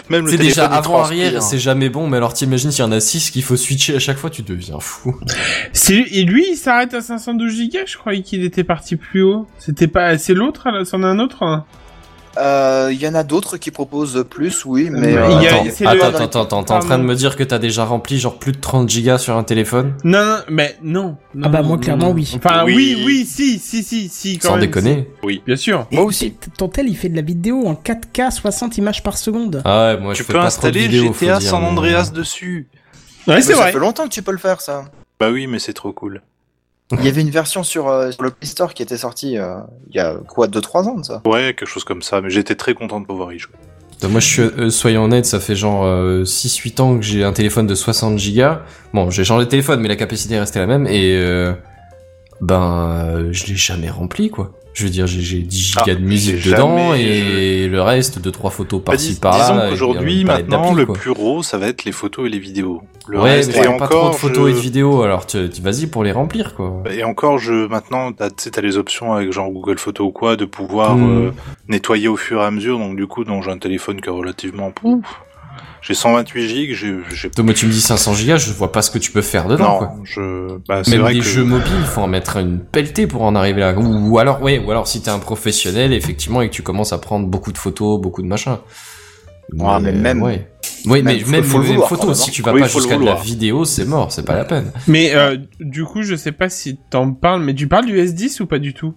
D: Même le
E: C'est
D: téléphone,
E: déjà
D: hein. il
E: avant
D: transpire.
E: arrière, c'est jamais bon, mais alors t'imagines s'il y en a 6 qu'il faut switcher à chaque fois, tu deviens fou.
H: C'est- Et lui, il s'arrête à 512 Go, je croyais qu'il était parti plus haut. C'était pas... C'est l'autre, là, c'en est un autre hein
J: Euh, Il y en a d'autres qui proposent plus, oui, mais. euh,
E: attends, attends, attends, attends, attends, t'es en train de me dire que t'as déjà rempli genre plus de 30 gigas sur un téléphone
H: Non, non, mais non.
A: ah bah moi clairement oui.
H: Enfin oui, oui, si, si, si, si. Quand
E: Sans
H: même,
E: déconner.
H: si. Bien sûr.
A: Moi aussi. Ton tel il fait de la vidéo en 4K 60 images par seconde.
E: Ah ouais, moi
D: Tu
E: je fais
D: peux
E: pas
D: installer
E: trop de vidéos, faut
D: GTA
E: dire,
D: San
E: mais-
D: Andreas dessus.
J: Mais Ça fait longtemps que tu peux le faire, ça.
D: Bah oui, mais c'est trop cool.
J: Il y avait une version sur, euh, sur le Play Store qui était sortie euh, il y a quoi, 2-3 ans de ça
D: Ouais, quelque chose comme ça, mais j'étais très content de pouvoir y jouer. Bah,
E: Attends, Moi, je suis, euh, soyons honnêtes, ça fait genre euh, 6-8 ans que j'ai un téléphone de 60 gigas. Bon, j'ai changé de téléphone, mais la capacité est restée la même. Et euh, ben, euh, je l'ai jamais rempli, quoi. Je veux dire, j'ai- j'ai 10 gigas de musique
D: Ah, j'ai
E: dedans
D: jamais- euh,
E: et le reste, deux trois photos
D: Bah,
E: par-ci
D: dis-
E: par-là. et
D: disons
E: puis
D: qu'aujourd'hui,
E: une palette
D: maintenant,
E: d'applis,
D: le
E: quoi.
D: plus gros, ça va être les photos et les vidéos. Le
E: ouais,
D: reste,
E: mais
D: et
E: t'as pas trop
D: encore,
E: de photos
D: je- Bah,
E: et de vidéos, alors tu- tu- vas-y pour les remplir, quoi.
D: Et encore, je maintenant, t'as tu sais, t'as les options avec genre Google Photos ou quoi de pouvoir
E: Hmm.
H: Mm.
D: euh, nettoyer au fur et à mesure. Donc du coup, donc j'ai un téléphone qui est relativement pouf. J'ai 128 gigs. J'ai j'ai-
E: Toi, moi, tu me dis 500 gigas, je vois pas ce que tu peux faire dedans,
D: Non,
E: quoi.
D: je- bah, c'est
E: Même
D: vrai
E: les
D: que-
E: jeux mobiles, faut en mettre une pelletée pour en arriver là. Ou, ou alors, ouais, ou alors si t'es un professionnel, effectivement, et que tu commences à prendre beaucoup de photos, beaucoup de machins.
J: Ah, mais même-
E: Ouais. Oui, mais
J: même, faut-
E: même,
J: faut le
E: même
J: vouloir,
E: photo,
J: quand
E: si
J: même.
E: tu vas
J: Oui,
E: pas
J: faut le
E: jusqu'à de la
J: vouloir.
E: vidéo, c'est mort, c'est pas la peine.
H: Mais euh, du coup, je sais pas si t'en parles, mais tu parles du S10 ou pas du tout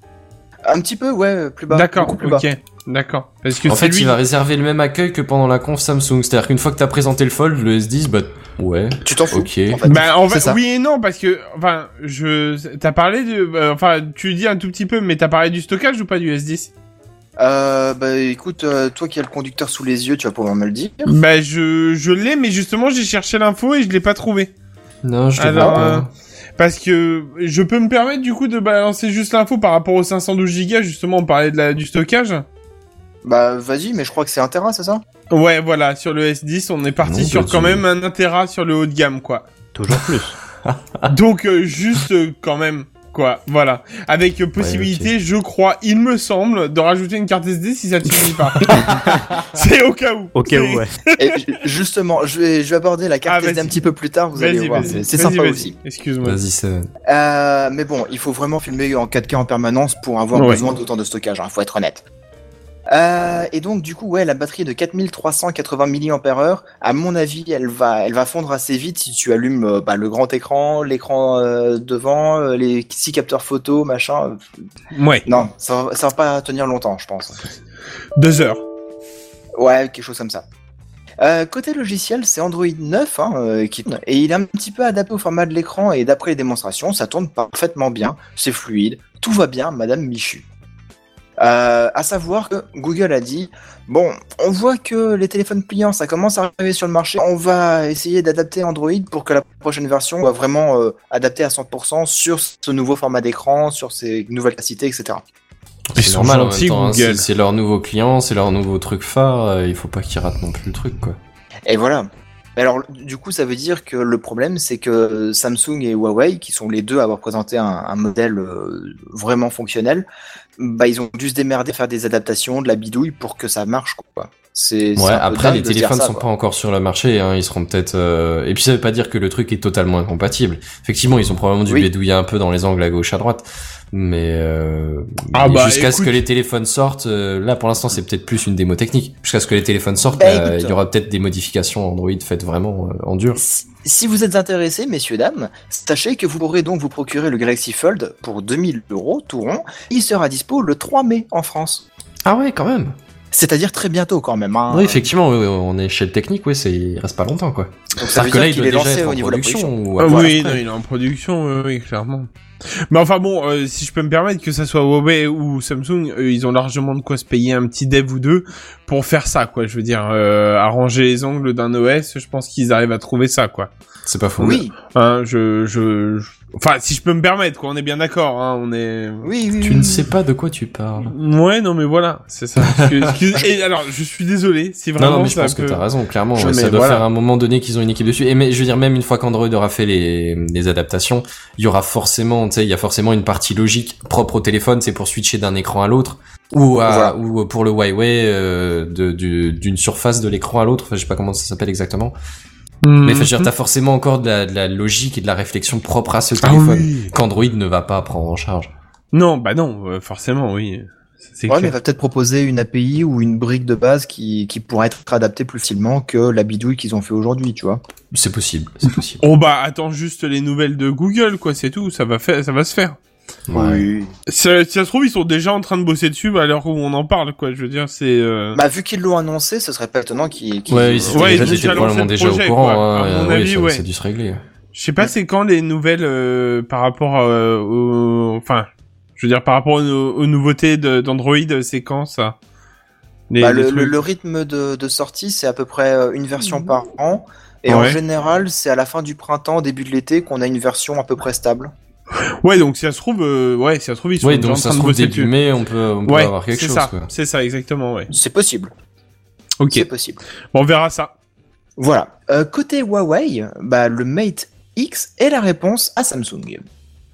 J: Un petit peu, ouais, plus bas.
H: D'accord,
J: Bah, beaucoup plus bas.
H: ok, d'accord. Parce que
E: en
H: c'est
E: fait,
H: lui.
E: il va réserver le même accueil que pendant la conf Samsung. C'est-à-dire qu'une fois que t'as présenté le Fold, le S10, bah, ouais.
J: Tu t'en fous.
E: Ok.
H: Bah, en
E: C'est
H: fait,
E: ça.
H: oui et non, parce que, enfin, je, t'as parlé de, euh, enfin, tu dis un tout petit peu, mais t'as parlé du stockage ou pas du S10
J: Euh, bah écoute, euh, toi qui as le conducteur sous les yeux, tu vas pouvoir me le dire.
H: Bah, je, je l'ai, mais justement, j'ai cherché l'info et je l'ai pas trouvé.
E: Non, je le vois
H: Alors,
E: pas.
H: euh, parce que je peux me permettre du coup de balancer juste l'info par rapport aux 512 Go, justement, on parlait de la, du stockage.
J: Bah vas-y, mais je crois que c'est un terrain, c'est ça
H: Ouais, voilà, sur le S10, on est parti
E: Non,
H: sur
E: petit.
H: quand même un Intera sur le haut de gamme, quoi.
F: bah, Toujours plus.
H: Donc, euh, juste euh, quand même, quoi, voilà. Avec euh, possibilité, je crois, il me semble, de rajouter une carte SD si ça ne suffit pas. C'est au cas où.
F: Au cas où,
H: C'est-
F: ouais.
J: Et ju- justement, je vais, je vais aborder la carte
H: Ah,
J: SD un
H: vas-y.
J: petit peu plus tard, vous allez
H: Vas-y,
J: voir,
H: vas-y,
J: c'est c'est
H: vas-y,
J: sympa
H: vas-y.
J: aussi.
H: Excuse-moi.
E: Vas-y, Seven.
J: Euh, mais bon, il faut vraiment filmer en 4K en permanence pour avoir
H: Ouais.
J: besoin d'autant de stockage, il faut être honnête. Euh, et donc du coup, ouais, la batterie de 4380 mAh, à mon avis, elle va, elle va fondre assez vite si tu allumes euh, bah, le grand écran, l'écran euh, devant, euh, les six capteurs photo, machin. euh,
H: Ouais.
J: Non, ça, va- ça va pas tenir longtemps, je pense.
H: Deux heures.
J: Ouais, quelque chose comme ça. Euh, côté logiciel, c'est Android 9 hein, euh, qui tourne, et il est un petit peu adapté au format de l'écran et d'après les démonstrations, ça tourne parfaitement bien, c'est fluide, tout va bien, Madame Michu. Euh, à savoir que Google a dit bon, on voit que les téléphones pliants, ça commence à arriver sur le marché, on va essayer d'adapter Android pour que la prochaine version soit vraiment euh, adaptée à 100% sur ce nouveau format d'écran, sur ces nouvelles capacités, etc.
H: Ils
E: C'est
H: sont
E: normal en même
H: gentils,
E: temps, hein,
H: Google.
E: c'est c'est leur nouveau client, c'est leur nouveau truc phare, euh, il faut pas qu'ils ratent non plus le truc, quoi.
J: Et voilà. Mais Alors, du coup, ça veut dire que le problème, c'est que Samsung et Huawei, qui sont les deux à avoir présenté un, un modèle euh, vraiment fonctionnel, bah, ils ont dû se démerder, faire des adaptations, de la bidouille pour que ça marche, quoi. C'est c'est
E: Ouais,
J: un peu
E: après
J: dingue
E: les
J: de se dire
E: téléphones
J: ça,
E: sont
J: quoi.
E: pas encore sur le marché, hein, ils seront peut-être. euh, Et puis ça veut pas dire que le truc est totalement incompatible. Effectivement, ils ont probablement dû
J: Oui.
E: bédouiller un peu dans les angles à gauche à droite, mais, euh,
H: Ah
E: mais
H: bah,
E: jusqu'à ce
H: écoute.
E: que les téléphones sortent, euh, là pour l'instant c'est peut-être plus une démo technique. Jusqu'à ce que les téléphones sortent,
J: Bah,
E: euh,
J: écoute.
E: il y aura peut-être des modifications Android faites vraiment euh, en dur.
J: Si vous êtes intéressés, messieurs, dames, sachez que vous pourrez donc vous procurer le Galaxy Fold pour 2000 euros, tout rond. Il sera dispo le 3 mai en France.
E: Ah ouais, quand même.
J: C'est-à-dire très bientôt, quand même. hein.
E: Oui, effectivement, oui, oui, on est chez le technique, oui, c'est il reste pas longtemps quoi.
J: Donc, ça
E: C'est-à-dire que
J: veut dire
E: là, il
J: qu'il
E: doit
J: est
E: déjà
J: lancé
E: être
J: au
E: en
J: niveau de la
E: production
J: production.
E: ou à
H: Ah
E: voir
H: oui,
E: après.
H: non, il est en production, oui, oui, clairement. Mais enfin bon, euh, si je peux me permettre que ça soit Huawei ou Samsung, euh, ils ont largement de quoi se payer un petit dev ou deux pour faire ça, quoi. Je veux dire, euh, arranger les angles d'un OS, je pense qu'ils arrivent à trouver ça, quoi.
E: C'est pas faux.
J: Oui,
H: Hein, je, je, je- enfin, si je peux me permettre, quoi. On est bien d'accord, hein. On est.
J: oui, oui.
E: Tu
J: oui.
E: ne sais pas de quoi tu parles.
H: Ouais, non, mais voilà, c'est ça. Excuse- excuse- Et alors, je suis désolé, c'est
E: Non,
H: vraiment.
E: non, mais je
H: ça
E: pense que
H: peut-
E: t'as raison, clairement.
H: Je-
E: ouais, ça
H: mais
E: doit
H: voilà.
E: faire un moment donné qu'ils ont une équipe dessus. Et mais, je veux dire, même une fois qu'Android aura fait les, les adaptations, il y aura forcément, tu sais, il y a forcément une partie logique propre au téléphone, c'est pour switcher d'un écran à l'autre. Ou, à-
J: Voilà.
E: ou pour le Huawei, euh, de- du- d'une surface de l'écran à l'autre. Enfin, je sais pas comment ça s'appelle exactement.
H: Hmm.
E: Mais enfin, je veux dire, t'as forcément encore de la, de la logique et de la réflexion propre à ce
H: Mhm. Ah
E: téléphone
H: oui.
E: qu'Android ne va pas prendre en charge.
H: Non, bah non, euh, forcément, oui.
J: Ouais, mais il va peut-être proposer une API ou une brique de base qui, qui pourra être adaptée plus facilement que la bidouille qu'ils ont fait aujourd'hui, tu vois.
E: C'est possible, c'est possible.
H: Oh bah attends juste les nouvelles de Google, quoi, c'est tout, ça va, faire, ça va se faire.
J: Oui.
H: Ça- si ça se trouve, ils sont déjà en train de bosser dessus bah, à l'heure où on en parle, quoi. Je veux dire, c'est. euh,
J: Bah, vu qu'ils l'ont annoncé, ce serait pas étonnant qu'ils. qu'ils-
E: Ouais, ils étaient déjà,
H: Ouais, ils ont
E: ils étaient
H: déjà
E: probablement
H: lancé le
E: déjà
H: projet,
E: au courant.
H: quoi.
E: hein,
H: À mon
E: ouais,
H: avis,
E: ça,
H: ouais.
E: ça a dû se régler.
H: Je
J: Bah.
H: sais pas c'est quand les nouvelles euh, par rapport euh, aux... Enfin, je veux dire, par rapport aux, aux nouveautés de- d'Android, c'est quand ça Les-
J: Bah,
H: les
J: le,
H: trucs-
J: le- le rythme de, de sortie, c'est à peu près euh, une version par an. Et en
H: Ouais.
J: général, c'est à la fin du printemps, début de l'été, qu'on a une version à peu près stable.
H: Ouais, donc si ça se trouve, euh, ouais, si ça se trouve, ils sont
E: Ouais,
H: déjà
E: donc
H: en
E: ça
H: train
E: se
H: de
E: trouve
H: bosser
E: début
H: dessus.
E: mai, on peut- on peut
H: Ouais,
E: avoir quelque
H: c'est
E: chose,
H: ça,
E: quoi.
H: C'est ça, exactement, ouais.
J: C'est possible.
H: Ok.
J: C'est possible.
H: Bon, on verra ça.
J: Voilà. Euh, côté Huawei, bah, le Mate X est la réponse à Samsung.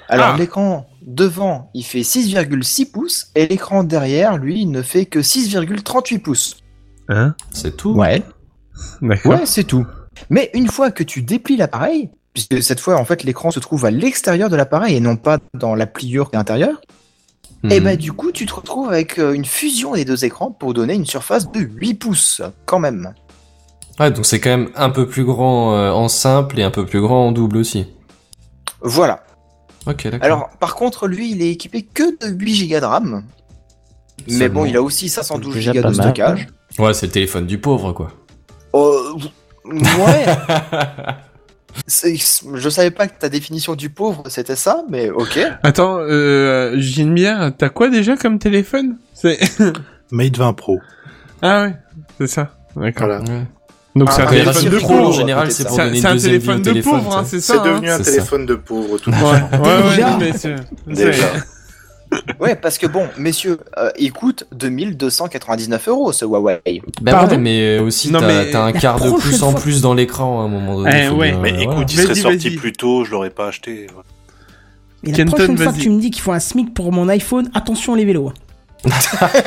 J: Alors
H: Ah.
J: l'écran devant, il fait 6,6 pouces et l'écran derrière, lui, il ne fait que 6,38 pouces.
H: Hein
E: C'est tout
J: Ouais.
H: D'accord.
J: Ouais, c'est tout. Mais une fois que tu déplies l'appareil, puisque cette fois, en fait, l'écran se trouve à l'extérieur de l'appareil et non pas dans la pliure qui est intérieure,
E: Eh
J: et
E: ben,
J: bah du coup, tu te retrouves avec euh, une fusion des deux écrans pour donner une surface de 8 pouces, quand même.
E: Ouais, donc c'est quand même un peu plus grand euh, en simple et un peu plus grand en double aussi.
J: Voilà.
E: Ok, d'accord.
J: Alors, par contre, lui, il est équipé que de 8 Go de RAM. Mais
E: Seulement.
J: bon, il a aussi 512 Go
E: pas
J: de
E: mal.
J: stockage.
E: Ouais, c'est le téléphone du pauvre, quoi.
J: Euh, ouais. C'est- Je savais pas que ta définition du pauvre c'était ça, mais ok.
H: Attends, euh, Jinbier, t'as quoi déjà comme téléphone C'est.
P: Mate 20 Pro.
H: Ah ouais, c'est ça. D'accord.
P: Ah,
H: Donc c'est un
P: un
H: téléphone de
P: circuit
H: pauvre.
P: en général, c'est pour
H: un-
P: donner
H: c'est un
P: une deuxième vie au
H: téléphone de
P: téléphone,
H: pauvre, hein,
P: tu sais.
H: c'est ça.
P: C'est devenu un
H: hein.
P: téléphone de pauvre, tout
H: Ouais,
P: simplement.
H: ouais, ouais,
P: Déjà.
H: non, mais c'est-
P: Déjà.
J: Ouais, parce que bon, messieurs, euh, il coûte 2299 euros ce Huawei.
E: Ben ouais, mais euh, aussi,
J: Non,
E: t'as
J: mais-
E: t'as un
J: La
E: quart de
J: prochaine
E: pouce en
J: fois-
E: plus dans l'écran à un moment donné.
H: Eh
E: faut bien,
D: Mais
E: euh,
D: écoute,
E: voilà.
D: il serait sorti plus tôt, je l'aurais pas acheté.
A: Et la prochaine fois que tu me dis qu'il faut un SMIC pour mon iPhone, attention les vélos. hein.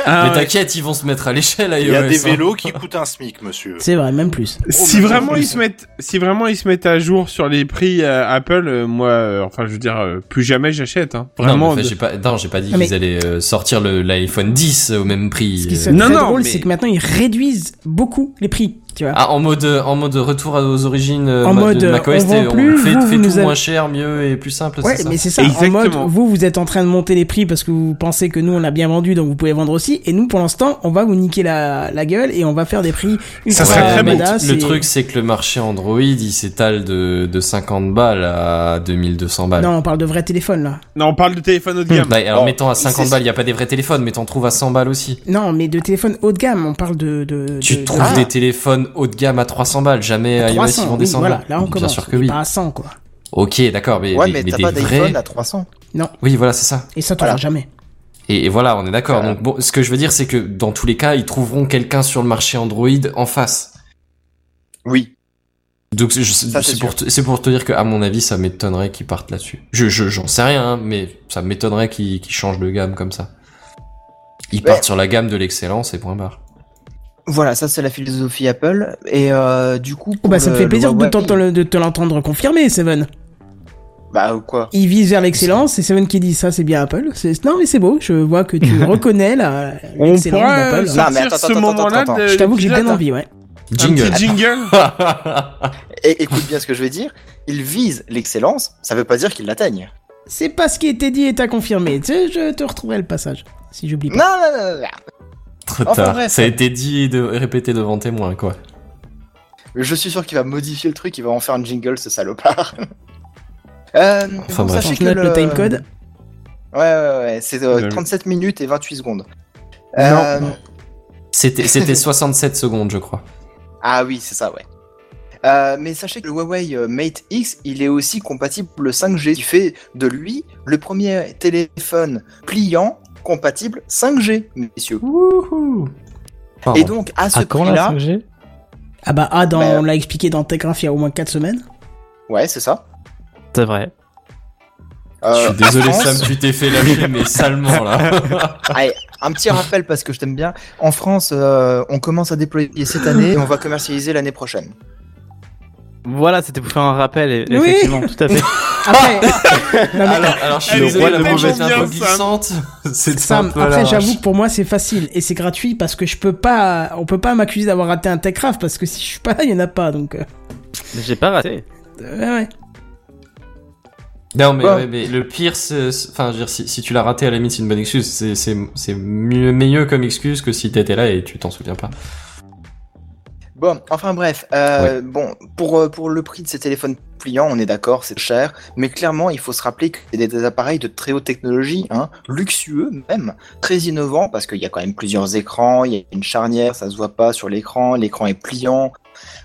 H: Ah,
E: mais t'inquiète, ils vont se mettre à l'échelle à
D: Il y a
E: iOS,
D: des
E: hein.
D: vélos qui coûtent un SMIC, monsieur.
A: C'est vrai, même plus.
H: Si vraiment ils se mettent, si vraiment ils se mettent à jour sur les prix euh, Apple, euh, moi, euh, enfin, je veux dire, euh, plus jamais j'achète. Hein.
E: Non, mais
H: Vraiment.
E: enfin,
H: de-
E: j'ai pas, non, j'ai pas dit
H: Ah, mais-
E: qu'ils allaient euh, sortir le- l'iPhone 10 au même prix.
A: Ce qui
E: euh.
A: serait très drôle, c'est que maintenant ils réduisent beaucoup les prix, tu vois.
E: Ah, en mode, euh, en mode retour aux origines euh,
A: En
E: de
A: mode, euh,
E: macOS,
A: on vend
E: t'es-
A: plus,
E: fait,
A: vous,
E: fait
A: vous
E: tout
A: nous avez-
E: moins cher, mieux et plus simple.
A: Ouais, mais c'est ça. En mode, vous, vous êtes en train de monter les prix parce que vous pensez que nous, on l'a bien vendu, donc vous pouvez vendre aussi. Et nous, pour l'instant, on va vous niquer la, la gueule et on va faire des prix ultra badass
E: Le
A: et-
E: truc, c'est que le marché Android, il s'étale de, de 50 balles à 2200 balles.
A: Non, on parle de vrais téléphones, là.
H: Non, on parle de téléphone haut de gamme.
E: Bah, alors,
J: oh,
H: Bon,
E: mettons à 50
H: c'est-
E: balles, il n'y a pas des vrais téléphones, mais t'en trouves à 100 balles aussi.
A: Non, mais de téléphones haut de gamme, on parle de. de
E: Tu
A: Euh, de-
E: trouves
A: de-
E: des téléphones haut de gamme à 300 balles, jamais à iOS
A: 300,
E: ils vont
A: oui,
E: descendre.
A: voilà, là, on
E: Bien
A: commence.
E: sûr que oui.
A: Pas à 100, quoi.
E: Ok, d'accord, mais,
J: ouais,
E: mais-
J: mais,
E: mais
J: t'as
E: des
J: pas
E: vrais.
J: d'iPhone à 300.
A: Non.
E: Oui, voilà, c'est ça.
A: Et ça, t'auras jamais.
E: Et, et voilà, on est d'accord.
J: Euh.
E: Donc, bon, ce que je veux dire, c'est que dans tous les cas, ils trouveront quelqu'un sur le marché Android en face.
J: Oui.
E: Donc, c'est- je-
J: Ça, c'est
E: c'est pour, te- c'est pour te dire que, à mon avis, ça m'étonnerait qu'ils partent là-dessus. Je, je- j'en sais rien, hein, mais ça m'étonnerait qu'ils, qu'ils changent de gamme comme ça. Ils
J: Ouais.
E: partent sur la gamme de l'excellence et point barre.
J: Voilà, ça c'est la philosophie Apple. Et euh, du coup,
A: Oh,
J: pour
A: bah, ça me
J: le-
A: fait
J: le
A: plaisir de,
J: Huawei-
A: t'entendre- de te l'entendre confirmer, Seven.
J: Bah ou quoi
A: Il vise vers l'excellence, c'est Seven qui dit ça, c'est bien Apple. C'est- Non, mais c'est beau, je vois que tu reconnais la-
H: On
A: l'excellence
H: pourra euh,
A: d'Apple.
H: sortir ce moment-là. de-
A: Je t'avoue que j'ai bien
H: l'épisode,
A: envie, ouais.
H: Un petit jingle.
J: Et écoute bien ce que je vais dire. Ils visent l'excellence, ça veut pas dire qu'ils l'atteignent.
A: C'est pas ce qui était dit et à confirmé. Tu sais, je te retrouverai le passage, si j'oublie pas.
J: Non, non, non, non.
E: Trop
J: Enfin,
E: tard.
J: bref.
E: Ça a été dit et de- répété devant témoin, quoi.
J: Je suis sûr qu'il va modifier le truc, il va en faire un jingle, ce salopard. euh,
E: Enfin,
J: bon,
E: bref.
J: sachez
E: Je
J: que
E: note
J: le...
E: le timecode.
J: Ouais, ouais, ouais, c'est euh,
E: Le-
J: 37 minutes et 28 secondes. Euh,
E: C'était, c'était 67 secondes, je crois.
J: Ah oui, c'est ça, ouais. Euh, mais sachez que le Huawei euh, Mate X, il est aussi compatible le 5G, qui fait de lui le premier téléphone pliant compatible 5G, messieurs.
A: Pardon.
J: Et donc, à ce prix-là,
A: Ah bah, ah, dans,
J: Bah,
A: on l'a expliqué dans Techcraft il y a au moins 4 semaines.
J: ouais, c'est ça.
F: C'est vrai.
J: Euh,
E: je suis désolé,
J: en France-
E: Sam, tu t'es fait lâcher, mais salement, là.
J: Allez, un petit rappel parce que je t'aime bien. En France, euh, on commence à déployer cette année et on va commercialiser l'année prochaine.
F: Voilà, c'était pour faire un rappel, et-
J: Oui.
F: effectivement, tout à fait.
E: Ah,
A: Après, ah, Non, mais-
E: alors, alors, je suis
A: Elle
E: le
A: est
E: roi de la
A: tellement
E: mauvaise
A: bien,
E: info
A: Sam.
E: glissante. C'est
A: Sam,
E: un peu à
H: hein.
A: après
E: l'arrache.
A: j'avoue que pour moi c'est facile et c'est gratuit parce que je peux pas, on peut pas m'accuser d'avoir raté un Techcraft parce que si je suis pas là, il y en a pas donc. euh,
F: Mais J'ai pas raté.
A: ouais, ouais.
E: Non, mais,
J: Bah.
A: Ouais.
E: ouais, mais le pire, c'est. c'est- Enfin, je veux dire, si, si tu l'as raté, à la limite, c'est une bonne excuse. C'est- C'est c'est mieux, mieux comme excuse que si t'étais là et tu t'en souviens pas.
J: Bon, enfin bref, euh, bon, pour, euh, pour le prix de ces téléphones pliants, on est d'accord, c'est cher, mais clairement, il faut se rappeler que c'est des, des appareils de très haute technologie, hein, luxueux même, très innovants, parce qu'il y a quand même plusieurs écrans, il y a une charnière, ça se voit pas sur l'écran, l'écran est pliant,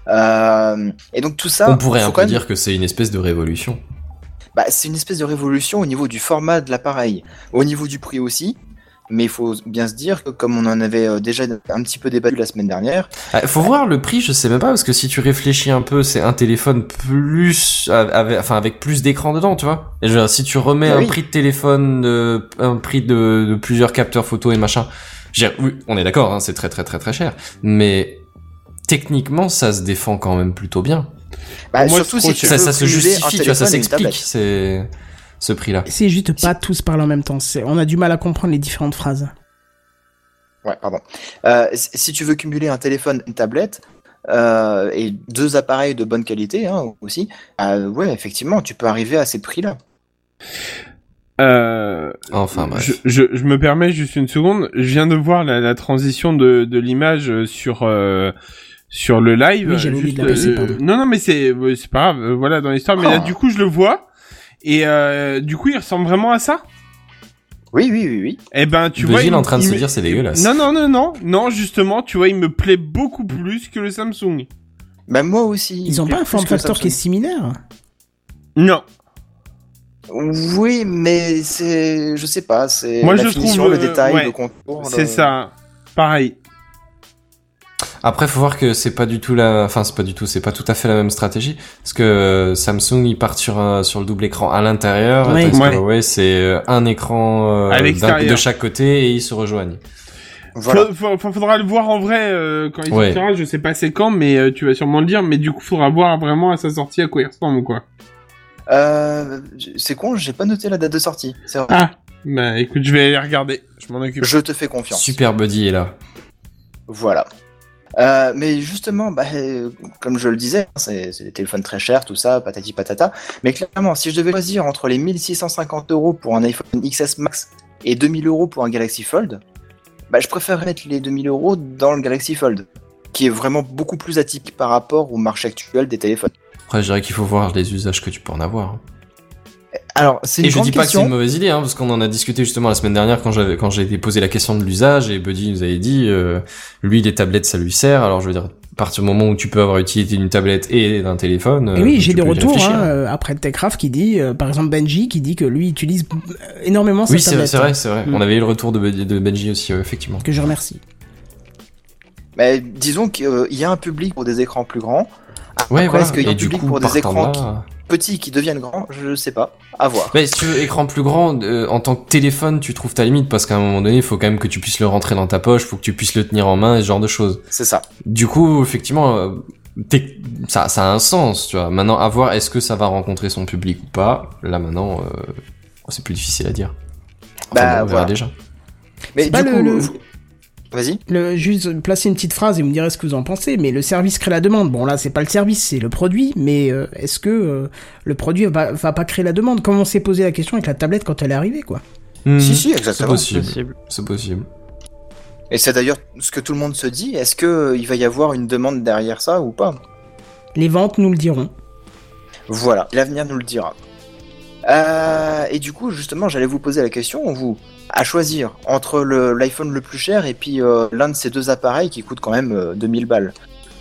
J: euh, et donc tout ça...
E: On pourrait
J: faut
E: un
J: quand
E: peu
J: même-
E: dire que c'est une espèce de révolution.
J: bah, c'est une espèce de révolution au niveau du format de l'appareil, au niveau du prix aussi. Mais il faut bien se dire que, comme on en avait euh, déjà un petit peu débattu la semaine dernière,
E: Ah, faut voir le prix, je sais même pas, parce que si tu réfléchis un peu, c'est un téléphone plus, avec, enfin avec plus d'écran dedans, tu vois. Et je veux dire, si tu remets
J: Bah
E: un
J: oui.
E: prix de téléphone, euh, un prix de, de plusieurs capteurs photo et machin, je veux dire, oui, on est d'accord, hein, c'est très très très très cher, mais techniquement, ça se défend quand même plutôt bien.
J: Bah, Moi, surtout c'est trop si tu
E: ça,
J: peux
E: ça se
J: cumuler un
E: justifie, tu vois, ça
J: téléphone et une
E: s'explique, c'est
J: tablette.
E: ce prix-là.
A: C'est juste pas tous parler en même temps. C'est, on a du mal à comprendre les différentes phrases.
J: Ouais, pardon. Euh, si si tu veux cumuler un téléphone, une tablette euh, et deux appareils de bonne qualité hein, aussi, euh, ouais, effectivement, tu peux arriver à ces prix-là.
H: Euh,
E: enfin, bref.
H: Je, je- je me permets juste une seconde. Je viens de voir la, la transition de, de l'image euh, sur euh, sur le live.
A: Oui, j'avais oublié
H: Juste,
A: de la passer,
H: euh,
A: pardon.
H: Non, non, mais c'est euh, c'est pas grave. euh, Voilà, dans l'histoire. Mais
A: Oh.
H: là, du coup, je le vois. Et euh, du coup, il ressemble vraiment à ça.
J: Oui, oui, oui, oui.
H: Eh ben, tu
E: Le
H: vois,
E: Gilles
H: il-
E: en train de
H: il
E: se
H: me-
E: dire, c'est dégueulasse.
H: Non, non, non, non, non. Justement, tu vois, il me plaît beaucoup plus que le Samsung.
J: Bah moi aussi.
H: Ils
A: ont pas un form factor qui est similaire
H: Non.
J: Oui, mais c'est, je sais pas, c'est
H: Moi,
J: la
H: je
J: finition,
H: trouve,
J: le
H: euh,
J: détail,
H: ouais,
J: le contour.
H: c'est
J: le-
H: ça. Pareil.
E: Après, faut voir que c'est pas du tout la, enfin c'est pas du tout, c'est pas tout à fait la même stratégie, parce que euh, Samsung ils partent sur un- sur le double écran à l'intérieur,
H: Oui.
E: tandis que
H: Ouais.
E: Huawei, c'est euh, un écran euh,
H: À
E: d'un-
H: l'extérieur.
E: de chaque côté et ils se rejoignent.
H: Faut- faut- faut- faudra le voir en vrai euh, quand il
E: Ouais.
H: sortira. Je sais pas c'est quand, mais euh, tu vas sûrement le dire. Mais du coup, faudra voir vraiment à sa sortie à quoi il ressemble, quoi.
J: Euh, c'est con, j'ai pas noté la date de sortie. C'est vrai.
H: Ah, bah écoute, je vais aller regarder. Je m'en occupe.
J: Je te fais confiance.
E: Super Buddy est là.
J: Voilà. Euh, mais justement, bah, euh, comme je le disais, hein, c'est c'est des téléphones très chers, tout ça, patati patata. Mais clairement, si je devais choisir entre les 1650 euros pour un iPhone XS Max et 2000 euros pour un Galaxy Fold, bah, je préférerais mettre les 2000 euros dans le Galaxy Fold, qui est vraiment beaucoup plus atypique par rapport au marché actuel des téléphones.
E: Après, je dirais qu'il faut voir les usages que tu peux en avoir.
J: Alors, c'est une
E: et je
J: grande
E: dis pas que c'est
J: question.
E: une mauvaise idée, hein, parce qu'on en a discuté justement la semaine dernière quand j'avais quand j'ai posé la question de l'usage et Buddy nous avait dit, euh, lui les tablettes ça lui sert. Alors je veux dire, à partir du moment où tu peux avoir utilité d'une tablette et d'un téléphone,
A: Et
E: euh,
A: oui,
E: tu
A: j'ai des
E: peux y
A: retours
E: réfléchir.
A: hein, euh, après Techcraft qui dit, euh, par exemple Benji qui dit que lui utilise énormément sa
E: Oui, c'est vrai,
A: tablette.
E: c'est vrai, c'est vrai.
A: Mm.
E: On avait eu le retour de, Ben- de Benji aussi, ouais, effectivement.
A: Que je remercie.
J: Mais disons qu'il euh, il y a un public pour des écrans plus grands. Après,
E: Ouais, voilà.
J: est-ce qu'il y a
E: Et
J: un
E: du
J: public
E: coup,
J: pour des
E: partant
J: écrans
E: de là-
J: qui- petits qui deviennent grands Je sais pas. À voir.
E: Mais si tu veux écran plus grand, euh, en tant que téléphone, tu trouves ta limite parce qu'à un moment donné, il faut quand même que tu puisses le rentrer dans ta poche, faut que tu puisses le tenir en main et ce genre de choses.
J: C'est ça.
E: Du coup, effectivement, euh, t'es- ça, ça a un sens, tu vois. Maintenant, à voir est-ce que ça va rencontrer son public ou pas. Là, maintenant, euh, c'est plus difficile à dire. Enfin,
J: Bah,
E: on verra
J: voilà.
E: déjà.
J: Mais
A: C'est pas
J: du
A: le-
J: coup,
A: le-
J: vous- vas-y.
A: Le, juste placer une petite phrase et vous me direz ce que vous en pensez, mais le service crée la demande. Bon là c'est pas le service, c'est le produit, mais euh, est-ce que euh, le produit va, va pas créer la demande Comme on s'est posé la question avec la tablette quand elle est arrivée quoi.
H: Hmm.
J: Si, si, exactement.
E: Hmm. C'est possible. C'est possible.
J: Et c'est d'ailleurs ce que tout le monde se dit. Est-ce que euh, il va y avoir une demande derrière ça ou pas
A: Les ventes nous le diront.
J: Voilà, l'avenir nous le dira. Euh, et du coup, justement, j'allais vous poser la question, vous, à choisir entre le- l'iPhone le, plus cher et puis euh, l'un de ces deux appareils qui coûte quand même euh, 2000 balles.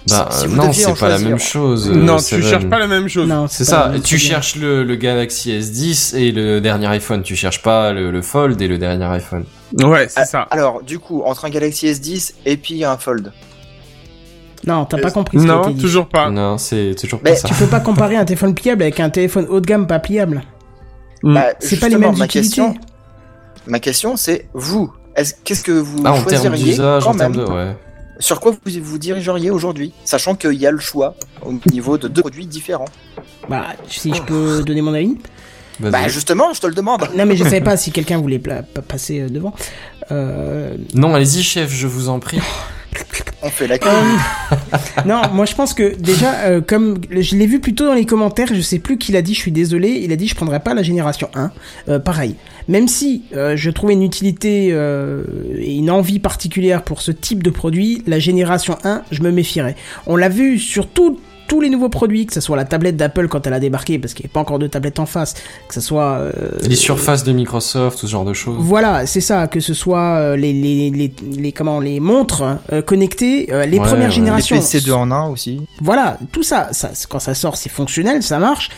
E: Bah,
J: Si
E: euh,
J: vous
E: non,
J: deviez
E: c'est
J: en
E: pas la
J: choisir.
E: même chose.
H: non,
E: euh,
H: tu
E: Seven.
H: cherches pas la même chose.
E: C'est ça, tu cherches le, le Galaxy S10 et le dernier iPhone, tu cherches pas le, le Fold et le dernier iPhone.
H: Ouais, c'est ça.
J: Alors, du coup, entre un Galaxy S10 et puis un Fold.
A: Non, t'as pas compris ce qui a été
E: Euh, Non,
A: dit.
H: toujours pas.
E: Non, c'est toujours
A: Mais
J: Bah,
E: pas ça.
A: tu peux pas comparer un téléphone pliable avec un téléphone haut de gamme pas pliable.
E: Mm. Hmm.
J: Bah,
A: C'est pas les
J: justement,
A: mêmes
J: ma
A: utilités.
J: question. Ma question, c'est vous. est-ce- Qu'est-ce que vous
E: Ah, en termes
J: choisiriez
E: d'usage,
J: quand
E: en termes de.
J: même
E: Ouais.
J: Sur quoi vous vous dirigeriez aujourd'hui, sachant qu'il y a le choix au niveau de deux produits différents
A: Bah, si je peux donner mon avis.
E: Vas-y.
J: Bah justement, je te le demande.
A: Non, mais je savais pas si quelqu'un voulait pla- pa- passer euh, devant. Euh,
E: Non, allez-y, chef, je vous en prie.
J: On fait la queue.
A: Euh, non, moi je pense que déjà, euh, comme je l'ai vu plutôt dans les commentaires, je sais plus qui l'a dit, je suis désolé, il a dit je prendrai pas la génération 1. Euh, pareil. Même si euh, je trouvais une utilité euh, et une envie particulière pour ce type de produit, la génération 1, je me méfierais. On l'a vu sur tout- tous les nouveaux produits, que ce soit la tablette d'Apple quand elle a débarqué, parce qu'il n'y avait pas encore de tablette en face, que ce soit euh,
E: Les surfaces de Microsoft, tout ce genre de choses.
A: voilà, c'est ça, que ce soit euh, les, les, les, les- comment, les montres euh, connectées, euh, les
J: Ouais,
A: premières
J: ouais.
A: générations.
J: Les PC 2 en 1 aussi.
A: Voilà, tout ça, ça c'est- quand ça sort, c'est fonctionnel, ça marche.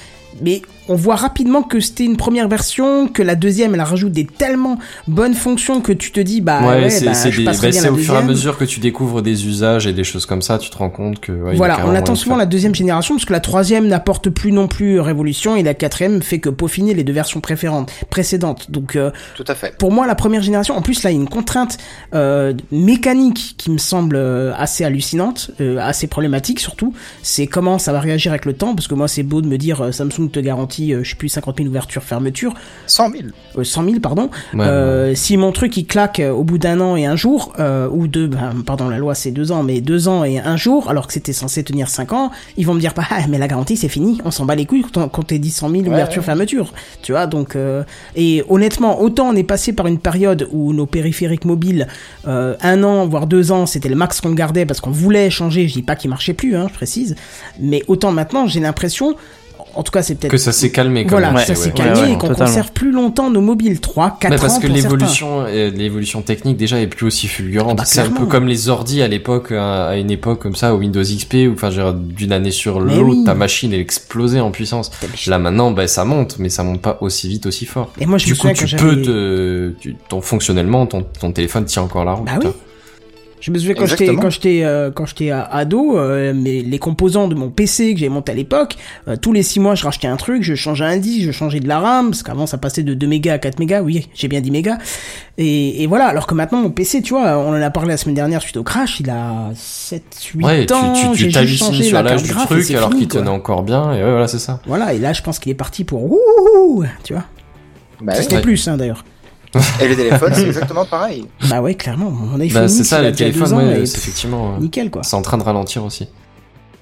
A: Mais on voit rapidement que c'était une première version, que la deuxième, elle rajoute des tellement bonnes fonctions que tu te dis, bah
E: ouais,
A: ouais,
E: c'est
A: bah,
E: c'est
A: je
E: des-
A: passerai
E: bah,
A: bien
E: c'est
A: la
E: au fur et à
A: deuxième.
E: mesure que tu découvres des usages et des choses comme ça, tu te rends compte que. ouais, il y a
A: voilà,
E: carrément
A: on
E: moyen
A: attend
E: de
A: souvent la deuxième génération parce que la troisième n'apporte plus non plus euh, révolution et la quatrième fait que peaufiner les deux versions préférentes, précédentes. Donc, euh,
J: Tout à fait.
A: pour moi, la première génération, en plus là, il y a une contrainte euh, mécanique qui me semble euh, assez hallucinante, euh, assez problématique surtout, c'est comment ça va réagir avec le temps, parce que moi, c'est beau de me dire euh, Samsung te garantit, euh, je sais plus, 50 000 ouvertures, fermetures.
J: 100 000.
A: Euh, 100 000, pardon.
E: Ouais,
A: Euh, Si mon truc, il claque euh, au bout d'un an et un jour, euh, ou deux, bah, pardon, la loi c'est deux ans, mais deux ans et un jour, alors que c'était censé tenir cinq ans, ils vont me dire, bah, ah, mais la garantie, c'est fini, on s'en bat les couilles quand on- quand t'es dit 100 000
J: Ouais,
A: ouvertures,
J: ouais.
A: fermetures. Tu vois, donc, euh, et honnêtement, autant on est passé par une période où nos périphériques mobiles, euh, un an, voire deux ans, c'était le max qu'on gardait parce qu'on voulait changer, je dis pas qu'ils marchaient plus, hein, je précise, mais autant maintenant, j'ai l'impression, en tout cas, c'est peut-être
E: Que ça s'est calmé, quand
A: Voilà,
E: même.
A: ça
E: Ouais,
A: s'est
E: ouais,
A: calmé
E: ouais,
A: et qu'on
E: totalement.
A: conserve plus longtemps nos mobiles, 3, 4
E: Mais
A: ans.
E: parce que
A: pour
E: l'évolution, euh, l'évolution technique déjà est plus aussi fulgurante. c'est un
A: Ah
E: peu
A: bah, clairement.
E: comme les ordi à l'époque, à à une époque comme ça, au Windows XP, ou enfin je veux dire, d'une année sur
A: Mais
E: l'autre,
A: oui.
E: ta machine elle explosait en puissance. Là maintenant, bah, ça monte, mais ça monte pas aussi vite, aussi fort.
A: Et moi, je
E: du
A: me
E: coup,
A: souviens
E: tu
A: quand
E: peux
A: j'avais-
E: te, tu- ton fonctionnellement, ton, ton téléphone tient encore la route. hein.
A: Bah oui. Je me souviens quand j'étais
E: Exactement.
A: quand j'étais euh, quand j'étais euh, ado, euh, mais les composants de mon PC que j'avais monté à l'époque, euh, tous les six mois je rachetais un truc, je changeais un disque, je changeais de la RAM parce qu'avant ça passait de 2 mégas à 4 mégas, oui, j'ai bien dit mégas. Et, et voilà, alors que maintenant mon PC, tu vois, on en a parlé la semaine dernière suite au crash, il a 7 8
E: Ouais, tu,
A: ans,
E: tu,
A: j'ai
E: tu
A: juste
E: t'hallucines
A: changé
E: sur
A: la carte
E: l'âge du
A: graphe et
E: truc
A: c'est
E: alors
A: fini,
E: qu'il
A: quoi.
E: tenait encore bien, et ouais, voilà, c'est ça.
A: Voilà, et là je pense qu'il est parti pour ouh, tu vois.
J: Bah
A: C'était
E: oui.
A: plus hein, d'ailleurs.
J: Et les téléphones, c'est exactement pareil.
A: Bah ouais, clairement, mon iPhone
E: Bah, c'est
A: X,
E: ça,
A: il a
E: les
A: déjà deux
E: téléphones,
A: ans,
E: ouais,
A: et
E: c'est
A: pff,
E: effectivement. euh,
A: nickel, quoi.
E: C'est en train de ralentir aussi.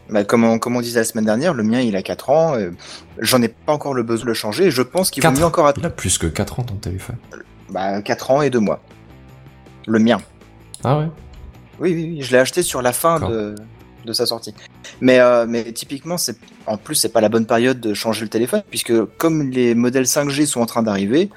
J: Bah, comme, on, comme on disait la semaine dernière, le mien il a 4 ans. euh, J'en ai pas encore le besoin de le changer. Je pense qu'il vaut
E: Quatre
J: mieux encore
E: Il a plus que 4 ans ton téléphone.
J: Bah, 4 ans et 2 mois. Le mien.
E: Ah ouais
J: Oui, oui, oui, je l'ai acheté sur la fin de, de sa sortie. Mais, euh, mais typiquement, c'est en plus, c'est pas la bonne période de changer le téléphone, puisque comme les modèles 5G sont en train d'arriver,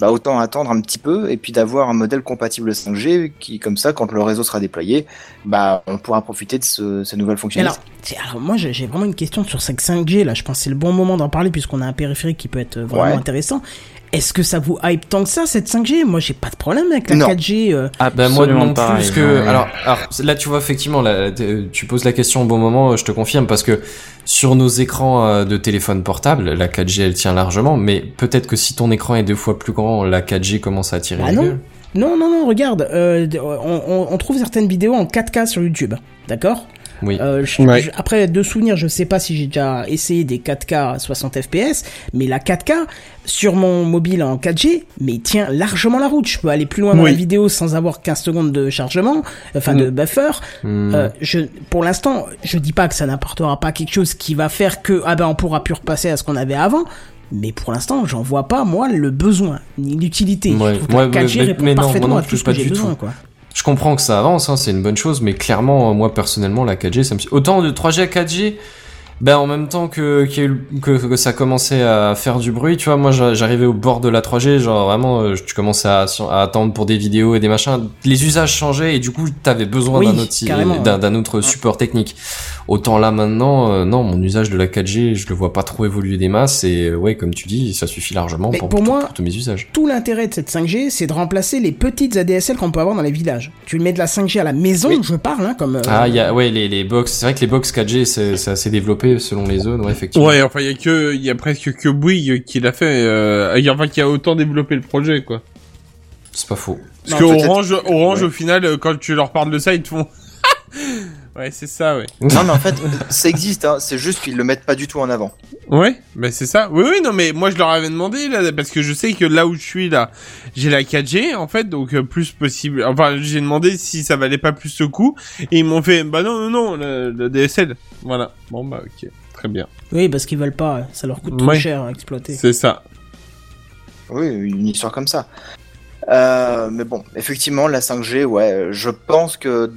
J: bah autant attendre un petit peu et puis d'avoir un modèle compatible 5G qui, comme ça, quand le réseau sera déployé, bah on pourra profiter de ce- ces nouvelles
A: Mais Alors,
J: fonctionnalités.
A: c'est- alors moi j'ai j'ai vraiment une question sur cette 5G là, je pense que c'est le bon moment d'en parler puisqu'on a un périphérique qui peut être euh, vraiment
J: Ouais.
A: intéressant. Est-ce que ça vous hype tant que ça cette 5G Moi j'ai pas de problème avec la
E: Non.
A: 4G. euh,
E: Bah moi non plus parce que
F: ouais.
E: alors, alors, là tu vois effectivement là, t- euh, tu poses la question au bon moment euh, je te confirme parce que sur nos écrans euh, de téléphone portable la 4G elle tient largement mais peut-être que si ton écran est deux fois plus grand la 4G commence à tirer
A: Bah
E: la
A: non.
E: gueule.
A: Non, non, non, regarde, euh, d- on, on- on trouve certaines vidéos en 4K sur YouTube, d'accord
E: Oui.
A: Euh, je-
E: Ouais.
A: je- après, de souvenir, je sais pas si j'ai déjà essayé des 4K à 60 FPS, mais la 4K sur mon mobile en 4G, mais tient largement la route. Je peux aller plus loin dans
E: Oui.
A: la vidéo sans avoir 15 secondes de chargement, enfin de buffer.
E: Mm.
A: Euh, je, pour l'instant, je dis pas que ça n'apportera pas quelque chose qui va faire que ah ben on pourra plus repasser à ce qu'on avait avant. Mais pour l'instant, j'en vois pas, moi, le besoin, ni l'utilité. Je
E: Ouais,
A: trouve que
E: ouais,
A: la 4G
E: mais-
A: répond
E: mais non, moi
A: parfaitement
E: non
A: à
E: plus,
A: tout ce
E: pas
A: que j'ai
E: du
A: besoin,
E: tout.
A: quoi.
E: Je comprends que ça avance, hein, c'est une bonne chose, mais clairement, euh, moi personnellement, la 4G, ça me... autant de 3G à 4G, ben en même temps que, qu'il y a eu le- que, que ça commençait à faire du bruit, tu vois, moi j'a- j'arrivais au bord de la 3G, genre vraiment, euh, tu commençais à, à attendre pour des vidéos et des machins, les usages changeaient et du coup, t'avais besoin
A: Oui,
E: d'un autre, si-
A: carrément,
E: d'un,
A: ouais.
E: d'un autre support technique. Autant là maintenant, euh, non, mon usage de la 4G, je le vois pas trop évoluer des masses et euh, ouais, comme tu dis, ça suffit largement
A: Mais
E: pour,
A: pour moi-
E: pour tous mes usages.
A: Tout l'intérêt de cette 5G, c'est de remplacer les petites ADSL qu'on peut avoir dans les villages. Tu mets de la 5G à la maison, je parle, hein, comme. euh,
E: Ah, il y a, ouais, les, les box, c'est vrai que les box 4G, c'est c'est assez développé selon les zones, ouais, effectivement.
H: Ouais, enfin, il y a que, il y a presque que Bouygues qui l'a fait, euh, et enfin, qui a autant développé le projet, quoi.
E: C'est pas faux.
H: Parce que Orange, Orange, au final, euh, quand tu leur parles de ça, ils te font. Ouais, c'est ça, ouais.
J: Non, mais en fait, ça existe, hein, c'est juste qu'ils le mettent pas du tout en avant.
H: Ouais, bah c'est ça. Oui, oui, non, mais moi je leur avais demandé là, parce que je sais que là où je suis là, j'ai la 4G en fait, donc euh, plus possible. Enfin, j'ai demandé si ça valait pas plus ce coup, et ils m'ont fait bah non, non, non, le, le DSL. Voilà. Bon bah ok, très bien.
A: Oui, parce qu'ils veulent pas, ça leur coûte trop
H: Ouais.
A: cher à exploiter.
H: C'est ça.
J: Oui, une histoire comme ça. Euh, mais bon, effectivement, la 5G, ouais, je pense que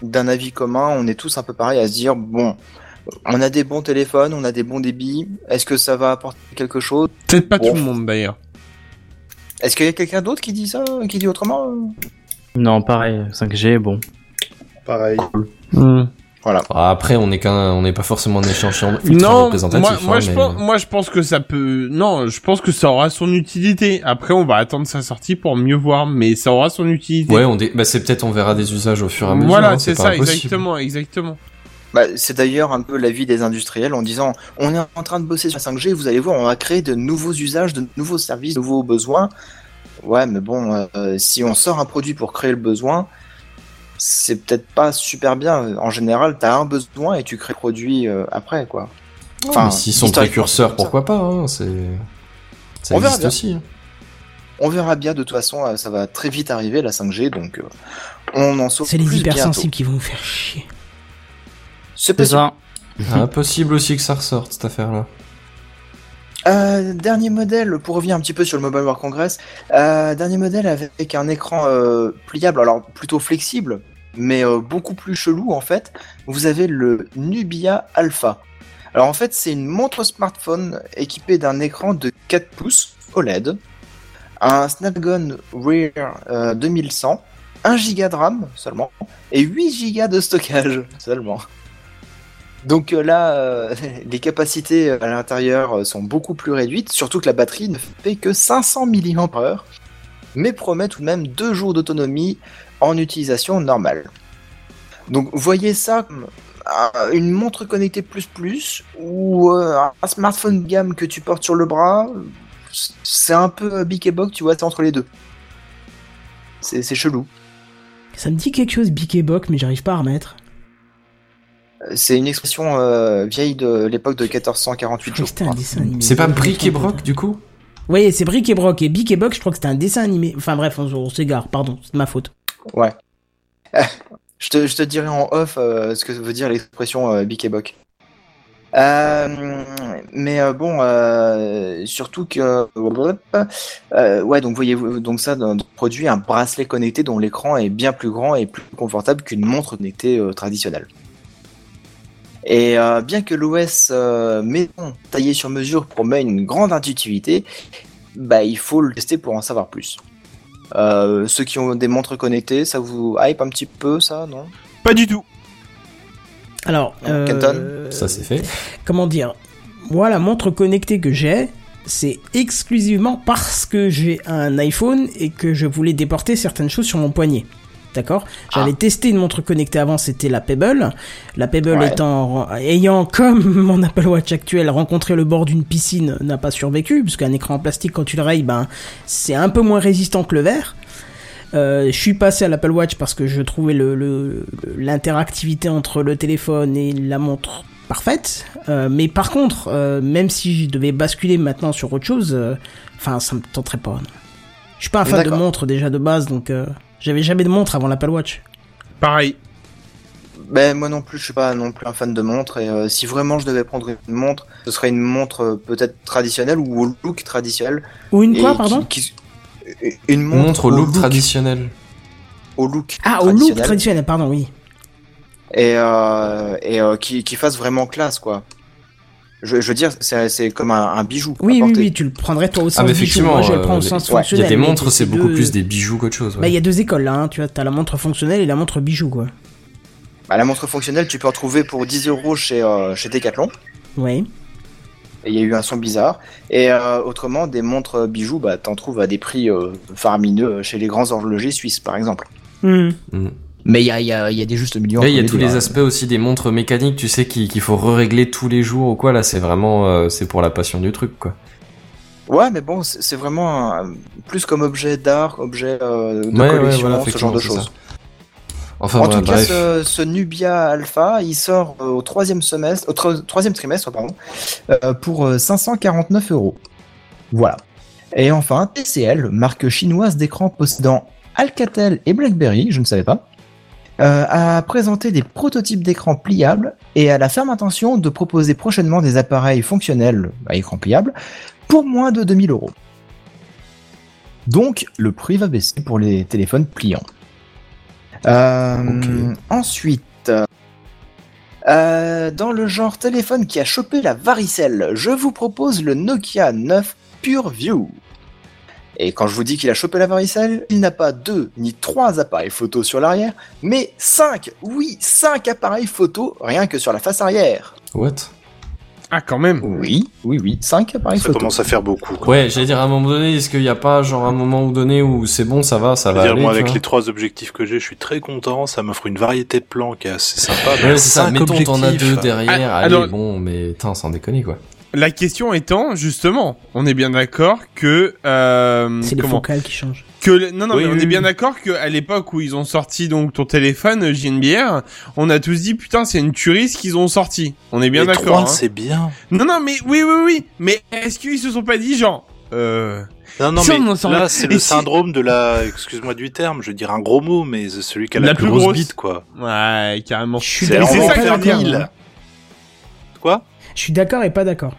J: d'un avis commun, on est tous un peu pareil à se dire bon, on a des bons téléphones, on a des bons débits, est-ce que ça va apporter quelque chose
H: Peut-être pas
J: Bon.
H: tout le monde d'ailleurs.
J: Est-ce qu'il y a quelqu'un d'autre qui dit ça, qui dit autrement
F: Non, pareil, 5G, bon.
J: Pareil. Voilà.
E: après, on est qu'un, on n'est pas forcément un échange
H: Non,
E: représentatif.
H: moi,
E: hein,
H: moi, je
E: mais-
H: pense, moi je pense que ça peut. Non, je pense que ça aura son utilité. Après, on va attendre sa sortie pour mieux voir, mais ça aura son utilité.
E: Ouais, on dé- bah, c'est peut-être on verra des usages au fur et à mesure.
H: Voilà,
E: hein,
H: c'est
E: pas
H: ça,
E: impossible.
H: exactement, exactement.
J: Bah, c'est d'ailleurs un peu l'avis des industriels en disant on est en train de bosser sur la 5G, vous allez voir, on va créer de nouveaux usages, de nouveaux services, de nouveaux besoins. Ouais, mais bon, euh, si on sort un produit pour créer le besoin, c'est peut-être pas super bien. En général, t'as un besoin et tu crées le produit euh, après, quoi.
E: Mais S'ils sont
J: historiquement,
E: précurseurs,
J: c'est comme ça.
E: pourquoi pas hein, C'est. Ça
J: on verra
E: existe
J: bien.
E: aussi. hein.
J: On verra bien, de toute façon, euh, ça va très vite arriver la 5G, donc euh, on en saura
A: C'est les
J: plus bientôt.
A: hypersensibles qui vont nous faire chier.
J: C'est possible. ça.
H: Mhm.
E: Impossible aussi que ça ressorte cette affaire-là.
J: Euh, dernier modèle, pour revenir un petit peu sur le Mobile World Congress, euh, dernier modèle avec un écran euh, pliable, alors plutôt flexible, mais euh, beaucoup plus chelou en fait, vous avez le Nubia Alpha. Alors en fait, c'est une montre smartphone équipée d'un écran de 4 pouces OLED, un Snapdragon Rear euh, 2100, 1 Go de RAM seulement, et 8 Go de stockage seulement. Donc euh, là, euh, les capacités à l'intérieur euh, sont beaucoup plus réduites, surtout que la batterie ne fait que 500 mAh, mais promet tout de même deux jours d'autonomie en utilisation normale. Donc voyez ça comme euh, une montre connectée plus plus ou euh, un smartphone de gamme que tu portes sur le bras, c'est un peu Bic et Boc, tu vois, c'est entre les deux. C'est c'est chelou.
A: Ça me dit quelque chose, Bic et Boc, mais j'arrive pas à remettre.
J: Euh, C'est une expression euh, vieille de l'époque de 1448 jours.
A: C'était un dessin animé.
J: C'est pas
A: Brick
J: Brick et Broc,
E: du coup
A: Oui, c'est Brick et Broc. Et Bic et Boc, je crois que c'était un dessin animé. Enfin bref, on, on s'égare, pardon, c'est de ma faute.
J: Ouais. Je te, je te dirai en off euh, ce que veut dire l'expression euh, bic et boc. Euh, mais euh, bon, euh, surtout que euh, ouais, donc voyez donc ça dans- dans le produit un bracelet connecté dont l'écran est bien plus grand et plus confortable qu'une montre connectée euh, traditionnelle. Et euh, bien que l'OS euh, maison taillé sur mesure promet une grande intuitivité, bah il faut le tester pour en savoir plus. Euh, ceux qui ont des montres connectées, ça vous hype un petit peu, ça, non
H: Pas du tout.
A: Alors, euh,
J: Kenton
E: Ça c'est fait.
A: comment dire Moi, la montre connectée que j'ai, c'est exclusivement parce que j'ai un iPhone et que je voulais déporter certaines choses sur mon poignet. D'accord J'avais testé une montre connectée avant, c'était la Pebble. La Pebble
Q: Ouais.
A: étant, ayant, comme mon Apple Watch actuel, rencontré le bord d'une piscine, n'a pas survécu, parce qu'un écran en plastique, quand tu le rayes, ben, c'est un peu moins résistant que le verre. Euh, je suis passé à l'Apple Watch parce que je trouvais le- le- l'interactivité entre le téléphone et la montre parfaite. Euh, mais par contre, euh, même si je devais basculer maintenant sur autre chose, euh, enfin, ça me tenterait pas. non. Je suis pas un fan de
J: D'accord.
A: montre déjà de base, donc euh, j'avais jamais de montre avant l'Apple Watch.
H: Pareil.
J: Ben moi non plus, je suis pas non plus un fan de montres et euh, si vraiment je devais prendre une montre, ce serait une montre euh, peut-être traditionnelle ou au look traditionnel.
A: Ou une quoi,
J: Et qui-
A: pardon
J: qui- Une montre,
E: Montre au look traditionnel.
J: Au look.
A: Ah, au look traditionnel, pardon, oui.
J: et, euh, et euh, qui, qui fasse vraiment classe quoi. Je, je veux dire, c'est c'est comme un, un bijou.
A: Oui, oui, oui, tu le prendrais toi au sens
E: Ah, mais
A: bijou.
E: effectivement,
A: Moi, je le
E: euh,
A: prends au
E: les-
A: sens
E: ouais. il y
A: fonctionnel.
E: a des
A: mais
E: montres, c'est
A: ces
E: beaucoup
A: deux-
E: plus des bijoux qu'autre chose.
A: Bah,
E: ouais.
A: Il y a deux écoles là, hein, tu vois, t'as la montre fonctionnelle et la montre bijou, quoi.
J: Bah, la montre fonctionnelle, tu peux en trouver pour 10 euros chez, euh, chez Decathlon.
A: Oui.
J: Et il y a eu un son bizarre. Et euh, autrement, des montres euh, bijoux, bah, t'en trouves à des prix euh, faramineux euh, chez les grands horlogers suisses, par exemple. Mais il y a, il y a- il y a des justes millions.
E: Là, il y a tous les aspects aussi des montres mécaniques, tu sais, qui- qu'il faut régler tous les jours ou quoi. Là, c'est vraiment, euh, c'est pour la passion du truc, quoi.
J: Ouais, mais bon, c'est c'est vraiment un- plus comme objet d'art, objet euh, de
E: Ouais, ouais,
J: collection,
E: voilà,
J: ce genre
E: effectivement,
J: de
E: c'est
J: choses.
E: ça. Enfin,
J: en
E: voilà,
J: tout cas,
E: bref.
J: ce, ce Nubia Alpha, il sort euh, au troisième semestre, au tro- troisième trimestre, pardon, euh, pour euh, 549 euros. Voilà. Et enfin, TCL, marque chinoise d'écran possédant Alcatel et BlackBerry, je ne savais pas, euh, a présenté des prototypes d'écran pliables et a la ferme intention de proposer prochainement des appareils fonctionnels à écran pliable pour moins de 2000 euros. Donc, le prix va baisser pour les téléphones pliants. Euh, Ensuite, euh, euh, dans le genre téléphone qui a chopé la varicelle, je vous propose le Nokia 9 Pure View. Et quand je vous dis qu'il a chopé la varicelle, il n'a pas deux ni trois appareils photo sur l'arrière, mais cinq, oui, cinq appareils photo rien que sur la face arrière.
E: What
H: Ah, quand même
J: Oui, oui, oui, 5
H: Ah,
J: appareils
E: photo.
J: commence à
D: faire beaucoup.
E: Ouais, j'allais dire à un moment donné, est-ce qu'il n'y a pas genre un moment où donné où c'est bon, ça va, ça
D: Je veux
E: va
D: dire,
E: aller,
D: moi,
E: tu
D: avec
E: vois
D: les trois objectifs que j'ai, je suis très content. Ça m'offre une variété de plans qui est assez sympa.
E: Ouais, c'est ça,
D: Cinq
E: mettons t'en as
D: objectifs.
E: deux derrière,
D: Ah,
E: allez,
D: alors-
E: bon, mais putain, sans déconner quoi.
H: La question étant, justement, on est bien d'accord que... Euh,
A: C'est les
H: comment
A: focales qui changent.
H: que le- Non, non,
A: Oui,
H: mais on
A: oui,
H: est bien
A: oui.
H: d'accord qu'à l'époque où ils ont sorti donc ton téléphone, euh, JNBR, on a tous dit, putain, c'est une tuerie ce qu'ils ont sorti. On est bien
D: Les
H: d'accord.
D: trois,
H: hein.
D: c'est bien.
H: Non, non, mais oui, oui, oui. Mais est-ce qu'ils se sont pas dit, genre... Euh...
D: Non, non,
H: ça, on
D: mais
H: en sort-
D: là, c'est
H: Et
D: le
H: si-
D: syndrome de la, excuse-moi du terme, je vais dire un gros mot, mais c'est celui qui a la, plus grosse, bite, quoi.
H: Ouais, carrément.
D: C'est
H: Mais c'est
D: vraiment
H: ça que je veux dire.
D: infernal. Quoi
A: Je suis d'accord et pas d'accord.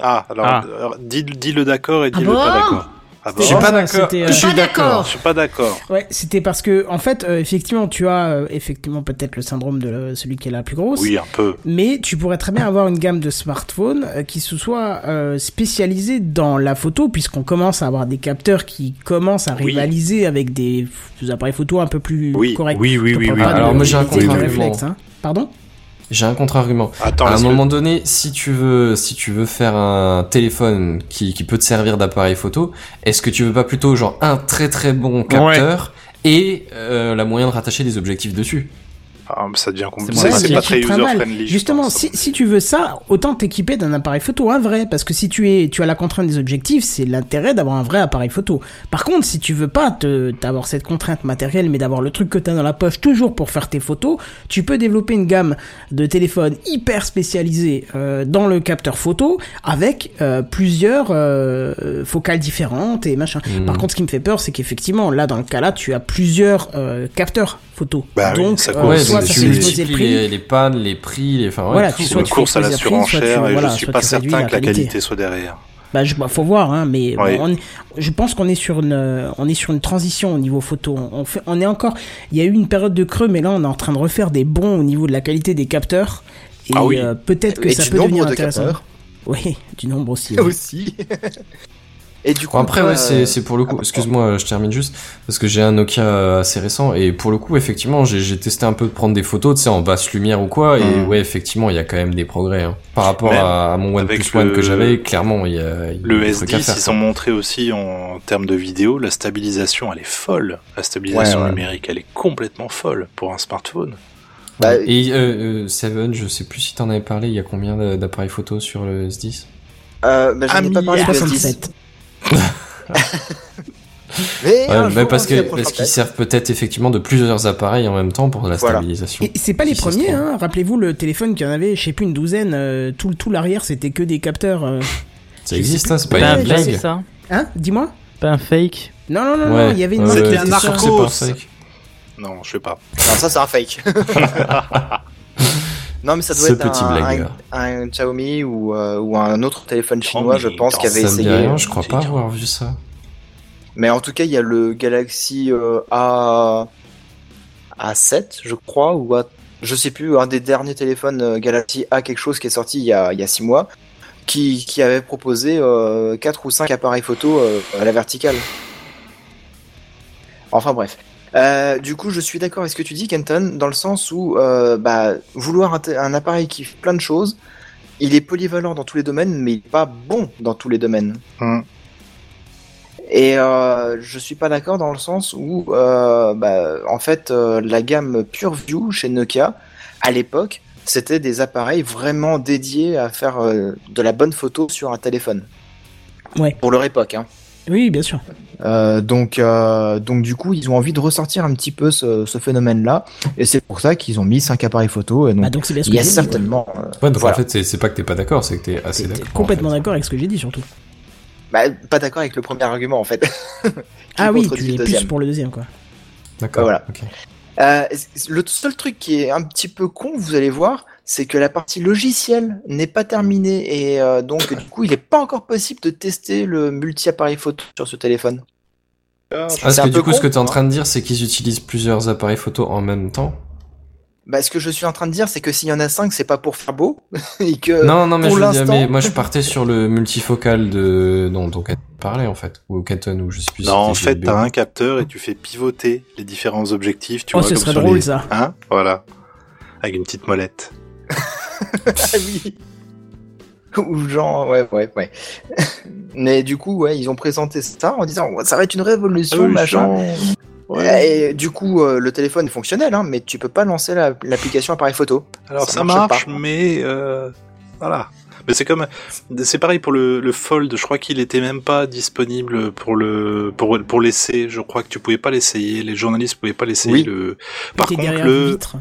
D: Ah, alors, alors, dis, dis le d'accord et dis
A: Ah
D: le
A: bon
D: pas d'accord. Ah
A: Je suis pas d'accord. C'était, euh, Je suis pas d'accord. d'accord.
D: Je suis pas d'accord.
A: Ouais, c'était parce que en fait, euh, effectivement, tu as euh, effectivement peut-être le syndrome de la- celui qui est la plus grosse.
D: Oui, un peu.
A: Mais tu pourrais très bien avoir une gamme de smartphones euh, qui se soit euh, spécialisée dans la photo, puisqu'on commence à avoir des capteurs qui commencent à rivaliser avec des, f- des appareils photo un peu plus corrects.
E: oui, oui,
A: Je te
E: oui,
A: parle
E: oui,
A: pas
E: oui.
A: de
E: Alors, moi, j'ai un
A: qualité de
E: contre-argument.
A: réflexe, hein. Pardon
E: J'ai un contre-argument.
D: Attends,
E: à un
D: est-ce que-
E: moment donné, si tu veux, si tu veux faire un téléphone qui, qui peut te servir d'appareil photo, est-ce que tu veux pas plutôt genre un très très bon capteur et euh, la moyen de rattacher des objectifs dessus
D: Ah, mais ça devient
E: compliqué.
A: Ouais, mais tu te trimbales. Justement, si, si tu veux ça, autant t'équiper d'un appareil photo, un vrai, parce que si tu es, tu as la contrainte des objectifs, c'est l'intérêt d'avoir un vrai appareil photo. Par contre, si tu veux pas te, avoir cette contrainte matérielle, mais d'avoir le truc que t'as dans la poche toujours pour faire tes photos, tu peux développer une gamme de téléphones hyper spécialisés euh, dans le capteur photo avec euh, plusieurs euh, focales différentes et machin.
D: Mm.
E: Hmm.
A: Par contre, ce qui me fait peur, c'est qu'effectivement, là, dans le cas là, tu as plusieurs euh, capteurs photo.
J: Bah
A: donc, euh,
E: ouais,
A: soit
E: donc
A: ça
E: tu
A: fait exploser
E: multiplies
A: le prix,
E: les, les pannes, les prix, les, enfin, ouais,
A: Voilà,
E: tout,
A: tu-
E: quoi.
A: soit tu Course fais à la plaisir prix, soit surenchère, tu- et je voilà, suis soit pas tu réduis certain la que la qualité. qualité
D: soit derrière.
A: Bah, je, bah, faut voir, hein, mais
D: Oui.
A: bon, on- je pense qu'on est sur une, euh, on est sur une transition au niveau photo. On, on fait, on est encore, il y a eu une période de creux, mais là, on est en train de refaire des bons au niveau de la qualité des capteurs. Et
J: Ah oui.
A: euh, peut-être que
J: Et
A: ça
J: du
A: peut
J: nombre
A: devenir
J: de
A: intéressant.
J: capteurs. Ah
A: Oui, du nombre aussi. oui.
J: Aussi. Et du coup,
E: Bon, après,
J: toi,
E: ouais, c'est
J: euh,
E: c'est pour le coup. Excuse-moi, euh, je termine juste parce que j'ai un Nokia euh, assez récent et pour le coup, effectivement, j'ai j'ai testé un peu de prendre des photos, tu sais, en basse lumière ou quoi. Et
D: Mm.
E: ouais, effectivement, il y a quand même des progrès hein. par rapport
D: Même
E: à, à mon OnePlus
D: avec
E: One
D: le-
E: que j'avais. Clairement, il y a il y a
D: Le
E: des trucs à
D: S10,
E: faire,
D: ils
E: quoi.
D: ont montré aussi en termes de vidéo, la stabilisation, elle est folle. La stabilisation
E: Ouais, ouais.
D: numérique, elle est complètement folle pour un smartphone.
A: Bah,
E: Et euh, euh, Seven, je sais plus si t'en avais parlé. Il y a combien d'a- d'appareils photo sur le S10
J: euh, bah, je n'ai
A: Ah,
J: pas parlé de
A: 67.
J: Mais
E: Ouais,
J: un
E: bah,
J: jour,
E: parce
J: on s'y
E: que parce qu'ils
J: approchera
E: servent peut-être effectivement de plusieurs appareils en même temps pour la stabilisation.
A: Et c'est pas les premiers, hein. Rappelez-vous le téléphone qui en avait, je sais plus, une douzaine. euh, tout, tout l'arrière, c'était que des capteurs. euh.
E: Ça existe, hein, c'est
A: Bah,
E: pas une
A: bah,
E: blague.
A: c'est ça. Hein Dis-moi
F: Pas un fake
A: Non, non, non, non,
E: Ouais,
A: il y avait une
E: ouais,
A: marque
E: ouais,
A: qui
E: t'es
A: faisait ça.
E: sûr que c'est pas un fake
D: Non, je sais pas.
J: peut-être. Non, ça, c'est un fake. non, mais ça doit
E: Ce
J: être un-
E: petit blagueur.
J: un, un, Xiaomi ou, euh, ou un autre téléphone chinois,
E: Oh,
J: je pense, qui avait
E: ça me dit
J: essayé.
E: rien, je crois pas avoir vu ça.
J: Mais en tout cas, il y a le Galaxy euh, A... A7, je crois, ou A... je sais plus, un des derniers téléphones euh, Galaxy A quelque chose qui est sorti il y a, il y a six mois, qui, qui avait proposé euh, quatre ou cinq appareils photo euh, à la verticale. Enfin bref. Euh, du coup, je suis d'accord avec ce que tu dis, Kenton, dans le sens où euh, bah, vouloir un, t- un appareil qui fait plein de choses, il est polyvalent dans tous les domaines, mais il n'est pas bon dans tous les domaines. Et euh, je suis pas d'accord dans le sens où, euh, bah, en fait, euh, la gamme PureView chez Nokia, à l'époque, c'était des appareils vraiment dédiés à faire euh, de la bonne photo sur un téléphone.
A: Ouais.
J: Pour leur époque, hein.
A: Oui, bien sûr.
J: Euh, donc, euh, donc du coup, ils ont envie de ressortir un petit peu ce, ce phénomène-là, et c'est pour ça qu'ils ont mis cinq appareils photo. Et donc,
A: Ah, donc c'est bien ce
J: il y
A: que
J: a
A: j'ai dit,
J: certainement. euh,
E: Ouais, donc
J: voilà.
E: en fait, c'est- c'est pas que t'es pas d'accord, c'est que t'es assez d'accord.
A: Complètement d'accord avec ce que j'ai dit surtout.
J: Bah, pas d'accord avec le premier argument en fait. Qui
A: Ah oui,
J: contredit
A: tu es
J: le
A: plus
J: deuxième.
A: pour le deuxième quoi.
E: D'accord. Ah,
J: voilà. Euh, le seul truc qui est un petit peu con, vous allez voir, c'est que la partie logicielle n'est pas terminée et euh, donc du coup, il n'est pas encore possible de tester le multi-appareil photo sur ce téléphone.
E: Ah, parce
J: C'est un
E: que du
J: peu
E: coup,
J: con,
E: ce que t'es en
J: hein.
E: train de dire, c'est qu'ils utilisent plusieurs appareils photo en même temps.
J: Bah, ce que je suis en train de dire, c'est que s'il y en a 5, c'est pas pour faire beau et que
E: non, non, mais
J: Euh, pour
E: je veux dire,
J: l'instant-
E: mais moi je partais sur le multifocal de, dont on parlait en fait, ou Canon, ou je sais plus.
D: Non, en fait, t'as un
E: un
D: capteur et tu fais pivoter les différents objectifs. Tu
A: Oh,
D: vois,
A: ce
D: comme
A: serait
D: sur
A: drôle,
D: les-
A: ça.
D: Hein Voilà. Avec une petite molette.
J: ou genre ouais ouais ouais. mais du coup, ouais, ils ont présenté ça en disant Ouais, ça va être une
E: Ah
J: révolution,
D: Révolution.
J: machin. Et du coup, euh, le téléphone est fonctionnel, hein, mais tu peux pas lancer la- l'application appareil photo.
D: Alors ça, marche, mais euh, voilà. Mais c'est comme, c'est pareil pour le, le Fold. Je crois qu'il était même pas disponible pour le pour pour l'essai. Je crois que tu pouvais pas l'essayer. Les journalistes pouvaient pas l'essayer.
J: Oui.
D: Le... Par
A: était
D: contre,
A: derrière une
D: le
A: vitre.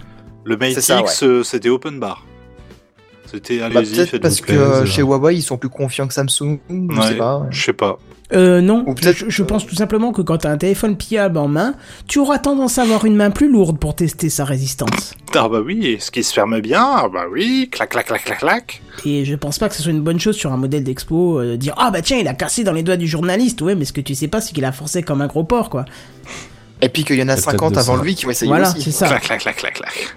D: le Mate
J: C'est ça,
D: X,
J: ouais.
D: euh, c'était open bar. C'était
J: Bah,
D: allez-y,
J: peut-être
D: faites-vous
J: parce que
D: plaisir.
J: euh, chez Huawei, ils sont plus confiants que Samsung. Je sais
D: Ouais,
J: pas. ouais.
D: Je sais pas.
A: Euh, non, je, je pense tout simplement que quand t'as un téléphone pliable en main, tu auras tendance à avoir une main plus lourde pour tester sa résistance.
D: Ah bah oui, et ce qui se ferme bien, ah bah oui, clac clac clac clac clac.
A: Et je pense pas que ce soit une bonne chose sur un modèle d'expo euh, de dire ah bah tiens il a cassé dans les doigts du journaliste ouais mais ce que tu sais pas c'est qu'il a forcé comme un gros porc quoi.
J: Et puis qu'il y en a
A: peut-être
J: 50
A: de
J: avant
A: ça.
J: lui qui ont essayé
A: Voilà,
J: aussi.
A: c'est ça. Clac,
D: clac, clac, clac, clac.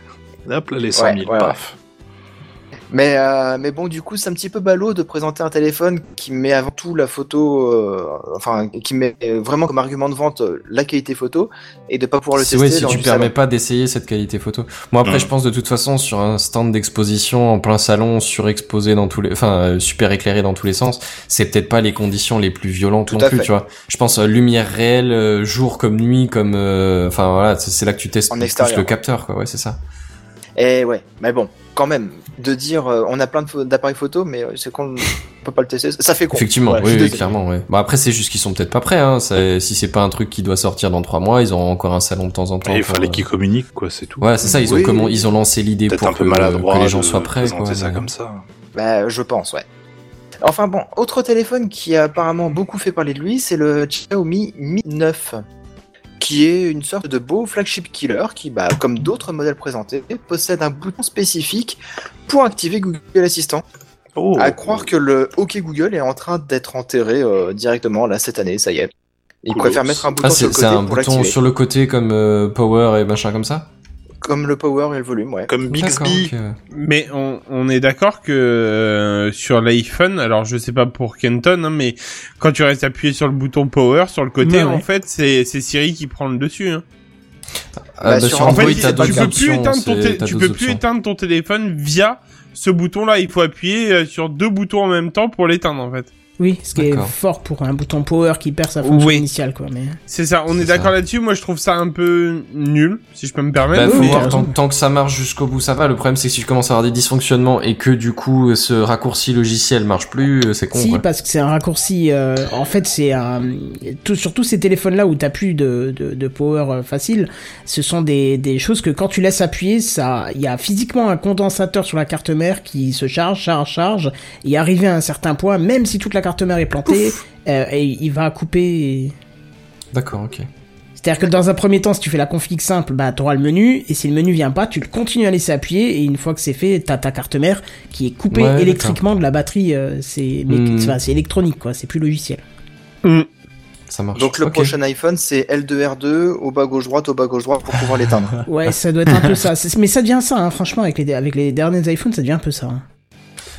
D: Hop là, les
J: 100
D: 100
J: 000,
D: 000,
J: paf.
D: paf.
J: Mais, euh, mais bon, du coup, c'est un petit peu ballot de présenter un téléphone qui met avant tout la photo, euh, enfin, qui met euh, vraiment comme argument de vente euh, la qualité photo et de pas pouvoir le
E: Si,
J: tester.
E: ouais, si
J: dans
E: tu
J: du
E: permets
J: salon.
E: pas d'essayer cette qualité photo. Moi après,
J: Mm.
E: je pense de toute façon sur un stand d'exposition en plein salon, surexposé dans tous les, enfin euh, super éclairé dans tous les sens, c'est peut-être pas les conditions les plus violentes
J: Tout
E: non
J: à
E: plus,
J: fait.
E: tu vois. Je pense euh, lumière réelle, euh, jour comme nuit, comme, euh, enfin voilà, c'est c'est là que tu testes
J: En
E: plus
J: extérieur,
E: le
J: ouais.
E: capteur, quoi. Ouais, c'est ça.
J: Et Eh ouais, mais bon, quand même, de dire euh, on a plein de pho- d'appareils photo, mais euh, c'est qu'on peut pas le tester, ça fait con.
E: Effectivement,
J: Voilà, je
E: oui,
J: suis
E: oui,
J: désolé.
E: clairement, ouais. Bah après, c'est juste qu'ils sont peut-être pas prêts. Hein. C'est- Si c'est pas un truc qui doit sortir dans trois mois, ils ont encore un salon de temps en temps.
D: Et il
E: pour,
D: fallait
E: euh,
D: qu'ils communiquent, quoi, c'est tout.
E: Ouais, c'est ça. Ils ont
D: Oui.
E: comment Ils ont lancé l'idée
D: Peut-être
E: pour
D: un peu
E: que,
D: maladroit
E: que les gens
D: de
E: soient prêts.
D: présenter
E: Quoi,
D: ça
E: mais-
D: comme ça.
J: Bah, je pense, ouais. Enfin bon, autre téléphone qui a apparemment beaucoup fait parler de lui, c'est le Xiaomi Mi 9, qui est une sorte de beau flagship killer qui, bah, comme d'autres modèles présentés, possède un bouton spécifique pour activer Google Assistant.
D: Oh.
E: Oh.
J: À croire que le OK Google est en train d'être enterré euh, directement là cette année, ça y est. Il
E: Cool.
J: préfère mettre un bouton
E: Ah,
J: sur
E: c'est
J: le
E: c'est
J: côté
E: un
J: pour
E: bouton
J: l'activer,
E: sur le côté comme euh, power et machin comme ça.
J: comme le power et le volume, ouais.
D: Comme
E: Bixby. ok.
H: Mais on, on est d'accord que euh, sur l'iPhone, alors je sais pas pour Kenton, hein, mais quand tu restes appuyé sur le bouton power sur le côté,
K: Ouais,
H: en
K: ouais.
H: fait, c'est c'est Siri qui prend le dessus. hein.
E: Ah, bah, sur
H: en
E: Android,
H: fait,
E: t'as
H: tu
E: d'autres
H: peux plus
E: options,
H: éteindre ton,
E: c'est-
H: tél-
E: t'as
H: tu
E: d'autres
H: peux plus
E: options.
H: éteindre ton téléphone via ce bouton-là. Il faut appuyer euh, sur deux boutons en même temps pour l'éteindre, en fait.
A: Oui, ce qui est
H: D'accord.
A: fort pour un bouton power qui perd sa fonction
H: Oui.
A: initiale quoi mais.
H: C'est ça, on est, d'accord là-dessus. Moi, je trouve ça un peu nul, si je peux me
E: Bah,
H: permettre.
E: faut
H: mais-
E: voir, tant, tant que ça marche jusqu'au bout, ça va. Le problème, c'est que si je commence à avoir des dysfonctionnements et que du coup, euh, ce raccourci logiciel marche plus, euh, c'est con.
A: Si,
E: quoi.
A: parce que c'est un raccourci. euh, en fait, c'est un. Tout, sur tous ces téléphones-là où t'as plus de, de, de power euh, facile, ce sont des, des choses que quand tu laisses appuyer, ça, il y a physiquement un condensateur sur la carte mère qui se charge, charge, charge, et arrivé à un certain point, même si toute la carte mère est plantée, euh, et il va couper. et-
E: D'accord, ok.
A: C'est-à-dire que dans un premier temps, si tu fais la config simple, bah t'auras le menu, et si le menu vient pas, tu le continues à laisser appuyer, et une fois que c'est fait, t'as ta carte mère qui est coupée
E: Ouais, d'accord.
A: électriquement de la batterie. euh, c'est mais-
E: Hmm.
A: enfin, c'est électronique, quoi. C'est plus logiciel.
E: Ça marche.
J: Donc le
E: Ok.
J: prochain iPhone, c'est L2R2 au bas gauche droite, au bas gauche droite pour pouvoir l'éteindre.
A: Ouais, ça doit être un peu ça. C'est- Mais ça devient ça, hein, franchement, avec les, avec les derniers iPhones, ça devient un peu ça. hein.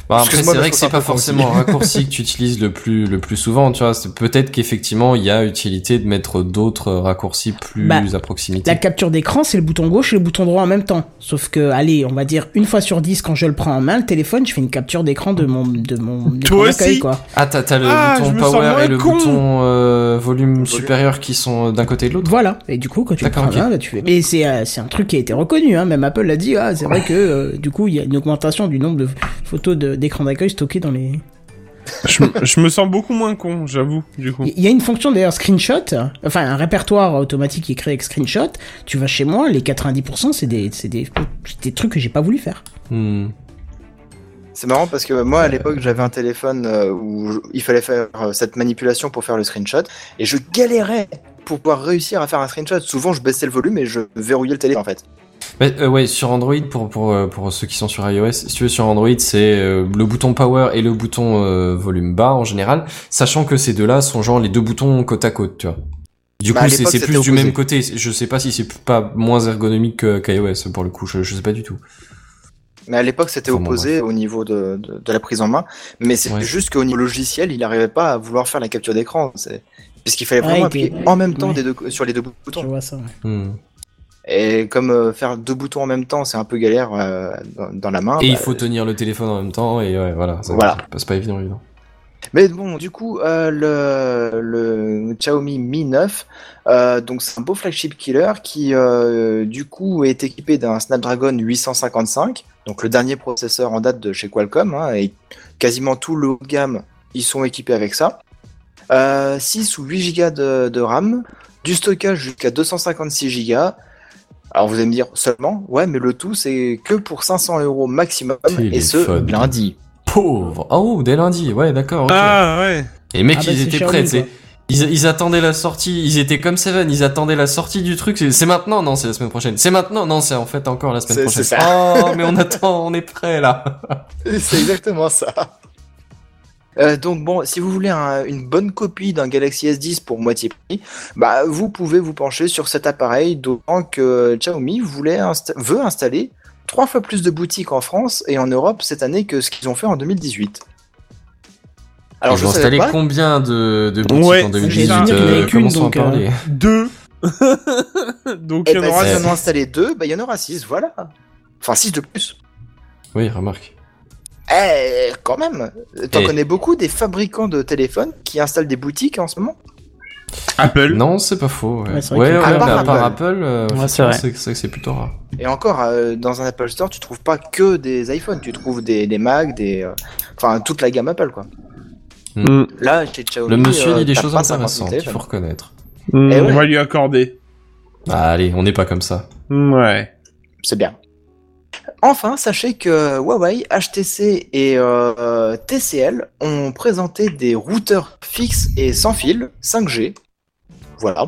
E: Bah, après, c'est
J: Excuse-moi, mais
E: vrai
J: je
E: que
J: trouve
E: c'est
J: ça un
E: pas
J: peu con aussi.
E: forcément un raccourci que tu utilises le plus, le plus souvent, tu vois. C'est- Peut-être qu'effectivement, il y a utilité de mettre d'autres raccourcis plus
A: Bah,
E: à proximité.
A: La capture d'écran, c'est le bouton gauche et le bouton droit en même temps. Sauf que, allez, on va dire une fois sur dix, quand je le prends en main, le téléphone, je fais une capture d'écran de mon, de mon, de mon accueil, quoi.
E: Ah, t'as t'as le
A: Ah, je
E: bouton
A: me sens moins
E: power et le
A: con.
E: bouton euh, volume supérieur qui sont euh, d'un côté et de l'autre.
A: Voilà. Et du coup, quand tu le prends
E: D'accord,
A: en main,
E: ok.
A: bah, tu fais. Mais c'est, euh, c'est un truc qui a été reconnu, hein. Même Apple l'a dit, ah, c'est vrai que, euh, du coup, il y a une augmentation du nombre de photos de- d'écran d'accueil stockées dans les,
H: je, je me sens beaucoup moins con, j'avoue, du coup.
A: Il y a une fonction d'ailleurs screenshot, enfin un répertoire automatique qui est créé avec screenshot. Tu vas chez moi, les 90% c'est des, c'est des, c'est des trucs que j'ai pas voulu faire.
J: Hmm. C'est marrant parce que moi à l'époque j'avais un téléphone euh, où je- il fallait faire euh, cette manipulation pour faire le screenshot et je galérais pour pouvoir réussir à faire un screenshot. Souvent je baissais le volume et je verrouillais le téléphone en fait.
E: Mais, euh, ouais, sur Android, pour, pour, euh, pour ceux qui sont sur iOS, si tu veux, sur Android, c'est euh, le bouton power et le bouton euh, volume bas en général, sachant que ces deux-là sont genre les deux boutons côte à côte, tu vois. Du
J: Bah, à
E: coup, c'est
J: l'époque,
E: c'est
J: c'était
E: plus du
J: opposé.
E: même côté. Je sais pas si c'est pas moins ergonomique que- qu'iOS pour le coup, je, je sais pas du tout.
J: Mais à l'époque c'était
E: Enfin, bon,
J: opposé au niveau de, de- de la prise en main, mais c'est juste qu'au niveau logiciel il n'arrivait pas à vouloir faire la capture d'écran. c'est- Puisqu'il fallait
A: Ouais,
J: vraiment
A: il
J: appuyer
A: était-
J: en même temps
A: ouais.
J: des deux- sur les deux boutons.
A: Je vois ça. ouais.
E: Hmm.
J: Et comme euh, faire deux boutons en même temps c'est un peu galère euh, dans, dans la main.
E: et il
J: bah,
E: faut tenir le téléphone en même temps, et ouais, voilà. ça-
J: Voilà.
E: C'est pas évident, évident.
J: Mais bon, du coup, euh, le, le Xiaomi Mi 9, euh, donc c'est un beau flagship killer qui, euh, du coup, est équipé d'un Snapdragon 855, donc le dernier processeur en date de chez Qualcomm, hein, et quasiment tout le haut de gamme, ils sont équipés avec ça. Euh, 6 ou 8 Go de, de RAM, du stockage jusqu'à 256 Go. Alors vous allez me dire seulement, ouais, mais le tout c'est que pour 500 euros maximum, et ce
E: Téléphone.
J: lundi.
E: Pauvre. Ah, Oh, dès lundi, ouais, d'accord. ok.
J: Ah, ouais.
E: Les mecs,
J: Ah bah,
E: ils
J: c'est
E: étaient
J: Xiaomi,
E: prêts, tu sais.
J: quoi.
E: Ils, ils attendaient la sortie, ils étaient comme Seven, ils attendaient la sortie du truc. C'est c'est maintenant, non, c'est la semaine prochaine. C'est maintenant, non, c'est en fait encore la semaine
J: C'est-
E: prochaine.
J: c'est ça.
E: Oh, mais on attend, on est prêt là.
J: C'est exactement ça. Euh, donc bon, si vous voulez un- une bonne copie d'un Galaxy S10 pour moitié prix, bah vous pouvez vous pencher sur cet appareil, d'autant que Xiaomi voulait insta- veut installer trois fois plus de boutiques en France et en Europe cette année que ce qu'ils ont fait en 2018. Alors,
E: ils
J: je
E: ont
J: savais
E: installé
J: pas.
E: combien de, de boutiques
J: Ouais,
E: en 2018
J: j'ai dû dire qu'il y en avait
E: euh,
J: qu'une,
E: Commençons
J: donc,
E: à parler.
J: euh,
H: Deux.
J: Donc
K: Eh
H: il y en
K: ben,
H: aura
J: si
E: six.
J: on Eh ben, en installé deux, bah il y en aura six, voilà. Enfin six de plus.
E: Oui, remarque.
J: Eh, quand même. T'en
E: Et-
J: connais beaucoup des fabricants de téléphones qui installent des boutiques en ce moment.
H: Apple.
E: Non, c'est pas faux. Ouais,
J: Ouais,
E: ouais,
J: c'est vrai
E: ouais,
J: que-
E: mais
J: À
E: à
J: part
E: part,
J: Apple.
E: Apple, euh,
J: Ouais, c'est
E: effectivement,
J: vrai.
E: c'est c'est- c'est plutôt rare.
J: Et encore, euh, dans un Apple Store, tu trouves pas que des iPhones, tu trouves des, des Mac, des, euh, enfin toute la gamme Apple quoi.
H: Mm.
J: Là, chez Xiaomi,
E: Hmm. Le monsieur
J: euh,
E: dit des
J: t'as
E: choses
J: pas 50
E: intéressantes, il
J: téléphones.
E: faut reconnaître.
H: Hmm,
J: Eh ouais.
H: On va lui accorder.
E: Ah, allez, on n'est pas comme ça.
H: Ouais.
J: C'est bien. Enfin, sachez que Huawei, HTC et euh, euh, TCL ont présenté des routeurs fixes et sans fil 5G. Voilà.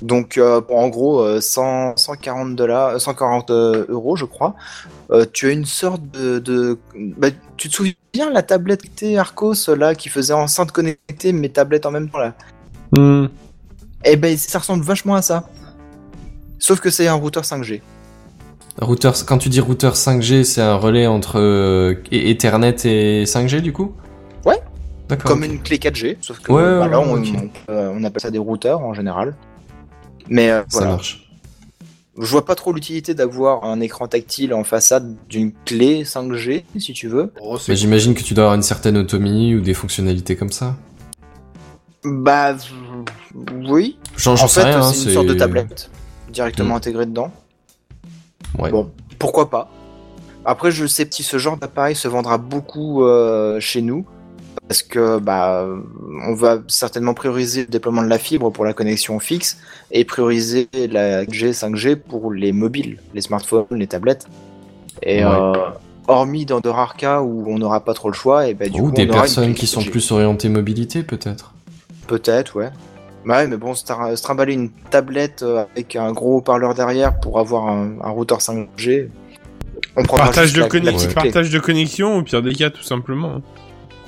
J: Donc, euh, pour en gros, euh, 100, 140 dollars, 140 euh, euros, je crois. euh, tu as une sorte de, de- bah, tu te souviens la tablette T Arcos là qui faisait enceinte connectée mais tablette en même temps là. Eh ben, ça ressemble vachement à ça. Sauf que c'est un routeur 5G.
E: Routeur, quand tu dis routeur 5G, c'est un relais entre euh, E- Ethernet et 5G du coup
J: Ouais.
E: D'accord.
J: Comme
E: ok.
J: une clé 4G, sauf que
E: Ouais, ouais,
J: voilà,
E: ouais,
J: on,
E: ok.
J: on- euh, on appelle ça des routeurs en général. Mais euh,
E: Ça
J: voilà.
E: marche.
J: Je vois pas trop l'utilité d'avoir un écran tactile en façade d'une clé 5G, si tu veux.
D: Oh,
E: Mais Bah, j'imagine que tu dois avoir une certaine autonomie ou des fonctionnalités comme ça.
J: Bah v- oui.
E: J'en- j'en
J: en
E: sais
J: fait,
E: rien, hein,
J: c'est
E: c'est-
J: une sorte de tablette directement
E: Mm.
J: intégrée dedans.
E: Ouais.
J: Bon, pourquoi pas Après, je sais si ce genre d'appareil se vendra beaucoup euh, chez nous, parce que bah, on va certainement prioriser le déploiement de la fibre pour la connexion fixe et prioriser la 4G, 5G pour les mobiles, les smartphones, les tablettes. Et
E: Ouais.
J: euh, hormis dans de rares cas où on n'aura pas trop le choix, et ben du
E: ou
J: coup,
E: des
J: on aura une
E: personnes
J: clé
E: qui sont
J: 5G.
E: plus orientées mobilité peut-être.
J: Peut-être, ouais. Bah ouais, mais bon, se tar- se trimballer une tablette euh, avec un gros haut-parleur derrière pour avoir un, un routeur 5G. On prendra
H: Partage
J: juste
H: de,
J: la- la
H: connexion-
J: petite clé.
H: partage de connexion, au pire des cas, tout simplement.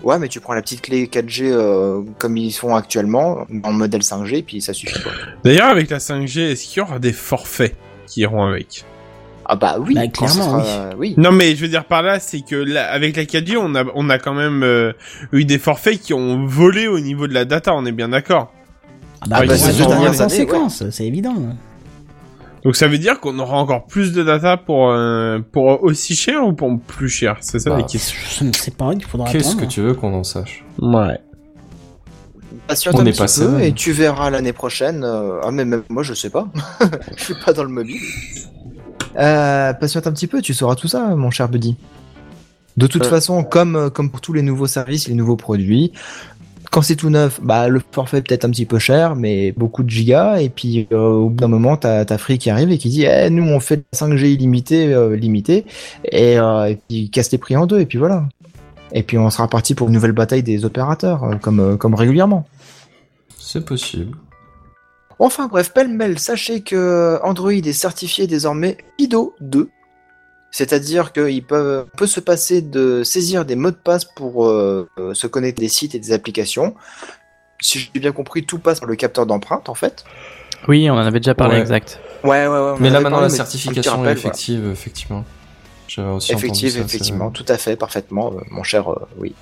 J: Ouais, mais tu prends la petite clé 4G euh, comme ils font actuellement, en modèle 5G, puis ça suffit. Quoi.
H: D'ailleurs, avec la 5G, est-ce qu'il y aura des forfaits qui iront avec
J: Ah bah oui,
H: Bah,
J: quand ce
H: clairement,
J: sera- euh, oui.
H: Non, mais je veux dire par là, c'est que là, avec la 4G, on a, on a quand même euh, eu des forfaits qui ont volé au niveau de la data, on est bien d'accord.
A: Bah,
H: Ah, ils
A: bah,
H: se
A: ça
H: sont
A: aura
H: volés.
A: des conséquences, c'est évident.
H: Donc ça veut dire qu'on aura encore plus de data pour, euh, pour aussi cher ou pour plus cher C'est ça
E: Bah,
H: la question.
A: Je ne sais pas, il faudra
E: Qu'est-ce que
A: attendre. hein.
E: tu veux qu'on en sache
H: Ouais.
J: Patiente
E: On
J: un
E: est
J: petit
E: passé,
J: peu
E: ouais.
J: et tu verras l'année prochaine. euh, Ah mais même moi je sais pas, je suis pas dans le mobile. Euh, patiente un petit peu, tu sauras tout ça, mon cher Buddy. De toute façon, comme, euh, comme pour tous les nouveaux services, les nouveaux produits, quand c'est tout neuf, bah, le forfait est peut-être un petit peu cher, mais beaucoup de gigas. Et puis, euh, au bout d'un moment, t'as as Free qui arrive et qui dit eh, Nous, on fait de la 5G illimité, euh, limité. Et, euh, et puis, il casse les prix en deux, et puis voilà. Et puis, on sera parti pour une nouvelle bataille des opérateurs, euh, comme, euh, comme régulièrement.
E: C'est possible.
J: Enfin, bref, pêle-mêle, sachez que Android est certifié désormais IDO 2. C'est-à-dire qu'on peut, peut se passer de saisir des mots de passe pour euh, euh, se connecter des sites et des applications. Si j'ai bien compris, tout passe par le capteur d'empreinte en fait.
F: Oui, on en avait déjà parlé,
J: Ouais.
F: exact.
J: Ouais, ouais, ouais. on
E: Mais là
J: avait
E: maintenant
J: parlé,
E: la
J: mais
E: certification
J: un petit rappel,
E: est effective, effectivement. J'avais aussi entendu
J: Effective,
E: ça, c'est-
J: effectivement, tout à fait, parfaitement, euh, mon cher, euh, oui.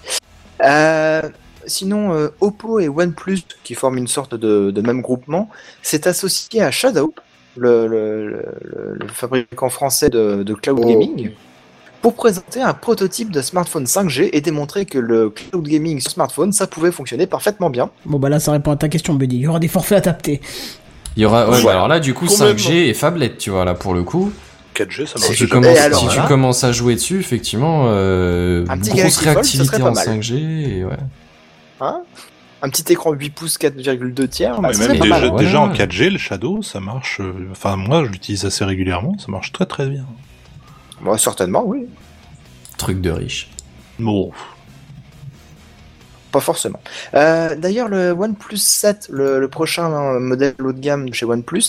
J: Euh, sinon, euh, Oppo et OnePlus, qui forment une sorte de, de même groupement, s'est associé à Shadow, le, le- le- le fabricant français de, de cloud gaming, pour présenter un prototype de smartphone 5G et démontrer que le cloud gaming sur smartphone, ça pouvait fonctionner parfaitement bien.
A: Bon bah là ça répond à ta question Buddy, il y aura des forfaits adaptés.
E: Il y aura, ouais,
J: Voilà.
E: bah alors là, du coup,
J: Complètement.
E: 5G et Fablette, tu vois, là, pour le coup.
D: 4G, ça
E: Si
D: marche
E: Ah bah, tu
D: déjà.
E: commences,
D: Et alors,
E: si tu
J: ah,
D: là
E: commences à jouer dessus, effectivement, euh,
J: Un petit
E: grosse
J: Galaxy Fold, ce serait
E: réactivité
J: pas
E: en
J: mal.
E: 5G, et ouais.
J: Hein un petit écran 8 pouces 4,2
E: Ah,
J: tiers, bah,
D: Mais
J: ça
D: même
J: serait pas
D: déjà,
J: mal.
D: déjà en 4G, le Shadow, ça marche. euh, Enfin, moi, je l'utilise assez régulièrement. Ça marche très très bien.
J: Moi, certainement, oui.
E: Truc de riche.
D: Bon.
J: Pas forcément. Euh, D'ailleurs, le OnePlus 7, le, le prochain hein, modèle haut de gamme de chez OnePlus,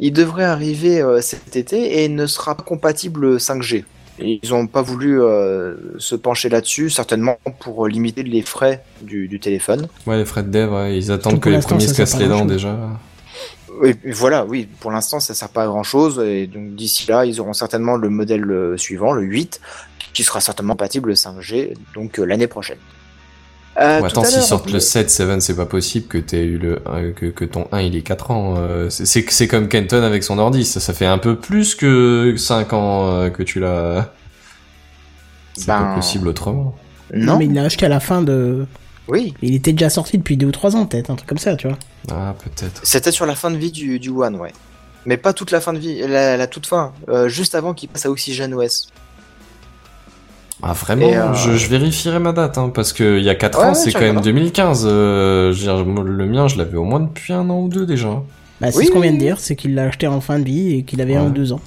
J: il devrait arriver euh, cet été et ne sera pas compatible 5G. Ils n'ont pas voulu euh, se pencher là-dessus, certainement pour euh, limiter les frais du, du téléphone.
E: Ouais, les frais de dev, ouais, ils attendent
J: Donc,
E: que
J: pour
E: les
J: l'instant,
E: premiers
J: ça,
E: se
J: ça
E: cassent
J: parle
E: les
J: de
E: dents
J: choses.
E: déjà.
J: Et puis voilà, oui, pour l'instant, ça sert pas à grand-chose. Et donc d'ici là, ils auront certainement le modèle euh, suivant, le 8, qui sera certainement compatible 5G, donc euh, l'année prochaine. Euh,
E: Bon,
J: tout
E: attends,
J: à
E: s'ils
J: l'heure,
E: sortent
J: on-
E: le 7, 7, c'est pas possible que t'aies eu le, euh, que, que ton 1 il est 4 ans. euh, c'est- c'est, c'est comme Kenton avec son ordi, ça, ça fait un peu plus que 5 ans euh, que tu l'as. C'est
A: Ben,
E: pas possible autrement.
A: mais il l'a acheté à la fin de.
J: Oui.
A: Il était déjà sorti depuis deux ou trois ans peut-être, un truc comme ça, tu vois.
E: Ah, peut-être.
J: C'était sur la fin de vie du, du One, ouais. Mais pas toute la fin de vie, la, la toute fin, euh, juste avant qu'il passe à Oxygène OS.
E: Ah vraiment
J: Et, euh,
E: je, je vérifierai ma date, hein, parce que il y a 4
J: Ouais,
E: ans,
J: ouais,
E: c'est
J: tu
E: quand même
J: regarderas.
E: 2015. euh, je veux dire, moi, le mien, je l'avais au moins depuis un an ou deux déjà. hein.
A: Bah, c'est ce qu'on vient de dire, c'est qu'il l'a acheté en fin de vie et qu'il avait un ou deux ans.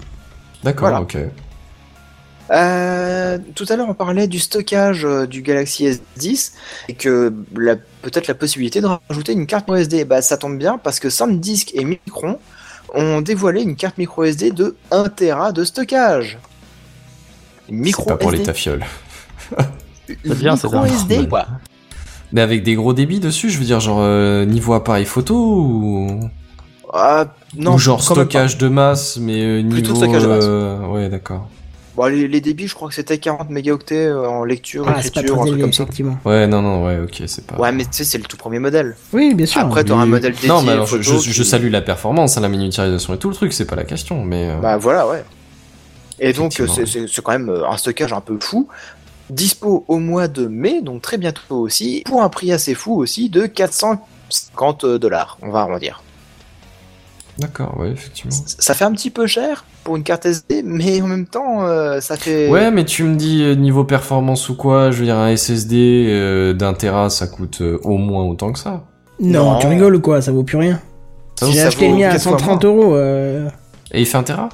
E: D'accord,
A: Voilà.
E: ok.
J: Euh, tout à l'heure, on parlait du stockage euh, du Galaxy S10 et que la- peut-être la possibilité de rajouter une carte micro SD. Bah, ça tombe bien parce que SanDisk et Micron ont dévoilé une carte micro SD de 1 Tera de stockage. Une micro
E: Pas pour les
J: SD.
E: tafioles.
J: Une micro SD, quoi.
E: Mais avec des gros débits dessus, je veux dire, genre euh, niveau appareil photo ou.
J: Ah, non,
E: ou genre
J: quand même pas.
E: stockage de masse, mais euh, niveau.
J: Plutôt stockage de masse.
E: euh, ouais, d'accord.
J: Bon, les, les débits, je crois que c'était 40 mégaoctets euh, en lecture,
A: Ah, c'est pas
J: écriture,
A: très
J: un truc
A: élevé,
J: comme ça.
A: effectivement.
E: Ouais, non, non, ouais, ok, c'est pas.
J: Ouais, mais tu sais, c'est le tout premier modèle.
A: Oui, bien sûr.
J: Après, t'auras un
E: Oui.
J: modèle dédié.
E: Non, mais alors, je-
J: photo
E: je, je
J: qui-
E: salue la performance, hein, la miniaturisation et tout le truc, c'est pas la question, mais. euh,
J: Bah voilà, ouais. Et donc, euh,
E: Effectivement.
J: c'est c'est- c'est quand même euh, un stockage un peu fou. Dispo au mois de mai, donc très bientôt aussi, pour un prix assez fou aussi de 450 euh, dollars, on va arrondir.
E: D'accord, ouais, effectivement.
J: Ça fait un petit peu cher pour une carte SD, mais en même temps, euh, ça fait.
E: Ouais, mais tu me dis euh, niveau performance ou quoi, je veux dire un SSD euh, d'un Tera, ça coûte euh, au moins autant que ça.
A: Non,
E: Non.
A: tu rigoles ou quoi Ça vaut plus rien.
E: Ça vaut-
A: J'ai
E: ça
A: acheté le
E: vaut
A: mien à
E: quatre fois
A: 130 euros. euh,
E: Et il fait un Tera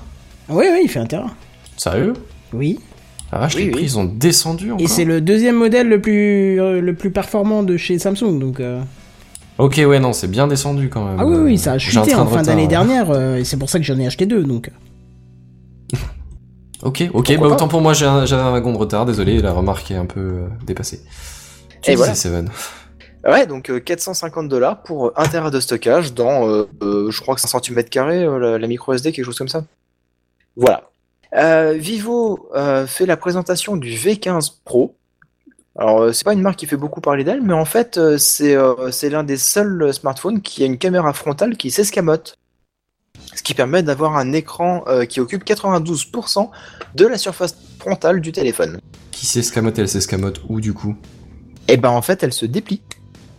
A: Oui, oui, il fait un terrain.
E: Sérieux
A: Oui.
E: Ah vache, les prix ils ont descendu encore.
A: Et c'est le deuxième modèle le plus, euh, le plus performant de chez Samsung. Donc, euh,
E: Ok, ouais, non, c'est bien descendu quand même.
A: Ah oui, oui, ça a
E: J'ai un
A: chuté
E: train
A: en
E: de
A: fin
E: retard,
A: d'année
E: ouais.
A: dernière. euh, et c'est pour ça que j'en ai acheté deux. Donc. euh,
E: Ok, ok,
A: Pourquoi
E: bah
A: pas
E: autant pour moi j'ai un- j'avais un, wagon de retard, désolé, la remarque est un peu euh, dépassée. Tu
J: Et
E: disais,
J: voilà.
E: Seven.
J: Ouais, donc euh, 450 dollars pour 1 tera de stockage dans, euh, euh, je crois que c'est un cm la, la micro SD, quelque chose comme ça. Voilà. Euh, Vivo euh, fait la présentation du V15 Pro. Alors, euh, c'est pas une marque qui fait beaucoup parler d'elle, mais en fait, euh, c'est euh, c'est l'un des seuls euh, smartphones qui a une caméra frontale qui s'escamote. Ce qui permet d'avoir un écran euh, qui occupe 92% de la surface frontale du téléphone.
E: Qui s'escamote, elle s'escamote où du coup
J: Et ben en fait, elle se déplie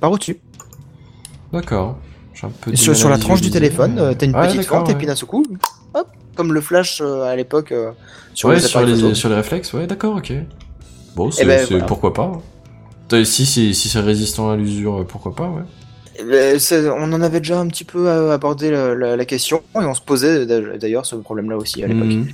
J: par au-dessus.
E: D'accord. J'ai un peu du
J: Sur,
E: mal à
J: sur la tranche du
E: visualiser,
J: téléphone,
E: mais-
J: euh, t'as une
E: Ouais,
J: petite
E: d'accord,
J: fente et
E: ouais.
J: puis d'un seul coup, hop, comme le flash euh, à l'époque euh, sur
E: Ouais,
J: les
E: sur
J: appareils
E: les,
J: photo.
E: sur les réflexes, ouais, d'accord, ok. Bon, c'est,
J: ben,
E: c'est-
J: voilà.
E: pourquoi pas. hein. T'as- Si, si, si c'est résistant à l'usure, euh, pourquoi pas, ouais.
J: Euh, c'est- On en avait déjà un petit peu euh, abordé la, la- la question et on se posait d'a- d'ailleurs ce problème-là aussi à l'époque.
E: Mhm.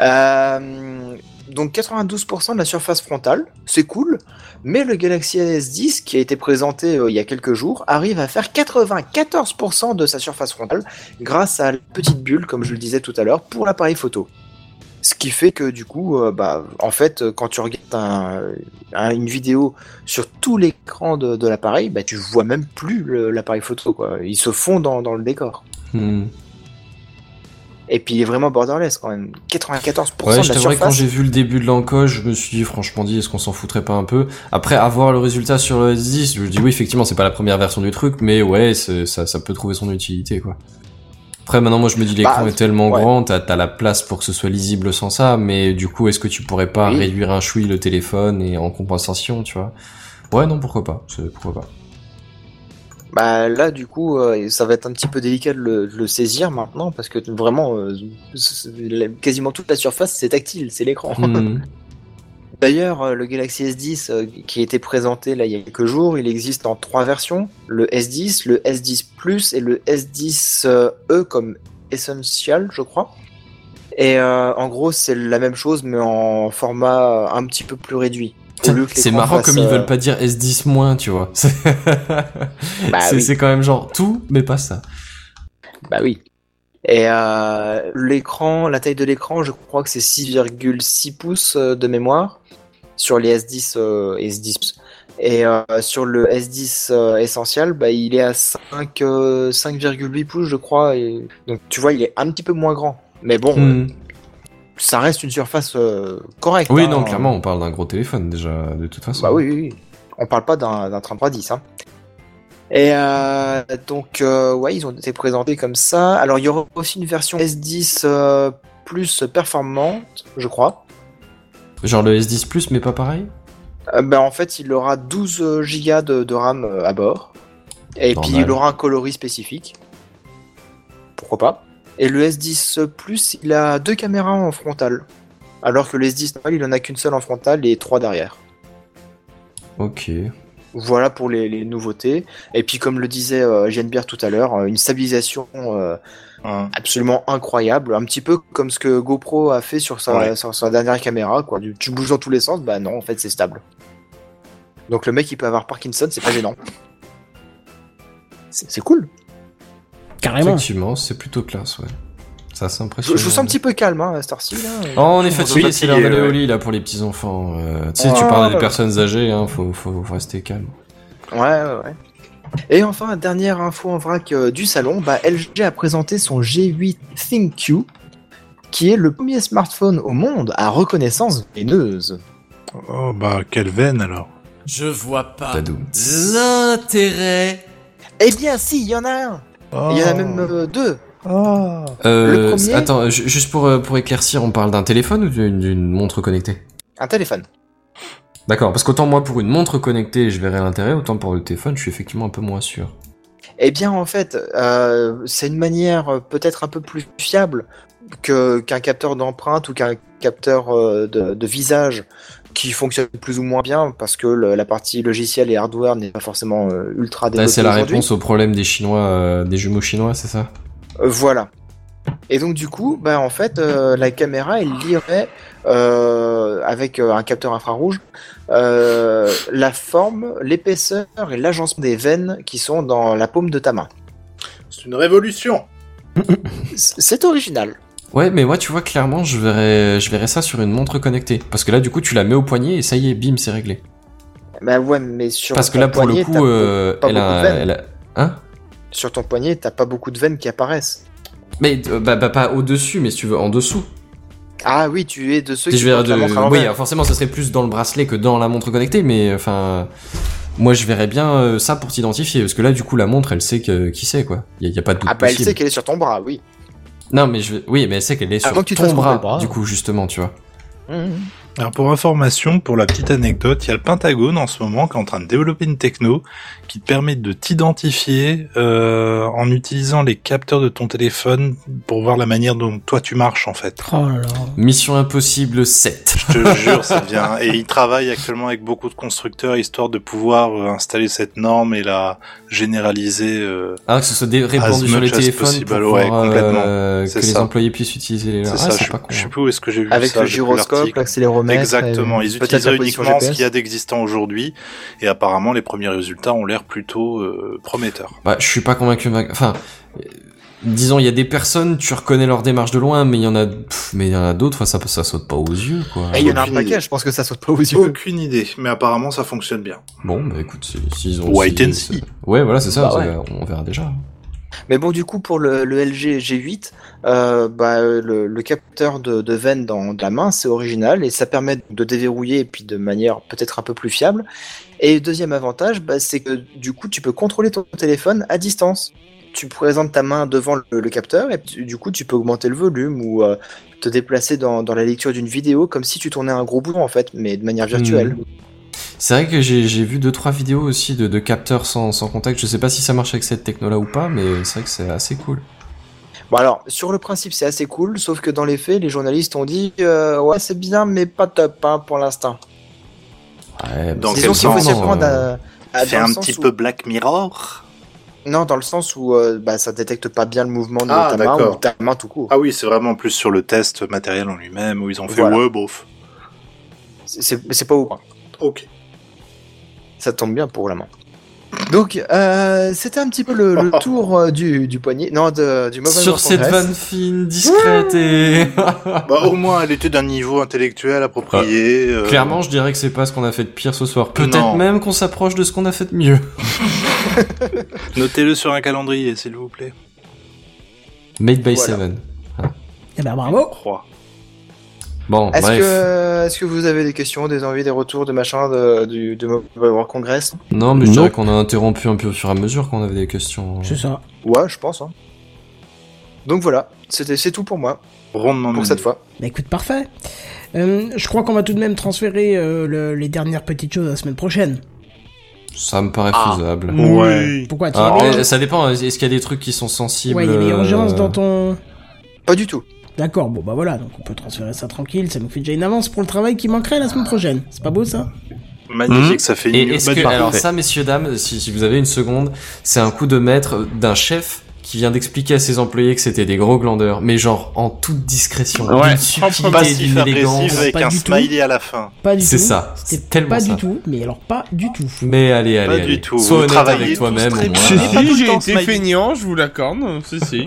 J: Euh, donc 92% de la surface frontale, c'est cool, mais le Galaxy S10 qui a été présenté euh, il y a quelques jours arrive à faire 94% de sa surface frontale grâce à la petite bulle, comme je le disais tout à l'heure, pour l'appareil photo. Ce qui fait que du coup, euh, bah, en fait, euh, quand tu regardes un- un- une vidéo sur tout l'écran de, de l'appareil, bah, tu vois même plus le- l'appareil photo. Quoi. Il se fond dans, dans le décor.
E: Mmh.
J: Et puis il est vraiment borderless quand même. 94%
E: Ouais,
J: de
E: je
J: la
E: t'avouerais, quand
J: surface.
E: j'ai vu le début de l'encoche, je me suis dit, franchement dit, est-ce qu'on s'en foutrait pas un peu Après avoir le résultat sur le S10, je me dis, oui, effectivement, c'est pas la première version du truc, mais ouais, c'est- ça, ça peut trouver son utilité, quoi. Après, maintenant, moi, je me dis, l'écran
J: Bah,
E: est tellement grand, t'as t'as la place pour que ce soit lisible sans ça, mais du coup, est-ce que tu pourrais pas
J: Oui.
E: réduire un chouï le téléphone et en compensation, tu vois Ouais, non, pourquoi pas c'est- Pourquoi pas
J: Bah là, du coup, euh, ça va être un petit peu délicat de le, de le saisir maintenant parce que vraiment, euh, c'est- la- quasiment toute la surface c'est tactile, c'est l'écran.
E: Mhm.
J: D'ailleurs, euh, le Galaxy S10 euh, qui a été présenté là il y a quelques jours, il existe en trois versions le S10, le S10 Plus et le S10 euh, E comme Essential, je crois. Et euh, en gros, c'est la même chose mais en format euh, un petit peu plus réduit. Au lieu que
E: C'est
J: l'écran
E: marrant
J: fasse,
E: comme ils
J: euh,
E: veulent pas dire S10 moins, tu vois. C'est c'est-
J: Bah oui.
E: c'est quand même genre tout, mais pas ça.
J: Bah oui. Et euh, l'écran, la taille de l'écran, je crois que c'est 6,6 pouces euh, de mémoire sur les S10 euh, S10. Et euh, sur le S10 euh, essentiel, bah, il est à 5, euh, 5,8 pouces, je crois. Et... Donc tu vois, il est un petit peu moins grand. Mais bon,
E: Mhm.
J: euh, ça reste une surface euh, correcte.
E: Oui,
J: hein.
E: non, clairement, on parle d'un gros téléphone déjà, de toute façon.
J: Bah oui, oui, oui. On parle pas d'un d'un 3310. Hein. Et euh, donc, euh, ouais, ils ont été présentés comme ça. Alors, il y aura aussi une version S10 euh, plus performante, je crois.
E: Genre le S10 Plus, mais pas pareil
J: Euh, ben, en fait, il aura 12 Go de, de RAM euh, à bord. Et
E: Normal.
J: puis, il aura un coloris spécifique. Pourquoi pas Et le S10 Plus, il a deux caméras en frontale. Alors que le S10 normal, il en a qu'une seule en frontale et trois derrière.
E: Ok.
J: Eh Voilà pour les, les nouveautés. Et puis, comme le disait euh, Geneviève tout à l'heure, euh, une stabilisation euh, absolument incroyable. Un petit peu comme ce que GoPro a fait sur sa,
D: Ouais.
J: sur sa dernière caméra. Quoi. Du- Tu bouges dans tous les sens, bah non, en fait, c'est stable. Donc, le mec, il peut avoir Parkinson, c'est pas gênant. C'est c'est cool.
A: Carrément.
E: Effectivement, c'est plutôt classe, ouais. Ça, c'est
J: Je,
E: impressionnant.
J: ben. je vous sens un petit peu calme hein, à cette heure-ci. là.
E: Oh, on est
J: Oui,
E: fatigué, c'est l'heure
J: fatigué,
E: d'aller au
J: ouais.
E: lit, là, pour les petits-enfants. euh, tu sais, tu
J: Oh.
E: parles à des personnes âgées, hein, faut, faut, faut rester calme.
J: Ouais, ouais, ouais. Et enfin, dernière info en vrac euh, du salon, bah, LG a présenté son G8 ThinQ, qui est le premier smartphone au monde à reconnaissance veineuse.
P: Oh bah, quelle veine alors.
Q: Je vois pas
E: Tadoum.
Q: l'intérêt.
J: Eh bien, si, il y en a un Il y en a même
E: Oh.
J: euh, deux
A: Oh.
E: Euh,
J: Le premier-
E: Attends, ju- juste pour, euh, pour éclaircir, on parle d'un téléphone ou d'une d'une montre connectée
J: Un téléphone.
E: D'accord, parce qu'autant moi, pour une montre connectée, je verrais l'intérêt, autant pour le téléphone, je suis effectivement un peu moins sûr.
J: Eh bien, en fait, euh, c'est une manière euh, peut-être un peu plus fiable que- qu'un capteur d'empreinte ou qu'un capteur euh, de, de visage qui fonctionne plus ou moins bien parce que le- la partie logicielle et hardware n'est pas forcément euh, ultra
E: Là,
J: développée.
E: Bah, c'est la
J: aujourd'hui.
E: réponse au problème des Chinois, euh, des jumeaux chinois, c'est ça
J: Euh, Voilà. Et donc du coup, bah, en fait, euh, la caméra, elle lirait euh, avec euh, un capteur infrarouge euh, la forme, l'épaisseur et l'agencement des veines qui sont dans la paume de ta main.
D: C'est une révolution.
J: C- C'est original.
E: Ouais, mais moi, tu vois, clairement, je verrais, je verrais ça sur une montre connectée. Parce que là, du coup, tu la mets au poignet et ça y est, bim, c'est réglé.
J: Bah ouais, mais sur
E: Parce que
J: ton
E: là, pour
J: poignet,
E: le
J: t'as
E: coup,
J: beau-
E: euh,
J: pas
E: elle,
J: beaucoup
E: a,
J: de veines.
E: elle a- Hein
J: Sur ton poignet, t'as pas beaucoup de veines qui apparaissent.
E: Mais euh, bah, bah, pas au-dessus, mais si tu veux, en dessous.
J: Ah oui, tu es de ceux
E: Et
J: qui
E: je verrais
J: portent la
E: de-
J: montre à
E: Oui,
J: l'envers.
E: alors forcément, ça serait plus dans le bracelet que dans la montre connectée, mais enfin. Moi, je verrais bien euh, ça pour t'identifier. Parce que là, du coup, la montre, elle sait que, qui c'est, quoi. Il n'y a, pas de doute
J: Ah bah elle
E: possible.
J: sait qu'elle est sur ton bras, oui.
E: Non, mais je... oui, mais elle sait qu'elle est sur
J: Avant que tu te
E: ton
J: fasses couper
E: bras,
J: le bras.
E: du coup, justement, tu vois.
J: Mhm.
D: Alors pour information, pour la petite anecdote, il y a le Pentagone en ce moment qui est en train de développer une techno qui te permet de t'identifier euh, en utilisant les capteurs de ton téléphone pour voir la manière dont toi tu marches en fait.
A: Oh là là.
E: Mission impossible 7.
D: Je te jure, c'est bien. Et ils travaillent actuellement avec beaucoup de constructeurs histoire de pouvoir euh, installer cette norme et la généraliser. euh,
E: Ah, que ce soit dé- répandu
D: as
E: sur les
D: much as
E: téléphones pour
D: possible. Ouais,
E: pouvoir,
D: complètement.
E: euh, que
D: C'est
E: les
D: ça.
E: employés puissent utiliser les
D: C'est
E: ah,
D: ça,
E: c'est
D: je,
E: pas con.
D: je sais plus où est-ce que j'ai vu
J: Avec
D: ça.
J: le
D: j'ai plus l'article.
J: gyroscope, l'accéléromètre,
D: Exactement,
J: euh,
D: ils
J: peut-être
D: utilisent
J: la position
D: uniquement ce
J: GPS.
D: qu'il y a d'existant aujourd'hui, et apparemment les premiers résultats ont l'air plutôt euh, prometteurs.
E: Bah, je suis pas convaincu. de ma- Enfin, euh, disons, il y a des personnes, tu reconnais leur démarche de loin, mais il y en a, pff, mais il y en a d'autres, enfin, ça, ça saute pas aux yeux, quoi.
J: Et il y en a un
D: Aucune
J: paquet,
D: idée.
J: je pense que ça saute pas aux yeux.
D: Aucune idée, mais apparemment ça fonctionne bien.
E: Bon, bah écoute, si- s'ils ont.
D: White
E: si-
D: and
E: si-
D: see.
E: Ouais, voilà, c'est ça,
J: Bah
E: ça
J: ouais.
E: va- on verra déjà.
J: Mais bon, du coup, pour le, le LG G8, euh, bah, euh, le, le capteur de, de veine dans de la main, c'est original et ça permet de déverrouiller et puis de manière peut-être un peu plus fiable. Et deuxième avantage, bah, c'est que du coup, tu peux contrôler ton téléphone à distance. Tu présentes ta main devant le, le capteur et tu- du coup, tu peux augmenter le volume ou euh, te déplacer dans, dans la lecture d'une vidéo comme si tu tournais un gros bouton en fait, mais de manière virtuelle.
E: Hmm. C'est vrai que j'ai j'ai vu deux trois vidéos aussi de, de capteurs sans, sans contact. Je sais pas si ça marche avec cette techno là ou pas, mais c'est vrai que c'est assez cool.
J: Bon alors, sur le principe, c'est assez cool, sauf que dans les faits, les journalistes ont dit euh, ouais, c'est bien, mais pas top hein, pour l'instant.
E: Ouais,
D: Dans
J: Disons
D: quel
J: qu'il faut
D: sens Euh,
J: s'y prendre à, à-
D: Fait
J: Ah, dans
D: un
J: le sens
D: petit
J: où-
D: peu Black Mirror.
J: Non, dans le sens où euh, bah, ça détecte pas bien le mouvement de
D: Ah,
J: ta main
D: d'accord.
J: ou ta main tout court.
D: Ah oui, c'est vraiment plus sur le test matériel en lui-même où ils ont fait
J: Voilà.
D: ouais, bof.
J: C'est- C'est c'est pas au point.
D: Ok.
J: Ça tombe bien pour la main. Donc, euh, c'était un petit peu le, le tour euh, du, du poignet, non, de- du mauvais
E: Sur cette vanne fine, discrète et.
D: bah, au moins, elle était d'un niveau intellectuel approprié. euh,
E: Clairement, je dirais que c'est pas ce qu'on a fait de pire ce soir. Peut-être
D: Non.
E: même qu'on s'approche de ce qu'on a fait de mieux.
D: Notez-le sur un calendrier, s'il vous plaît.
E: Made by
J: Voilà.
E: Seven.
A: Eh ben bravo.
D: Croix.
E: Bon,
J: Est-ce
E: bref.
J: que, est que vous avez des questions, des envies, des retours, de machin, de- du, du Mobile World Congress
E: Non, mais je dirais qu'on a interrompu un peu au fur et à mesure qu'on avait des questions.
A: C'est ça.
J: Ouais, je pense. hein. Donc voilà, c'était- c'est tout pour moi,
D: Rondement
J: pour cette fois.
A: Bah écoute, parfait. Euh, je crois qu'on va tout de même transférer euh, le- les dernières petites choses la semaine prochaine.
E: Ça me paraît
A: Ah.
E: faisable.
D: Mmh.
A: Oui. Pourquoi, tu
E: Ah,
A: vois bien
E: eh, Ça dépend. Est-ce qu'il y a des trucs qui sont sensibles
A: ouais, il y avait
E: euh,
A: urgence dans ton.
J: Pas du tout.
A: D'accord, bon bah voilà, donc on peut transférer ça tranquille, ça nous fait déjà une avance pour le travail qui manquerait la semaine prochaine. C'est pas beau ça
D: Magnifique, ça fait
E: Et
D: une
E: est-ce
D: bonne
E: que,
D: partie.
E: alors ça, messieurs, dames, si, si vous avez une seconde, c'est un coup de maître d'un chef qui vient d'expliquer à ses employés que c'était des gros glandeurs, mais genre en toute discrétion, d'une subtilité,
D: passif
E: d'une élégance.
D: agressif avec
A: Pas
D: un
A: du
D: smiley à la fin.
A: Pas du
E: C'est
A: tout.
E: ça,
A: C'était
E: c'est tellement
A: pas
E: ça.
A: du tout, mais alors pas du tout. Euh,
E: Mais allez, allez,
D: Pas
E: allez.
D: du tout,
E: sois
D: vous
E: honnête
D: travaillez
E: avec
D: tous
E: toi-même.
D: très
E: au
D: bien.
E: moins.
D: Si,
E: Voilà.
D: si.
K: Si,
D: tout le
K: j'ai
D: temps,
K: été
D: Smiley.
K: feignant, je vous l'accorde. Si, si.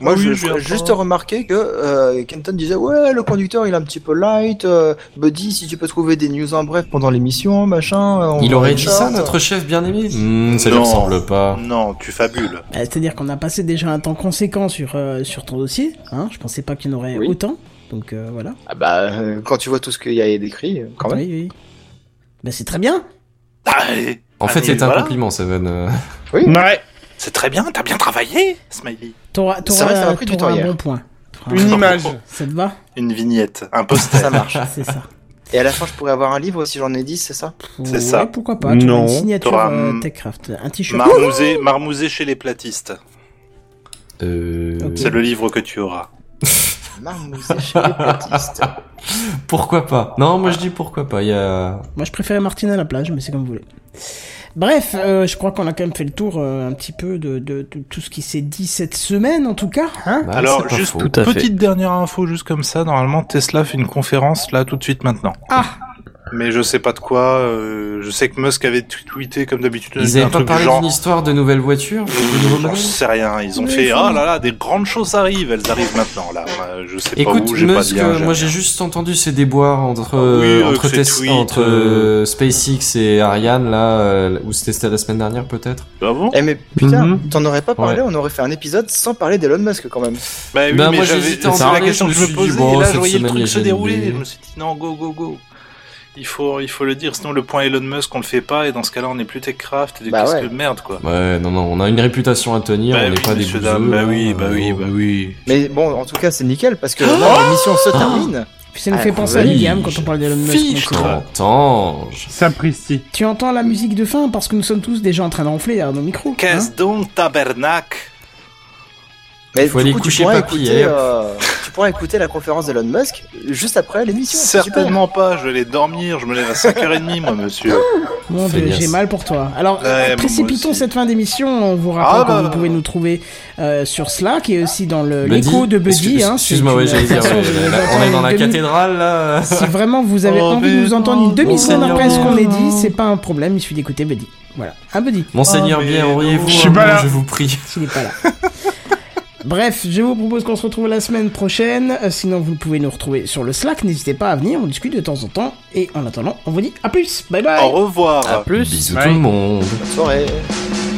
J: Moi,
K: Ah Oui,
J: je,
K: je
J: je
K: viens
J: voulais juste remarquer que euh, Kenton disait ouais le conducteur il est un petit peu light, euh, Buddy si tu peux trouver des news en bref pendant l'émission machin. euh, on
E: Il
J: va
E: aurait
J: en
E: dit
J: short.
E: ça, notre chef bien-aimé Hmm, Ça lui
D: Non.
E: ressemble pas.
D: Non, tu fabules.
A: Bah, C'est-à-dire qu'on a passé déjà un temps conséquent sur, euh, sur ton dossier, hein je pensais pas qu'il y en aurait autant, donc euh, voilà.
J: Ah bah euh, quand tu vois tout ce qu'il y a décrit euh, quand même.
A: Oui, oui. Bah c'est très bien
D: Allez,
E: En fait,
D: allez,
E: c'est
D: Ah,
E: un
D: voilà.
E: compliment, Seven. euh.
J: Oui.
K: Ouais.
D: C'est très bien, t'as bien travaillé, Smiley.
A: T'auras
J: C'est vrai, ça
A: t'auras-
J: m'a pris du temps
A: t'auras un
J: hier.
A: bon point.
K: Une image.
A: Ça te va
D: Une vignette, un poster.
J: Ça marche.
A: C'est ça.
J: Et à la fin je pourrais avoir un livre si j'en ai 10 c'est ça.
A: Ouais,
D: C'est ça.
A: Pourquoi pas t'auras
K: Non.
A: une signature
D: T'auras,
A: euh,
D: hum,
A: Techcraft, un t-shirt.
D: Marmousé, marmousé chez les platistes.
E: Euh,
A: Ok.
D: C'est le livre que tu auras.
J: Marmousé chez les platistes.
E: Pourquoi pas Non, moi je dis pourquoi pas. Il y a.
A: Moi, je préférais Martine à la plage, mais c'est comme vous voulez. Bref, euh, je crois qu'on a quand même fait le tour euh, un petit peu de, de- de tout ce qui s'est dit cette semaine, en tout cas. Hein
E: Bah, c'est
D: Alors,
E: pas
D: juste
E: faux.
D: une
F: Tout à fait.
D: petite dernière info, juste comme ça. Normalement, Tesla fait une conférence là tout de suite maintenant.
A: Ah.
D: Mais je sais pas de quoi. euh, je sais que Musk avait tw- tweeté comme d'habitude
E: Ils
D: un
E: avaient pas
D: truc du
E: parlé
D: genre.
E: d'une histoire de nouvelles voitures de nouveaux
D: J'en
E: modèles
D: sais rien. Ils ont fait ah là là, des grandes choses arrivent. Elles arrivent maintenant là. Euh, Je sais pas
E: Écoute,
D: où. J'ai pas
E: Musk,
D: bien.
E: euh,
D: j'ai
E: moi
D: rien.
E: j'ai juste entendu ces déboires entre,
D: oui, euh,
E: entre,
D: que ces
E: Tes-
D: tweets,
E: entre
D: euh,
E: euh, SpaceX et Ariane, là, euh, où c'était la semaine dernière peut-être.
D: Ah bon
J: Eh mais putain
E: Mhm.
J: t'en aurais pas parlé
E: Ouais.
J: on aurait fait un épisode sans parler d'Elon Musk quand même.
D: Bah oui,
E: Ben,
D: mais
E: moi,
D: j'avais-
E: j'hésitais à en
D: c'est la
E: parler,
D: question
E: je
D: que
E: me
D: je me
E: suis dit,
D: posais.
E: bon,
D: et là,
E: cette
D: je voyais le
E: semaine, il y a
D: truc se
E: GND.
D: dérouler. Je me suis dit non, go, go, go. Il faut, il faut le dire, sinon le point Elon Musk, on le fait pas, et dans ce cas-là, on n'est plus Techcraft, et
J: Bah
D: qu'est-ce
J: ouais.
D: que merde, quoi.
E: Ouais, non, non, on a une réputation à tenir, on n'est pas des
D: Bah messieurs,
E: bouseux,
D: dames, bah oui,
E: hein,
D: bah oui,
E: euh,
D: bah oui.
J: Mais bon en tout cas c'est nickel parce que là, l'émission se termine.
A: Ça nous fait
E: Ah,
A: penser à Liam quand on parle d'Elon Musk. donc, euh,
E: Ange.
H: Sapristi.
A: Tu entends la musique de fin parce que nous sommes tous déjà en train d'enfler derrière nos micros. hein.
L: Qu'est-ce donc, tabernacle
J: Mais
E: Faut
J: du
E: aller
J: coup, tu
E: coucher
J: pourras
E: papy, eh,
J: écouter,
E: et hop.
J: euh, tu pourras écouter la conférence d'Elon Musk juste après l'émission. c'est super.
D: Certainement pas, je vais aller dormir, je me lève à 5h30 moi monsieur.
A: Mon Dieu, j'ai mal pour toi. Alors,
D: Ouais, moi
A: précipitons
D: aussi.
A: cette fin d'émission. On vous rappelle
D: Ah,
A: que
D: bah,
A: vous
D: bah.
A: pouvez nous trouver euh, sur Slack et aussi dans le-
E: Buddy,
A: Euh, l'écho de Buddy.
E: excuse-
A: hein. C'est
E: Excuse-moi, ouais,
A: une
E: j'allais dire,
A: façon
E: ouais,
A: de
E: là,
A: nous
E: on est
A: attendre
E: dans la
A: une demi- Ah,
E: cathédrale, là.
A: Si vraiment vous avez
E: Oh,
A: envie de nous
E: mais-
A: entendre une demi-seconde
E: Monseigneur
A: après ce qu'on
E: bien.
A: a dit, c'est pas un problème, il suffit d'écouter Buddy. Voilà, un Buddy.
E: Monseigneur, bien, auriez-vous
H: Je suis
E: un
H: pas
E: mot,
H: là.
E: Je vous prie.
A: Il n'est pas là. Bref, je vous propose qu'on se retrouve la semaine prochaine. Euh, Sinon, vous pouvez nous retrouver sur le Slack. N'hésitez pas à venir, on discute de temps en temps. Et en attendant, on vous dit à plus. Bye bye.
E: Ah,
D: Au revoir.
E: Bisous tout le monde.
J: Bonne soirée.